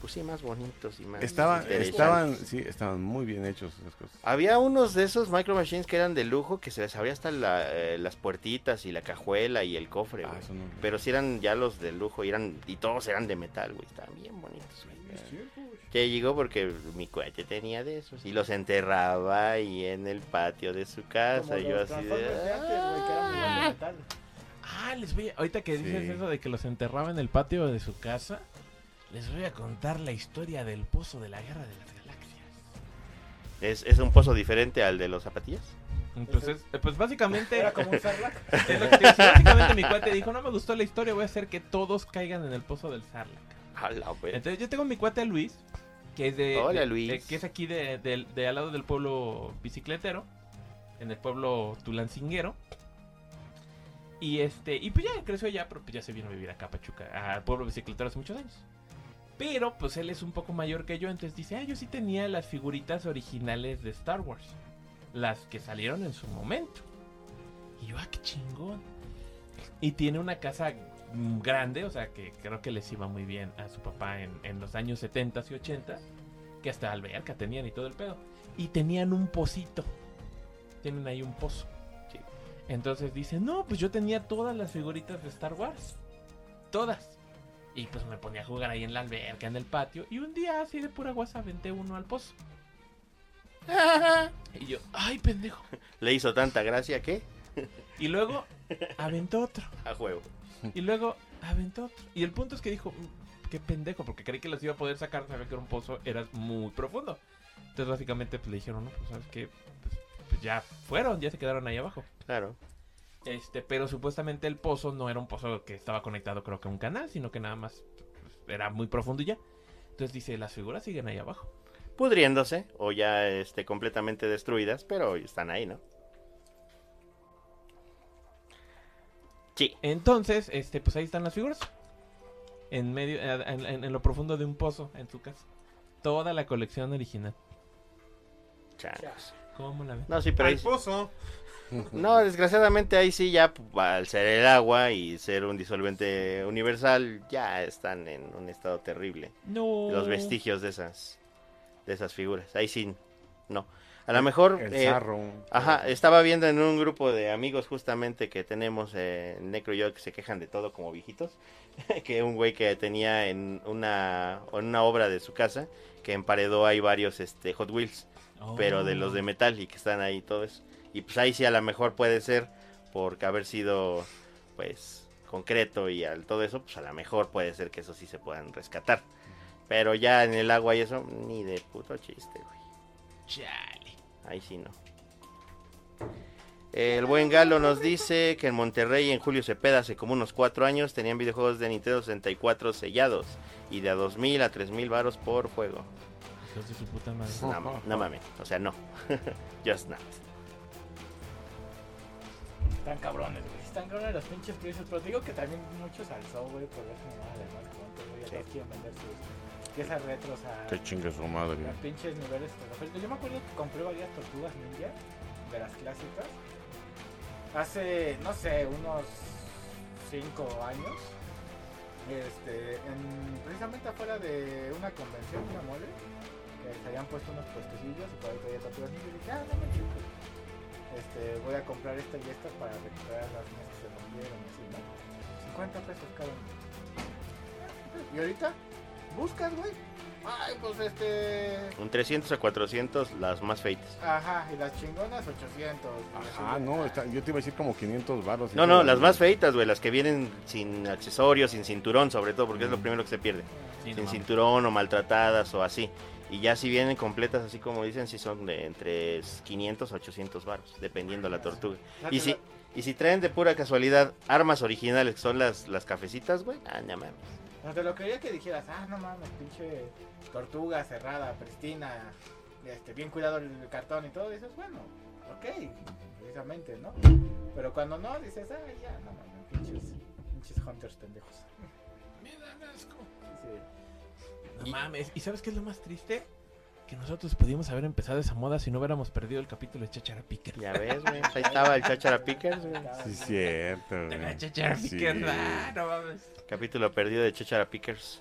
B: pues sí, más bonitos y más.
E: Estaban,
B: interesantes.
E: estaban, sí, estaban muy bien hechos esas cosas.
B: Había unos de esos Micro Machines que eran de lujo que se les abría hasta la, eh, las puertitas y la cajuela y el cofre,
E: Ah,
B: güey.
E: eso no-
B: Pero sí eran ya los de lujo y, eran, y todos eran de metal, güey. Estaban bien bonitos, güey. Que llegó porque mi cohete tenía de esos. Y los enterraba ahí en el patio de su casa.
C: Como
B: Y yo
C: los
B: así de.
C: Transformers de antes, güey, que eran igual de metal.
A: Ah, les voy a- Ahorita que dices
E: Sí.
A: eso de que los enterraba en el patio de su casa, les voy a contar la historia del pozo de la guerra de las galaxias.
B: ¿Es, es un pozo diferente al de los zapatillas.
A: Entonces, eh, pues básicamente,
C: Era como un Sarlacc.
A: es lo que te decía, básicamente mi cuate dijo, no me gustó la historia, voy a hacer que todos caigan en el pozo del Sarlacc.
B: Jala, güey.
A: Entonces yo tengo mi cuate Luis, que es de...
B: pues. Hola,
A: de-
B: Luis.
A: de- que es aquí de, de- de al lado del pueblo bicicletero, en el pueblo tulancinguero. Y este, y pues ya creció allá, pero pues ya se vino a vivir acá a Pachuca, al pueblo bicicletero hace muchos años. Pero pues él es un poco mayor que yo, entonces dice, ah, yo sí tenía las figuritas originales de Star Wars. Las que salieron en su momento. Y yo, ah, qué chingón. Y tiene una casa mm, grande, o sea que creo que les iba muy bien a su papá en, en los años 70 y 80. Que hasta alberca tenían y todo el pedo. Y tenían un pocito. Tienen ahí un pozo. Entonces dice, no, pues yo tenía todas las figuritas de Star Wars. Todas. Y pues me ponía a jugar ahí en la alberca, en el patio. Y un día así de pura guasa aventé uno al pozo. Y yo, ay, pendejo.
B: Le hizo tanta gracia que.
A: Y luego aventó otro.
B: A juego.
A: Y luego aventó otro. Y el punto es que dijo, "Mm, qué pendejo, porque creí que los iba a poder sacar, sabía que era un pozo, era muy profundo. Entonces básicamente pues, le dijeron, no, pues sabes qué, pues, pues, ya fueron, ya se quedaron ahí abajo.
B: Claro.
A: Este, pero supuestamente el pozo no era un pozo que estaba conectado creo que a un canal, sino que nada más pues, era muy profundo y ya. Entonces dice, las figuras siguen ahí abajo.
B: Pudriéndose. O ya este, completamente destruidas. Pero están ahí, ¿no? Sí.
A: Entonces, este, pues ahí están las figuras. En medio, en, en- en lo profundo de un pozo en su casa. Toda la colección original.
B: changos.
A: ¿Cómo la ven?
B: No, sí, pero ahí.
D: Al pozo.
B: No, desgraciadamente ahí sí ya p- al ser el agua y ser un disolvente universal ya están en un estado terrible.
A: No.
B: Los vestigios de esas de esas figuras. Ahí sí no. A lo mejor
E: El
B: eh,
E: zarro.
B: Ajá, estaba viendo en un grupo de amigos justamente que tenemos, eh, Necro y yo, que se quejan de todo como viejitos, [LAUGHS] que un güey que tenía en una, en una obra de su casa, que emparedó ahí varios este, Hot Wheels,
A: Oh.
B: pero de los de metal y que están ahí todo eso. Y pues ahí sí a lo mejor puede ser, porque haber sido pues concreto y al todo eso, pues a lo mejor puede ser que eso sí se puedan rescatar. Pero ya en el agua y eso, ni de puto chiste, güey.
A: Chale.
B: Ahí sí no. El buen Galo nos dice que en Monterrey en Julio Cepeda hace como unos 4 años tenían videojuegos de Nintendo 64 sellados y de a 2000 a 3000 varos por juego.
A: Hijos de su puta madre.
B: No, ma- no mames, o sea, no. [LAUGHS] Just not.
C: Están cabrones, güey. Están cabrones los pinches precios. Pero digo que también muchos alzó, güey, por ver mi madre, ¿no? Como que, güey,
B: Sí.
C: ya todos quieren vender sus piezas retros a,
E: Te chingue su madre.
C: a pinches niveles. estratosféricos. Yo me acuerdo que compré varias tortugas ninja de las clásicas. Hace, no sé, unos 5 años. Este, en- precisamente afuera de una convención, una mole, que se habían puesto unos puestecillos y por ahí traía tortugas ninja. Y dije, ah, no me chingo. Este, voy a comprar esta y esta para recuperar las mías que se rompieron. y así, ¿no? 50 pesos cada uno. Y ahorita, buscas, güey. Ay, pues este.
B: Un 300 a 400 las más feitas.
C: Ajá, y las chingonas 800.
E: Ajá, no, está- yo te iba a decir como 500 varos.
B: No, no, las más feitas, güey, las que vienen sin accesorios, sin cinturón sobre todo, porque es lo primero que se pierde.
A: Sí, no
B: sin
A: mames.
B: cinturón o maltratadas o así. Y ya si vienen completas, así como dicen, si son de entre 500 a 800 varos, dependiendo la tortuga. Y si, y si traen de pura casualidad armas originales, que son las, las cafecitas, güey, ah, no mames.
C: No te Pues lo quería que dijeras, ah, no mames, pinche tortuga cerrada, pristina, este, bien cuidado el cartón y todo. Dices, bueno, ok, precisamente, ¿no? Pero cuando no, dices, ah, ya, no mames, pinches, pinches hunters pendejos.
A: Me dan asco.
C: Sí, sí.
A: No mames. ¿Y sabes qué es lo más triste? Que nosotros pudimos haber empezado esa moda si no hubiéramos perdido el capítulo de Chachara Picker.
B: Ya ves, güey. Ahí estaba el Chachara Pickers, güey.
E: Sí, cierto.
B: Mm.
A: [LAUGHS]
E: güey.
A: Chachara
E: Sí.
A: Picker, ah, no mames.
B: Capítulo perdido de Chachara Pickers.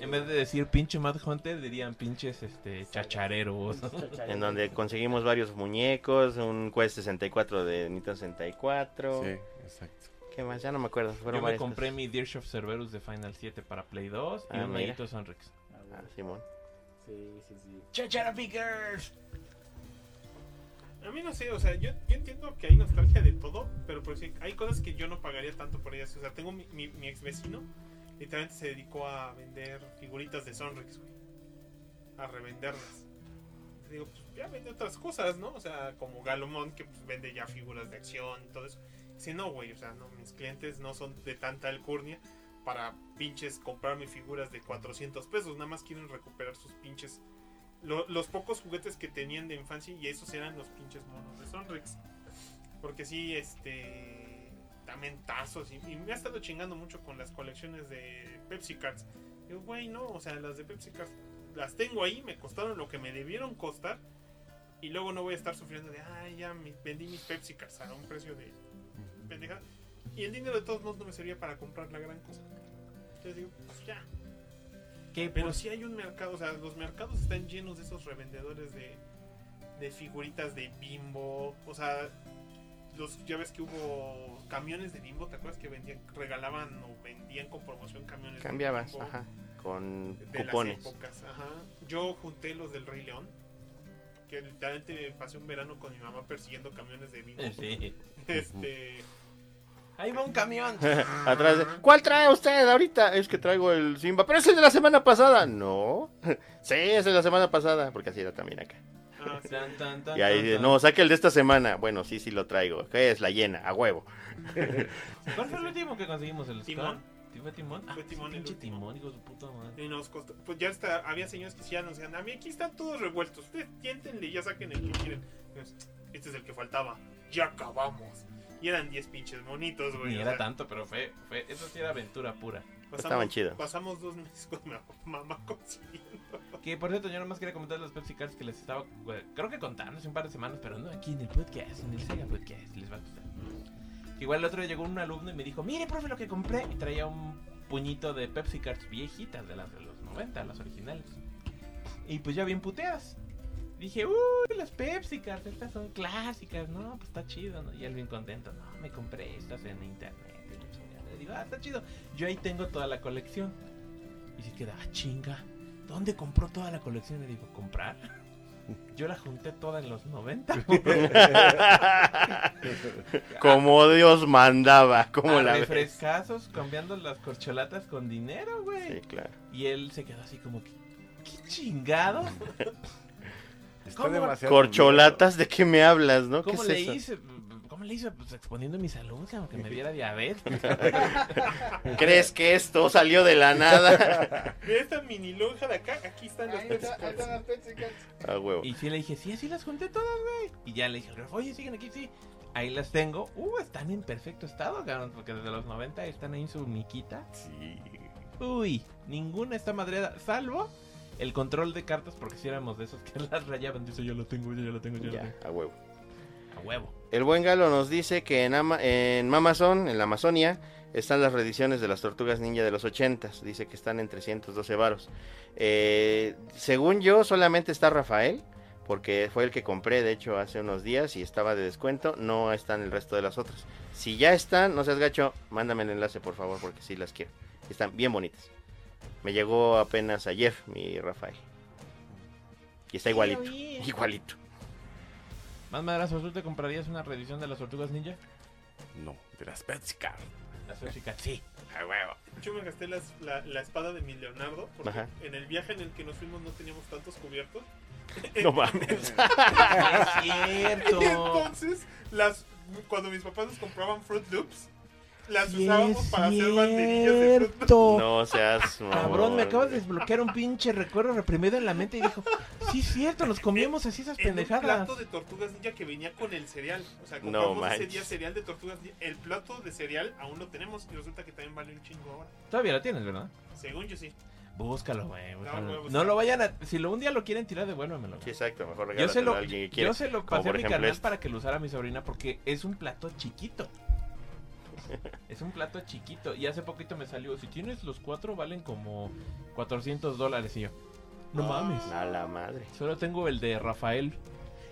A: En vez de decir pinche Mad Hunter, dirían pinches este, chachareros.
B: En donde conseguimos varios muñecos, un Quest 64 de Nintendo 64.
E: Sí, exacto.
B: ¿Qué más? Ya no me acuerdo.
A: [LAUGHS]
B: Fueron
A: Yo me
B: varias
A: compré
B: cosas.
A: mi Dirge of Cerberus de Final 7 para Play 2 y
B: Ah,
A: un
B: mira.
A: Naito Sunrex.
C: Ah,
B: Ah,
C: güey.
B: Simón.
C: Sí, sí, sí.
A: ¡Chachara Pickers!
D: A mí no sé, o sea, yo, yo entiendo que hay nostalgia de todo, pero por decir, hay cosas que yo no pagaría tanto por ellas. O sea, tengo mi, mi, mi ex vecino, literalmente se dedicó a vender figuritas de Sonrix, güey. A revenderlas. Te Digo, pues ya vende otras cosas, ¿no? O sea, como Galomón, que pues, vende ya figuras de acción y todo eso. Si no, güey, o sea, no, mis clientes no son de tanta alcurnia para pinches comprarme figuras de 400 pesos. Nada más quieren recuperar sus pinches lo- los pocos juguetes que tenían de infancia y esos eran los pinches monos de Sonrix. Porque sí, este. También tazos. Y, y me ha estado chingando mucho con las colecciones de Pepsi Cards. Digo, güey, no, o sea, las de Pepsi Cards las tengo ahí, me costaron lo que me debieron costar. Y luego no voy a estar sufriendo de, ah, ya me- vendí mis Pepsi Cards a un precio de pendeja. Y el dinero de todos modos no me servía para comprar la gran cosa. Entonces digo, pues ya,
A: ¿Qué
D: pero sí hay un mercado, o sea, los mercados están llenos de esos revendedores de, de figuritas de bimbo. O sea, los, ya ves que hubo camiones de bimbo, ¿te acuerdas que vendían, regalaban o vendían con promoción camiones? de
B: Cambiabas,
D: Bimbo?
B: ajá. Con
D: de
B: cupones.
D: las épocas. Ajá. Yo junté los del Rey León, que literalmente pasé un verano con mi mamá persiguiendo camiones de bimbo.
A: Sí.
D: [LAUGHS] Este,
A: Ahí va un
B: [LAUGHS]
A: camión.
B: Atrás de, ¿Cuál trae usted ahorita? Es que traigo el Simba. Pero es el de la semana pasada. No. [LAUGHS] sí, es el de la semana pasada. Porque así era también acá.
D: ah, sí.
A: Tan, tan, tan,
B: Y ahí
A: tan,
B: dice,
A: tan.
B: no, saque el de esta semana. Bueno, sí, sí lo traigo. ¿Qué es? La llena, a
D: [LAUGHS]
B: huevo. [LAUGHS]
A: ¿Cuál fue el último que conseguimos? ¿El
D: Timón.
A: Scar? ¿Fue Timón? Ah,
D: Fue Timón
A: sí,
D: el
A: pinche
D: último.
A: Timón, hijo de su puta madre.
D: Y nos costó, pues ya está, había señores que sí anunciaban, a mí aquí están todos revueltos, ustedes tiéntenle y ya saquen el que quieren. Y nos, Este es el que faltaba, ya acabamos. Y eran 10 pinches bonitos, güey.
A: Ni
D: o
A: era
D: sea,
A: tanto, pero fue, fue. Eso sí era aventura pura.
B: Estaban chidos.
D: Pasamos dos meses con mi [LAUGHS] mamá consiguiendo.
A: Que por cierto, yo nomás quería comentar los Pepsi Cards que les estaba, eh, creo que contando hace un par de semanas, pero no aquí en el podcast, en el Sega Podcast, les va a gustar. Que igual el otro día llegó un alumno y me dijo, mire, profe, lo que compré. Y traía un puñito de Pepsi Cards viejitas, de las de los 90, las originales. Y pues ya bien puteas. Dije, uy, las Pepsi Cards, estas son clásicas, no, pues está chido, ¿no? Y él bien contento, no, me compré estas en internet. y la chingada. Le digo, ah, está chido. Yo ahí tengo toda la colección. Y se queda, ah, chinga. ¿Dónde compró toda la colección? Le digo, ¿comprar? [LAUGHS] Yo la junté toda en los
B: [LAUGHS]
A: 90.
B: como Dios mandaba. Como
A: a
B: la ves.
A: refrescazos, cambiando las corcholatas con dinero, güey.
B: Sí, claro.
A: Y él se quedó así como que, ¿qué chingado?
E: Está
A: ¿Cómo?
E: demasiado
B: Corcholatas, ¿de qué me hablas, no? [LAUGHS] ¿Qué
A: ¿Cómo
B: es
A: le
B: eso?
A: hice? ¿Cómo le hice? Pues exponiendo mi salud, cabrón, que me diera
B: [LAUGHS]
A: diabetes.
B: ¿Crees que esto salió de la nada?
D: Mira esta mini lonja de acá, aquí están los
C: Ahí está, ahí están
D: peces.
C: las Pepsi
B: [LAUGHS]
C: Cards.
B: a huevo.
A: Y sí le dije, sí, así las junté todas, güey. Y ya le dije, al grafo, oye, siguen aquí, sí. Ahí las tengo. Uh, están en perfecto estado, cabrón, porque desde los 90 están ahí en su miquita.
E: Sí.
A: Uy, ninguna está madreada, salvo el control de cartas, porque si éramos de esos que [LAUGHS] las rayaban. Dice, yo lo tengo, yo, yo lo tengo, yo lo
B: Ya, a huevo.
A: tengo. A huevo.
B: El buen Galo nos dice que en, Ama- en Amazon, en la Amazonia, están las reediciones de las Tortugas Ninja de los 80. Dice que están en 312 varos. Eh, según yo, solamente está Rafael, porque fue el que compré, de hecho, hace unos días y estaba de descuento. No están el resto de las otras. Si ya están, no seas gacho, mándame el enlace, por favor, porque sí las quiero. Están bien bonitas. Me llegó apenas ayer mi Rafael. Y está igualito. [LAUGHS] Igualito.
A: Más madrazos, ¿tú te comprarías una reedición de las tortugas ninja?
E: No, de las Pepsi Card.
A: Las tortugas, [LAUGHS] sí.
E: A huevo.
D: Yo me gasté las- la, la espada de mi Leonardo, porque
B: Ajá.
D: en el viaje en el que nos fuimos no teníamos tantos cubiertos.
B: No mames.
A: Ah, cierto.
D: Y entonces, las, cuando mis papás nos compraban Fruit Loops, las usábamos para hacer banderillas de Fruit Loops.
B: No seas
A: Cabrón,
B: mamón.
A: me acabas de desbloquear un pinche recuerdo reprimido en la mente y dijo, sí, es cierto, nos comíamos así esas
D: En un
A: pendejadas.
D: plato de tortugas ninja que venía con el cereal. O sea,
B: No
D: compramos ese
B: manches.
D: día cereal de tortugas ninja. El plato de cereal aún lo tenemos y resulta que también vale un chingo ahora.
A: Todavía lo tienes, ¿verdad?
D: Según yo sí.
A: Búscalo, güey. búscalo.
D: voy a buscar.
A: No lo vayan a. Si lo, un día lo quieren tirar, devuélvemelo.
B: Sí, exacto, mejor
A: Yo se,
B: regálatelo a
A: lo,
B: alguien que quiera.
A: yo se lo
B: Como
A: pasé a
B: por
A: mi
B: ejemplo
A: canal
B: este.
A: para que lo usara mi sobrina porque es un plato
B: [LAUGHS]
A: chiquito. es un plato chiquito. Y hace poquito me salió, si tienes los cuatro valen como 400 dólares. Y yo, no mames.
B: A la madre.
A: Solo tengo el de Rafael.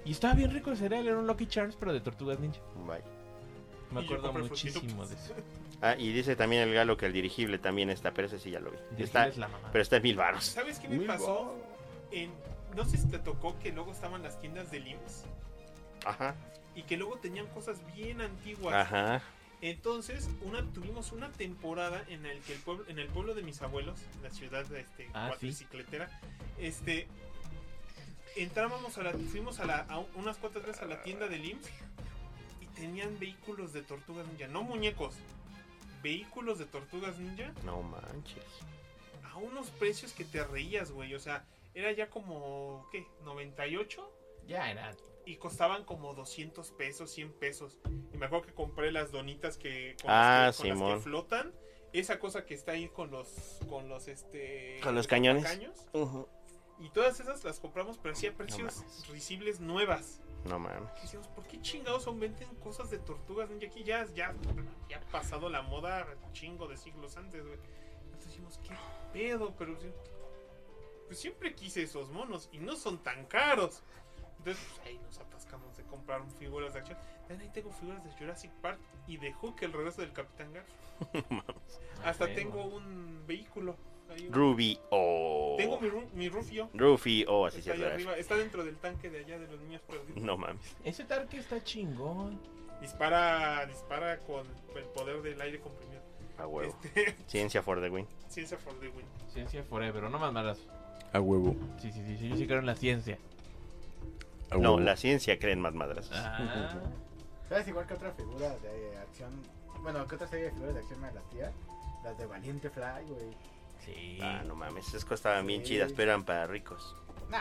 A: Y estaba bien rico el cereal, era un Lucky Charms, pero de Tortugas Ninja.
B: Vaya.
A: Me
D: Y yo
A: acuerdo
D: compré frutitos.
A: muchísimo de
B: [LAUGHS]
A: eso.
B: Ah, y dice también el galo que el dirigible también está, pero ese sí ya lo vi. Está,
A: Decirles la mamá.
B: pero está en mil baros.
D: ¿Sabes qué me pasó? En, no sé si te tocó que luego estaban las tiendas de IMSS
B: Ajá,
D: y que luego tenían cosas bien antiguas.
B: ajá.
D: Entonces, una, tuvimos una temporada en el que el pueblo, en el pueblo de mis abuelos, en la ciudad de este
A: Ah, sí.
D: cuatricicletera, este entrábamos a la, fuimos a la, a un- unas cuatro veces a la tienda del IMSS y tenían vehículos de tortugas ninja, no muñecos, vehículos de tortugas ninja
B: No manches.
D: a unos precios que te reías, güey. O sea, era ya como, ¿qué? 98
A: Ya era.
D: y costaban como 200 pesos, 100 pesos. Y me acuerdo que compré las donitas que con,
B: Ah,
D: las, que, con las que
B: Simón.
D: flotan. Esa cosa que está ahí con los con los este
B: Con los cañones.
D: caños. Y todas esas las compramos, pero sí a precios
B: mames.
D: risibles nuevas.
B: No mames.
D: Y decíamos, ¿por qué chingados aumenten cosas de tortugas ninja aquí? Ya, ya, ya ha pasado la moda chingo de siglos antes, güey. Entonces dijimos, ¿qué pedo? Pero sí, pues siempre quise esos monos y no son tan caros. Entonces, pues, ahí nos atascamos de comprar figuras de acción. También ahí tengo figuras de Jurassic Park y de Hook, el regreso del Capitán Garfield. Hasta
A: Ay,
D: tengo
A: güey.
D: un vehículo. ahí, güey.
B: Ruby O.
D: Tengo mi, Ru- mi Rufio.
B: Rufi O, así se
D: Está ahí
B: llama.
D: arriba. Está dentro del tanque de allá de los niños perdidos.
B: No mames.
A: Ese tarque está chingón.
D: Dispara, dispara con el poder del aire comprimido.
B: A huevo.
D: Este,
B: Ciencia for the win.
D: ciencia for the win.
A: Ciencia forever, no más malas.
E: A huevo.
A: Sí, sí, sí, sí, yo sí creo en la
B: [LAUGHS]
A: ciencia.
E: A huevo.
B: No, la ciencia creen más madrazos.
A: Ah,
C: ¿Sabes igual que otra figura de acción? Bueno, que otra serie de figuras de acción me latía? Las de Valiente Fly, güey.
A: sí.
B: Ah, no mames. Esas cosas estaban bien
C: Sí.
B: chidas, pero eran para ricos.
C: Nah.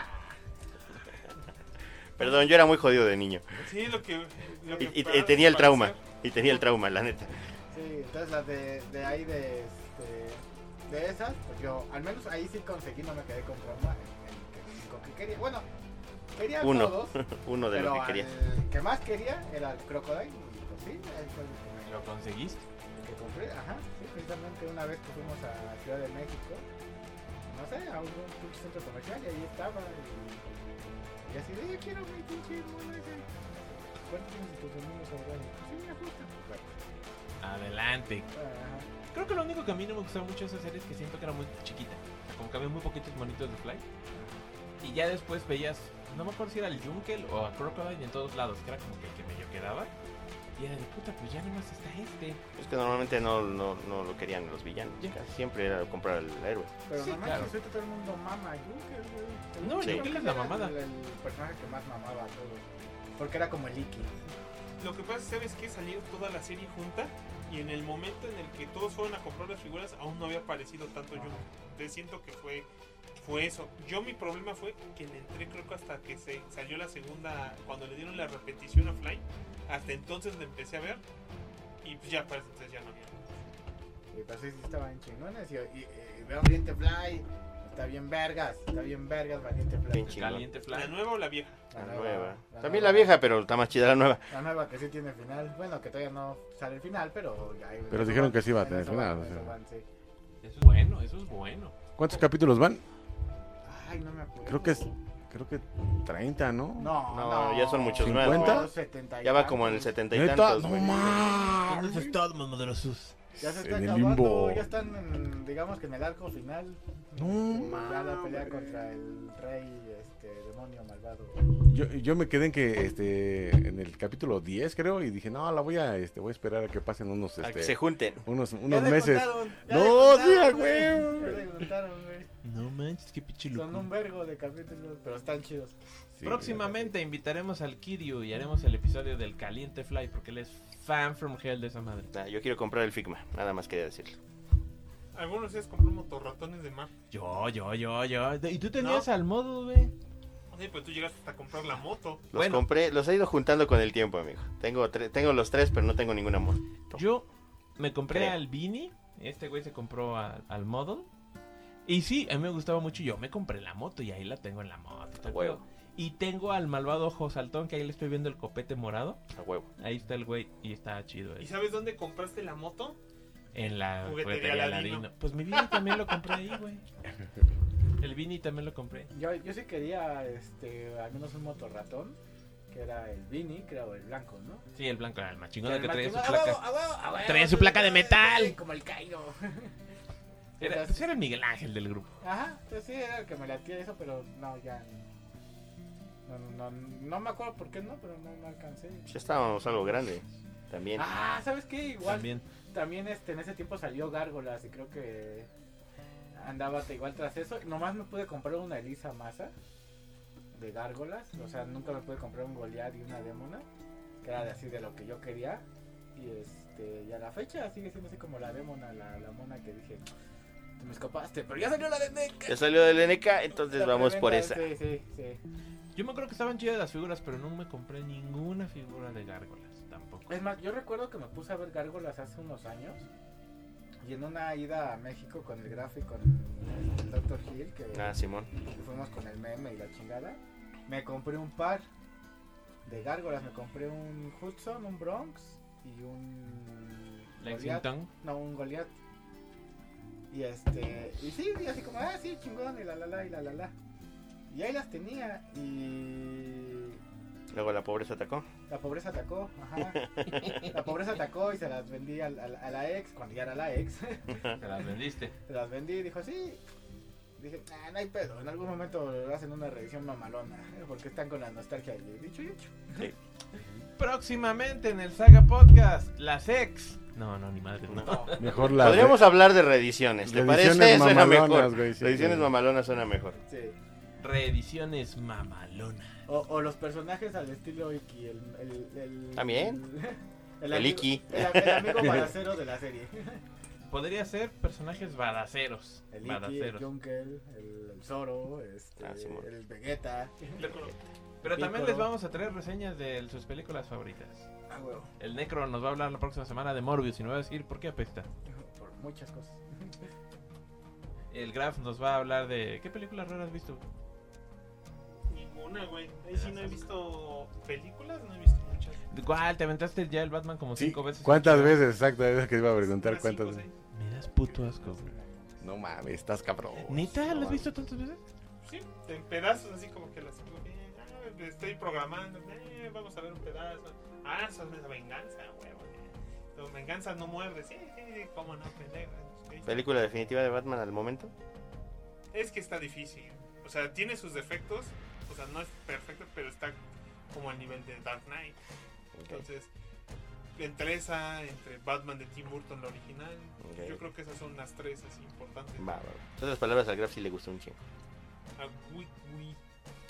B: Perdón, yo era muy jodido de niño.
D: Sí, lo que. lo
B: Y,
D: que
B: y-
D: para-
B: y tenía el
D: para
B: trauma.
D: hacer.
B: Y tenía el trauma, la neta. [LAUGHS]
C: Sí, entonces las de, de ahí de, este, de esas, pues yo al menos ahí sí conseguí, no me quedé con trauma en- en- con que quería. Bueno, quería
B: Uno.
C: todos,
B: Uno [LAUGHS] de
C: pero
B: lo que quería.
C: al que más quería era el Crocodile. y pues sí, ahí fue el que me-
A: ¿Lo conseguiste?
C: que compré, ajá, sí, precisamente una vez que fuimos a Ciudad de México, no sé, a un pinche centro comercial y ahí estaba. Y, y así de, yo quiero mi pinche mono ese. pues, ¿Cuánto tienes de tus amigos ahora? Y, Sí, me gusta. Bueno,
A: Adelante.
C: ajá.
A: Creo que lo único que a mí no me gustaba mucho de esa serie es que siento que era muy chiquita. O sea, como que había muy poquitos monitos de Fly. Y ya después veías, no me acuerdo si era el Junkel o a Crocodile en todos lados, que era como que el que medio quedaba. Y era de puta, pues ya nomás está este.
B: Es que normalmente no, no, no lo querían los villanos.
A: Ya.
B: Casi siempre era comprar al héroe.
C: Pero
A: Sí,
C: no manches,
A: claro.
C: ahorita todo el mundo mama a Junker, güey.
A: No,
C: Junker
A: Junker es
C: era
A: la mamada.
C: El, el personaje que más mamaba a todos. Porque era como el Iki.
D: Lo que pasa, ¿sabes que Salió toda la serie junta y en el momento en el que todos fueron a comprar las figuras, aún no había aparecido tanto yo. Entonces siento que fue. Fue eso. Yo mi problema fue que le entré creo que hasta que se salió la segunda, cuando le dieron la repetición a Fly, hasta entonces le empecé a ver y pues ya para ese entonces ya no había.
C: Y pues sí, sí estaban chingones. Y, y, y veo Valiente Fly. Está bien vergas. Está bien vergas Valiente Fly.
B: Bien chingón.
A: Caliente
D: ¿La
A: Fly.
D: nueva o la vieja?
B: La nueva.
C: la
B: También la
C: nueva.
B: vieja, pero está más chida la nueva.
C: La nueva que sí tiene final. Bueno, que todavía no sale el final, pero. ya- en
E: Pero
C: eso
E: dijeron
C: van,
E: que sí iba a
C: en
E: tener
C: eso
E: final,
C: van,
E: o
C: en eso
E: sea.
C: van, sí.
A: Eso es bueno, eso es bueno.
E: ¿Cuántos capítulos van?
C: Ay, no me acuerdo.
E: Creo que es- Creo que 30, ¿no?
B: No,
C: No, no,
B: ya son muchos más.
E: 50?
B: güey.
C: Son 70 y
B: Ya va como en el
C: tantos.
B: 70 y
E: ¿Neta?
B: tantos,
E: No
B: güey.
E: mames.
A: todo, de sus.
C: Ya se está
E: En el
C: acabando,
E: limbo.
C: ya están, en, digamos que en el arco final.
E: No
C: Ya la pelea
E: mames.
C: contra el rey, este, demonio malvado.
E: Yo, yo me quedé en que este en el capítulo 10 creo y dije, "No, la voy a este voy a esperar a que pasen unos
B: A que
E: este
B: se junten.
E: unos
C: Ya
E: unos
C: le
E: meses."
C: contaron, ya
E: No,
C: le contaron,
E: sí, a
C: güey.
E: huevo.
C: Ya le contaron, güey.
A: No manches, qué pinche
C: Son
A: locura.
C: un vergo de capítulos, pero están chidos.
E: Sí.
A: Próximamente invitaremos al Kiryu y haremos el episodio del Caliente Fly porque él es fan from hell de esa madre.
B: Nah, yo quiero comprar el Figma, nada más quería decirlo.
D: Algunos días compré motorratones de mar.
A: Yo, yo, yo, yo. ¿Y tú tenías
D: No.
A: al modo, güey?
D: Sí, pero tú llegaste hasta comprar la moto.
B: Los
A: Bueno.
B: compré, los he ido juntando con el tiempo, amigo. Tengo, tre- tengo los tres, pero no tengo ningún amor.
A: Yo me compré
B: Creo.
A: al Vini. Este güey se compró a- al Model. Y sí, a mí me gustaba mucho. Yo me compré la moto y ahí la tengo en la moto. y todo el
B: huevo.
A: pedo. Y tengo al malvado ojo saltón, que ahí le estoy viendo el copete morado.
B: A huevo.
A: Ahí está el güey y está chido.
D: ¿Y
A: él.
D: sabes dónde compraste la moto?
A: En la
D: Juguetería
A: juguetería
D: Aladino.
A: Aladino. Pues mi Vini también lo compré ahí, güey. El Vini también lo compré.
C: Yo, yo sí quería, este, al menos un motorratón, que era el Vini, creo, el blanco, ¿no?
A: Sí, el blanco era el más chingón, el
C: el
A: que traía su
C: Martín- ¡Ah,
A: placa.
C: huevo, ah, huevo, ah, huevo!
A: Traía su placa de metal.
C: Como el Cairo.
A: Era, pues era el Miguel Ángel del grupo.
C: Ajá, pues sí, era el que me latía eso, pero no, ya. No, no, no, no me acuerdo por qué no, pero no, no alcancé.
B: Ya estábamos algo grande. También.
C: Ah, ¿sabes qué? Igual también,
A: También.
C: este, en ese tiempo salió Gárgolas y creo que andaba te- igual tras eso. Nomás me pude comprar una Elisa Masa de Gárgolas. O sea, nunca me pude comprar un Goliath y una Demona, que era de- así de lo que yo quería. Y este, y a la fecha sigue siendo así como la Demona, la, la mona que dije, te me escapaste, pero ya salió la de NECA.
B: Ya salió del NK, entonces
C: La
B: vamos por esa.
C: preventa, Sí, sí, sí.
A: Yo me acuerdo que estaban chidas las figuras, pero no me compré ninguna figura de gárgolas tampoco.
C: Es más, yo recuerdo que me puse a ver Gárgolas hace unos años. Y en una ida a México con el gráfico, con el Dr. Hill, que
B: Ah, Simón.
C: que fuimos con el meme y la chingada, me compré un par de Gárgolas. Me compré un Hudson, un Bronx y un. Goliath.
A: Lexington.
C: No, un Goliath. Y este. Y sí, y así como, ah, sí, chingón, y la la la, y la la la. Y ahí las tenía, y.
B: Luego la pobreza atacó.
C: La pobreza atacó, ajá. La pobreza atacó y se las vendí al- al- a, la ex, cuando ya era la ex.
A: Te las vendiste.
C: Se las vendí y dijo, sí. Dije, "Ah, no hay pedo, en algún momento hacen una revisión mamalona, ¿eh? porque están con la nostalgia. Y dicho y hecho.
A: Próximamente en el Saga Podcast, las ex. No, no, ni madre.
B: [LAUGHS]
A: No.
B: Oh.
C: No.
E: Mejor la.
B: Podríamos hablar de reediciones, ¿te
E: Reediciones
B: parece? Suena
E: mamalonas,
B: mejor.
E: güey, sí.
B: Reediciones mamalonas suena mejor.
C: Sí.
A: Reediciones mamalona.
C: O, o los personajes al estilo Iki, el. el, el-
B: También.
C: [LAUGHS] El,
B: El
C: amigo-
B: Iki.
C: El,
B: [LAUGHS]
C: el amigo balacero de la serie.
A: Podría ser personajes badaceros.
C: El Iki, el
A: Badaceros.
C: Junkel, el, el Zoro, este,
B: Ah, Simón.
C: el Vegeta.
A: Pero también
C: Piccolo.
A: les vamos a traer reseñas de sus películas favoritas.
C: Ah, huevo.
A: El Necro nos va a hablar la próxima semana de Morbius y nos va a decir por qué apesta.
C: Por muchas cosas.
A: El Graf nos va a hablar de qué películas raras has visto.
D: Ninguna, güey. Ahí sí no he visto películas, no he visto muchas.
A: Igual, te aventaste ya el Batman como
E: Sí,
A: cinco veces.
E: ¿Cuántas veces? Exacto, es lo que iba a preguntar.
D: Unas
E: ¿Cuántas
D: cinco,
E: veces?
A: Me das puto asco. güey.
E: No mames, estás cabrón.
A: ¿Neta? ¿Lo has visto tantas veces?
D: seis. Sí, en pedazos, así como que las. eh, ah, Estoy programando, eh, vamos a ver un pedazo. Ah, son de venganza, huevo. Los venganzas no muerde, sí, sí, sí, cómo no, pendejo. Sí.
B: ¿Película definitiva de Batman al momento?
D: Es que está difícil. O sea, tiene sus defectos. O sea, no es perfecto, pero está como al nivel de Dark Knight. Entonces, entre esa, entre Batman de Tim Burton, la original.
B: Ok.
D: Yo creo que esas son las tres así importantes.
B: Va, va, va. En otras palabras, al Graf sí le gustó un chingo.
D: A Wii- Wii.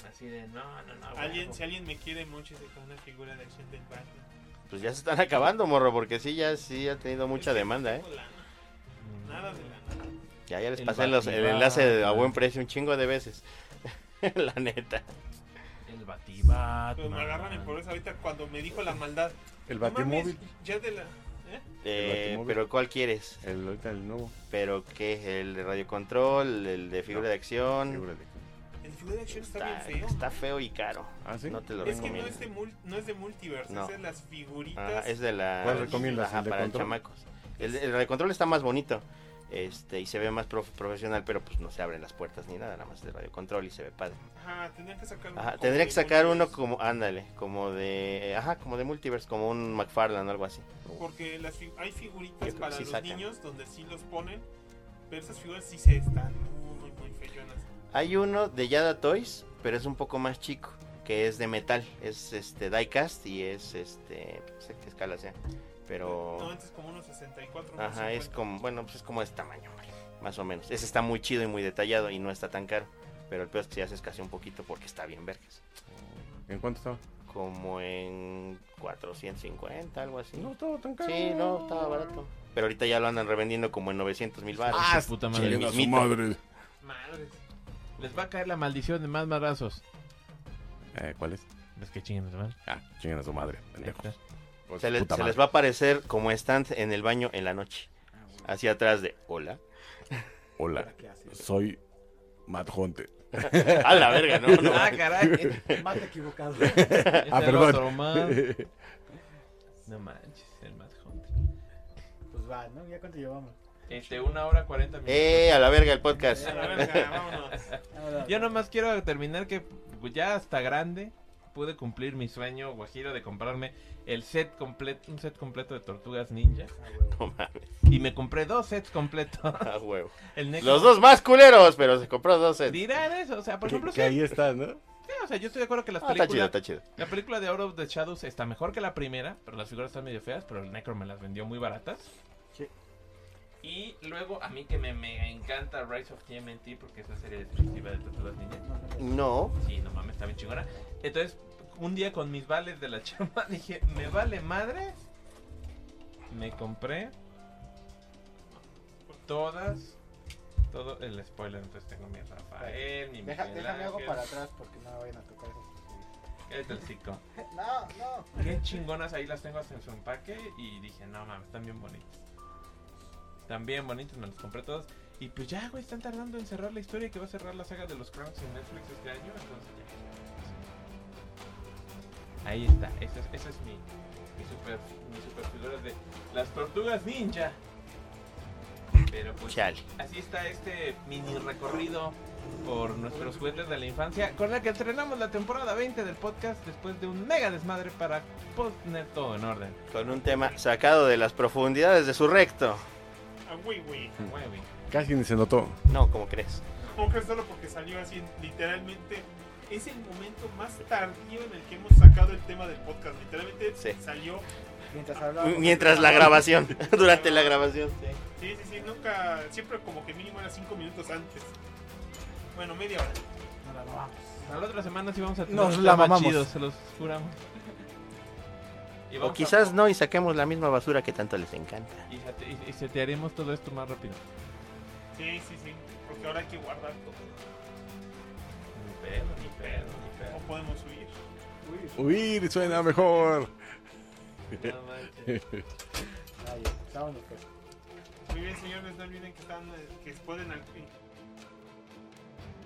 A: Así de, no, no, no.
D: Alguien, si alguien me quiere mucho, se con una figura de acción del Batman.
B: Pues ya se están acabando, morro, porque sí, ya sí ha tenido mucha
D: Es que
B: demanda, ¿eh?
D: no tengo lana, Nada de lana.
B: Ya, ya les
A: El
B: pasé los- el
A: Batman.
B: enlace de- a buen precio un chingo de veces. [LAUGHS] La neta.
A: El
B: Ah,
A: Batibat.
D: Pero Pues me agarran en por eso ahorita cuando me dijo la maldad.
E: El
D: No mames,
E: Batimóvil.
D: Ya de la. ¿eh?
B: Eh,
E: Batimóvil.
B: pero ¿cuál quieres?
E: El, ahorita el nuevo.
B: ¿Pero qué? ¿El de radio control? ¿El de figura de acción?
E: Figúrate.
D: El figura de acción está,
B: Está,
D: bien feo.
B: está feo y caro.
E: ¿Ah, sí?
B: No te lo
D: Es que no
B: recomiendo.
D: es de, mul- no es de multiverso,
B: No.
D: es de las figuritas.
B: Ajá, es de la.
E: ¿Cuál recomiendas?
B: Ajá,
E: ¿El de
B: para
E: control?
B: chamacos. El, el de control está más bonito. Este, y se ve más prof- profesional, pero pues no se abren las puertas ni nada, nada más de radio control y se ve padre.
D: Ajá, tendría que sacar uno.
B: Ajá,
D: como
B: tendría
D: de
B: que sacar uno
D: multiverso,
B: como, ándale, como de, ajá, como de multiverse, como un McFarlane o algo así.
D: Porque las fi- hay
B: Yo
D: figuritas
B: creo que
D: para
B: sí
D: los
B: sacan.
D: niños donde sí los ponen, pero esas figuras sí se están muy, muy feyonas.
B: Hay uno de Yada Toys, pero es un poco más chico, que es de metal, es este diecast y es este, no sé qué escala sea,
D: No,
B: pero,
D: antes como unos 64. unos
B: ajá, es
D: 50.
B: como, bueno, pues es como de este tamaño, güey, más o menos. Ese está muy chido y muy detallado y no está tan caro, pero el peor es que se hace casi un poquito porque está bien vergas.
E: ¿En cuánto estaba?
B: Como en 450, algo así.
E: No estaba tan caro.
B: Sí, no, estaba barato. Pero ahorita ya lo andan revendiendo como en 900 mil baros.
A: Ah, puta madre.
E: Chinga su
B: mismito.
E: madre.
D: Madres.
A: Les va a caer la maldición de más madrazos.
E: Eh, ¿Cuál es?
A: Es que chinguen, ¿verdad?
E: Ah, chingan a su madre, pendejo. Pues,
B: Se, le-
E: puta
B: se
E: madre.
B: les va a aparecer como stand en el baño en la noche. Hacia atrás de hola.
E: Hola,
B: [LAUGHS]
E: soy Matt Hunter.
B: A la verga, ¿no? no
A: Ah, caray.
C: Más equivocado. Pues
A: Es
E: Ah,
A: el
E: perdón.
A: otro man. No manches, el Mad Hunter.
C: Pues va, ¿no? ¿Ya cuánto llevamos?
A: Este, una hora cuarenta minutos.
B: [LAUGHS] ¡Eh! A la verga el podcast.
D: A la verga, vámonos.
C: Ahora,
A: Yo nomás quiero terminar que pues, ya hasta grande pude cumplir mi sueño guajiro de comprarme el set completo, un set completo de tortugas ninja.
C: ah, huevo.
B: [LAUGHS] No mames,
A: Y me compré dos sets completos.
B: a huevo.
A: El Necro-
B: Los dos más culeros, pero se compró dos sets.
A: Dirán eso, o sea, por
E: Que-
A: ejemplo,
E: que
A: sí,
E: ahí está, ¿no?
A: sí, o sea, yo estoy de acuerdo que las
B: Ah, está chido,
A: películas,
B: está chido.
A: la película de Out of the Shadows está mejor que la primera, pero las figuras están medio feas, pero el Necro me las vendió muy baratas.
C: Sí.
A: Y luego a mí que me mega encanta Rise of TMNT porque es la serie exclusiva de Tortugas Ninja.
B: No.
A: Sí, no mames, está bien chingona. Entonces, un día con mis vales de la [LAUGHS] chamba dije, me vale madre. Me compré todas. Todo el spoiler, entonces tengo mi Rafael, mi
C: Deja,
A: Miguel
C: déjame algo
A: Ángel,
C: para atrás porque no me vayan a tocar eso.
A: cállate el hocico.
C: [LAUGHS] No, no.
A: Qué chingonas ahí las tengo hasta en su empaque y dije, no mames, están bien bonitas. Están bien bonitas, me las compré todas. Y pues ya, güey, están tardando en cerrar la historia que va a cerrar la saga de los Crowns en Netflix este año, entonces ya. Ahí está, esa es, esa es mi, mi, super, mi super figura de las tortugas ninja. Pero pues
B: Chale.
A: así está este mini recorrido por nuestros juguetes de la infancia, con la que estrenamos la temporada 20 del podcast después de un mega desmadre para poner todo en orden.
B: Con un tema sacado de las profundidades de su recto.
D: A Ah, güey, güey.
A: Muy bien.
E: Casi ni se notó.
B: No, como crees.
D: Como que solo porque salió así, literalmente. Es el momento más tardío en el que hemos sacado el tema del podcast. Literalmente
B: Sí.
D: salió.
C: Mientras hablamos.
B: Mientras la grabación, [LAUGHS] durante la grabación. sí.
D: Sí, sí, sí, nunca. Siempre como que mínimo era cinco minutos antes. Bueno, media hora.
C: No la mamamos.
A: A la otra semana sí vamos a tener
C: Nos
A: un
C: la
A: tema
C: mamamos.
A: chido, se los juramos. Y vamos
B: O
A: a-
B: quizás no y saquemos la misma basura que tanto les encanta.
A: Y, sete- y- y setearemos todo esto más rápido.
D: Sí, sí, sí. Porque ahora hay que guardar todo.
A: Ni pedo, ni pedo,
D: No
A: ni
D: podemos huir.
E: Huir suena mejor.
A: pedo. No manches.
C: Ay, estamos los que.
D: Muy bien, señores, no olviden que, están, eh, que pueden al-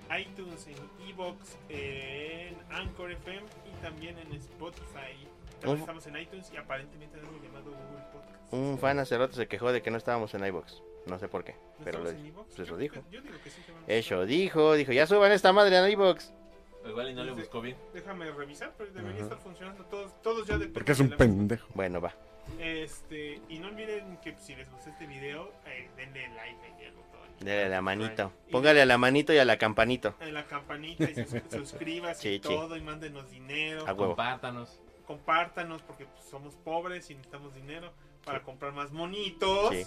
D: en iTunes, en Evox, en Anchor FM y también en Spotify. También
B: Un-
D: estamos en iTunes y aparentemente algo llamado Google Podcast.
B: Un fan hace rato se quejó de que no estábamos en iBox. No sé por qué,
D: ¿No
B: pero
D: estamos
B: lo,
D: en iVoox?
B: pues
D: Yo
B: lo
D: creo
B: dijo.
D: que- Yo digo que sí. que vamos a estar.
B: Eso dijo, dijo, ya suban esta madre a iBox.
A: Pues Igual y no le buscó bien.
D: Déjame revisar, pero debería
B: Ajá.
D: estar funcionando todos, todos ya dependen
E: Porque es
D: de
E: un
D: la-
E: pendejo.
B: Bueno, va.
D: Este, y no olviden que si les gustó este video, eh, denle like denle al botón.
B: Dale a la manito.
D: Y-
B: Póngale a la manito y a la campanito.
D: a la campanita y
B: [LAUGHS]
D: sus- suscríbase
B: Sí,
D: y
B: sí.
D: todo y mándenos dinero.
B: A huevo.
A: Compártanos.
D: compártanos porque pues, somos pobres y necesitamos dinero para comprar más monitos.
B: Sí.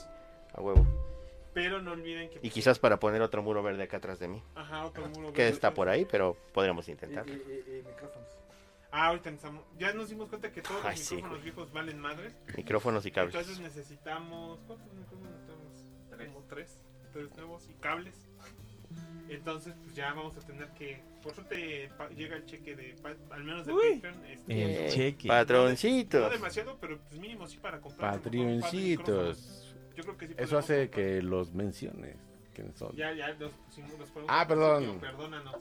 B: A huevo.
D: Pero no olviden que pues,
B: Y quizás para poner otro muro verde acá atrás de mí.
D: ajá, otro muro
B: Que
D: verde.
B: está por ahí, pero podríamos
C: Y,
B: intentar.
C: y, y, y micrófonos.
D: Ah, ahorita estamos- ya nos dimos cuenta que todos
B: Ay,
D: los
B: sí,
D: micrófonos viejos valen madres.
B: Micrófonos y
D: Entonces
B: cables.
D: necesitamos ¿cuántos micrófonos necesitamos? Como tres, tres nuevos y cables. Entonces, pues ya vamos a tener que por suerte pa- llega el cheque de pa- al menos de
A: Uy.
D: Patreon, este,
A: El
B: Eh,
A: cheque.
D: no
B: Patroncitos.
D: demasiado, pero pues mínimo sí para comprar un mejor par de micrófonos.
E: Patrioncitos.
D: Yo creo que sí
E: Eso
D: podemos
E: hace
D: comprar.
E: que los menciones. ¿Quiénes son?
D: Ya, ya, los pusimos, los ponemos.
E: Ah, perdón.
D: Perdónanos.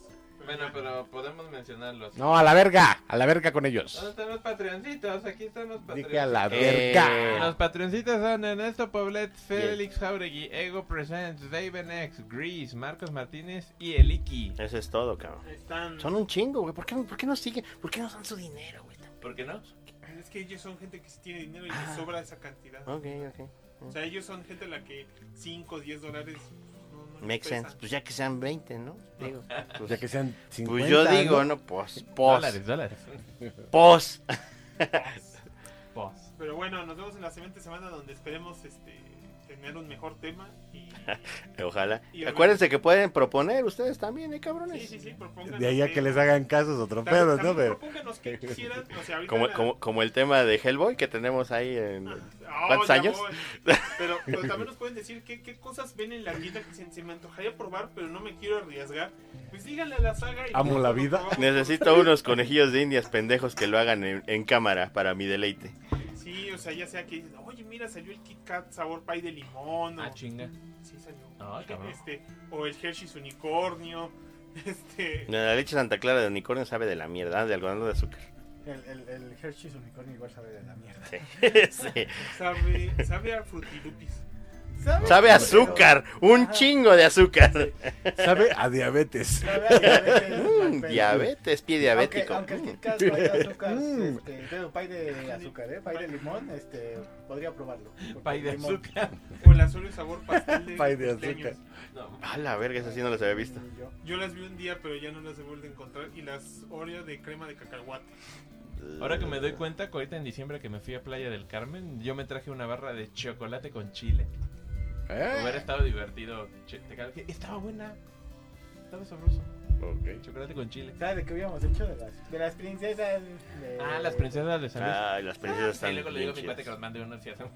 A: Bueno,
D: ya.
A: pero podemos mencionarlos.
E: No, a la verga. A la verga con
A: ¿Dónde
E: ellos.
A: están los patreoncitos? Aquí están los patreoncitos.
E: Dije a la
B: Eh,
E: verga.
A: Los patroncitos son Ernesto Poblet, Félix Jauregui, Ego Presents, Daven X, Grease, Marcos Martínez y El Iki.
B: Eso es todo, cabrón.
D: Están.
B: Son un chingo, güey. ¿Por qué, por qué no siguen? ¿Por qué no dan su dinero, güey?
A: ¿Por qué no?
D: Es que ellos son gente que sí tiene dinero y
B: Ah.
D: les sobra esa cantidad.
B: Ok, ok.
D: O sea, ellos son gente a la que 5, 10 dólares. No, no les
B: Make
D: pesa.
B: sense. Pues ya que sean 20, ¿no? Digo. Pues,
E: Ya que sean 50.
B: pues pues. yo digo,
E: ¿no?
B: ¿no? Pos, pos,
A: Dólares, dólares.
B: pos.
A: Pos.
D: Pero bueno, nos vemos en la siguiente semana donde esperemos este tener un mejor tema.
B: [LAUGHS]
D: Y...
B: [LAUGHS] Ojalá.
D: Y
B: Acuérdense que pueden proponer ustedes también, ¿eh, cabrones?
D: Sí, sí, sí, propónganos.
E: De ahí a que les hagan casos otro
D: también-
E: pedo, ¿no?
D: también
E: Pero
D: Propónganos que quisieran. O sea, ahorita.
B: Como,
D: la-
B: como, como el tema de Hellboy que tenemos ahí en...
D: Ah,
B: ¿Cuántos
D: ya
B: años?
D: voy. Pero, pero también nos pueden decir qué, qué cosas ven en la vida que se, se me antojaría probar, pero no me quiero arriesgar. Pues díganle a la saga. Y
E: Amo
D: nosotros
E: la
D: lo
E: vida.
D: probamos.
B: Necesito unos conejillos de indias pendejos que lo hagan en, en cámara para mi deleite.
D: Sí, o o sea, ya sea que dices, oye, mira, salió el Kit Kat sabor pie de limón. o-
A: Ah, chinga.
D: sí, salió.
A: Ay, cabrón.
D: este, o el Hershey's unicornio. [LAUGHS] Este,
B: La leche Santa Clara de unicornio sabe de la mierda, de algodón de azúcar. [LAUGHS]
C: El, el, el Hershey's unicornio igual sabe de la mierda.
B: Sí. Sí.
D: sabe, sabe a frutilupis.
B: Sabe a azúcar, un chingo de azúcar.
E: Sabe a
C: [LAUGHS]
E: diabetes.
C: Sabe a diabetes,
B: Mm,
C: mal
B: diabetes, pie
C: pedo.
B: diabético.
C: Aunque, aunque el
B: Mm.
C: Kit Kat pay de
B: [LAUGHS]
C: azúcar,
E: Mm.
C: este, digo, pay de azúcar, eh, pay de limón, este, podría probarlo. porque
A: Pay de
C: limón-
A: azúcar.
D: O el azul y sabor pastel de,
E: [LAUGHS] Pay de
D: costeños.
E: azúcar.
A: No,
B: A la verga, esas sí no las había visto.
C: y yo-
D: Yo las vi un día, pero ya no las he vuelto a encontrar. Y las Oreo de crema de cacahuate.
A: Ahora que me doy cuenta, que ahorita en diciembre que me fui a Playa del Carmen, yo me traje una barra de chocolate con chile. Hubiera
E: ¿Eh?
A: estado divertido. che- te cago- Estaba buena. Estaba sabroso.
E: Ok.
A: Chocolate con chile.
C: ¿Sabes de qué habíamos hecho? De las, de las princesas. de-
A: Ah, las princesas de San Luis.
B: Ay, las princesas
A: y
B: están.
A: Ah, luego le digo a mi
B: bien
A: cuate que
B: chidas.
A: nos mande uno si hacemos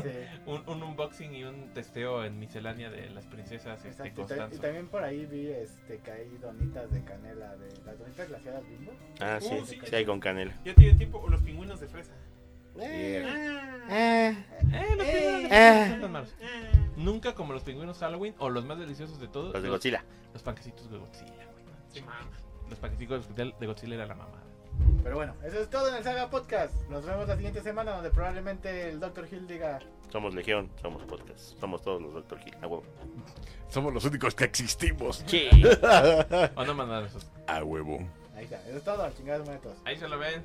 C: Sí.
A: un, un unboxing y un testeo en miscelánea de las princesas este,
C: Exacto, y ta- y
A: Constanzo.
C: también por ahí vi este, que hay donitas de canela, de las donitas glaciadas bimbo.
B: Ah, sí,
D: Uh, sí,
B: sí, hay con canela.
D: Ya tiene tiempo. O los pingüinos de fresa.
G: eh,
C: Eh.
G: Ah.
A: Eh, los pingüinos de
B: Eh.
A: Halloween son tan malos. Nunca como los pingüinos Halloween o los más deliciosos de todos.
B: Los de Godzilla.
A: los panquecitos de Godzilla, güey.
D: Sí, mamá.
A: Los panquecitos de, de Godzilla era la mamada.
C: Pero bueno, eso es todo en el Saga Podcast. Nos vemos la siguiente semana donde probablemente el Dr. Hill diga...
B: Somos Legión, somos podcast. Somos todos los Doctor Hill. A huevo.
E: Somos los únicos que existimos.
B: Sí.
A: O no mandar esos.
E: A huevo.
C: Ahí está, eso es todo, chingados muertos.
A: Ahí se lo ven.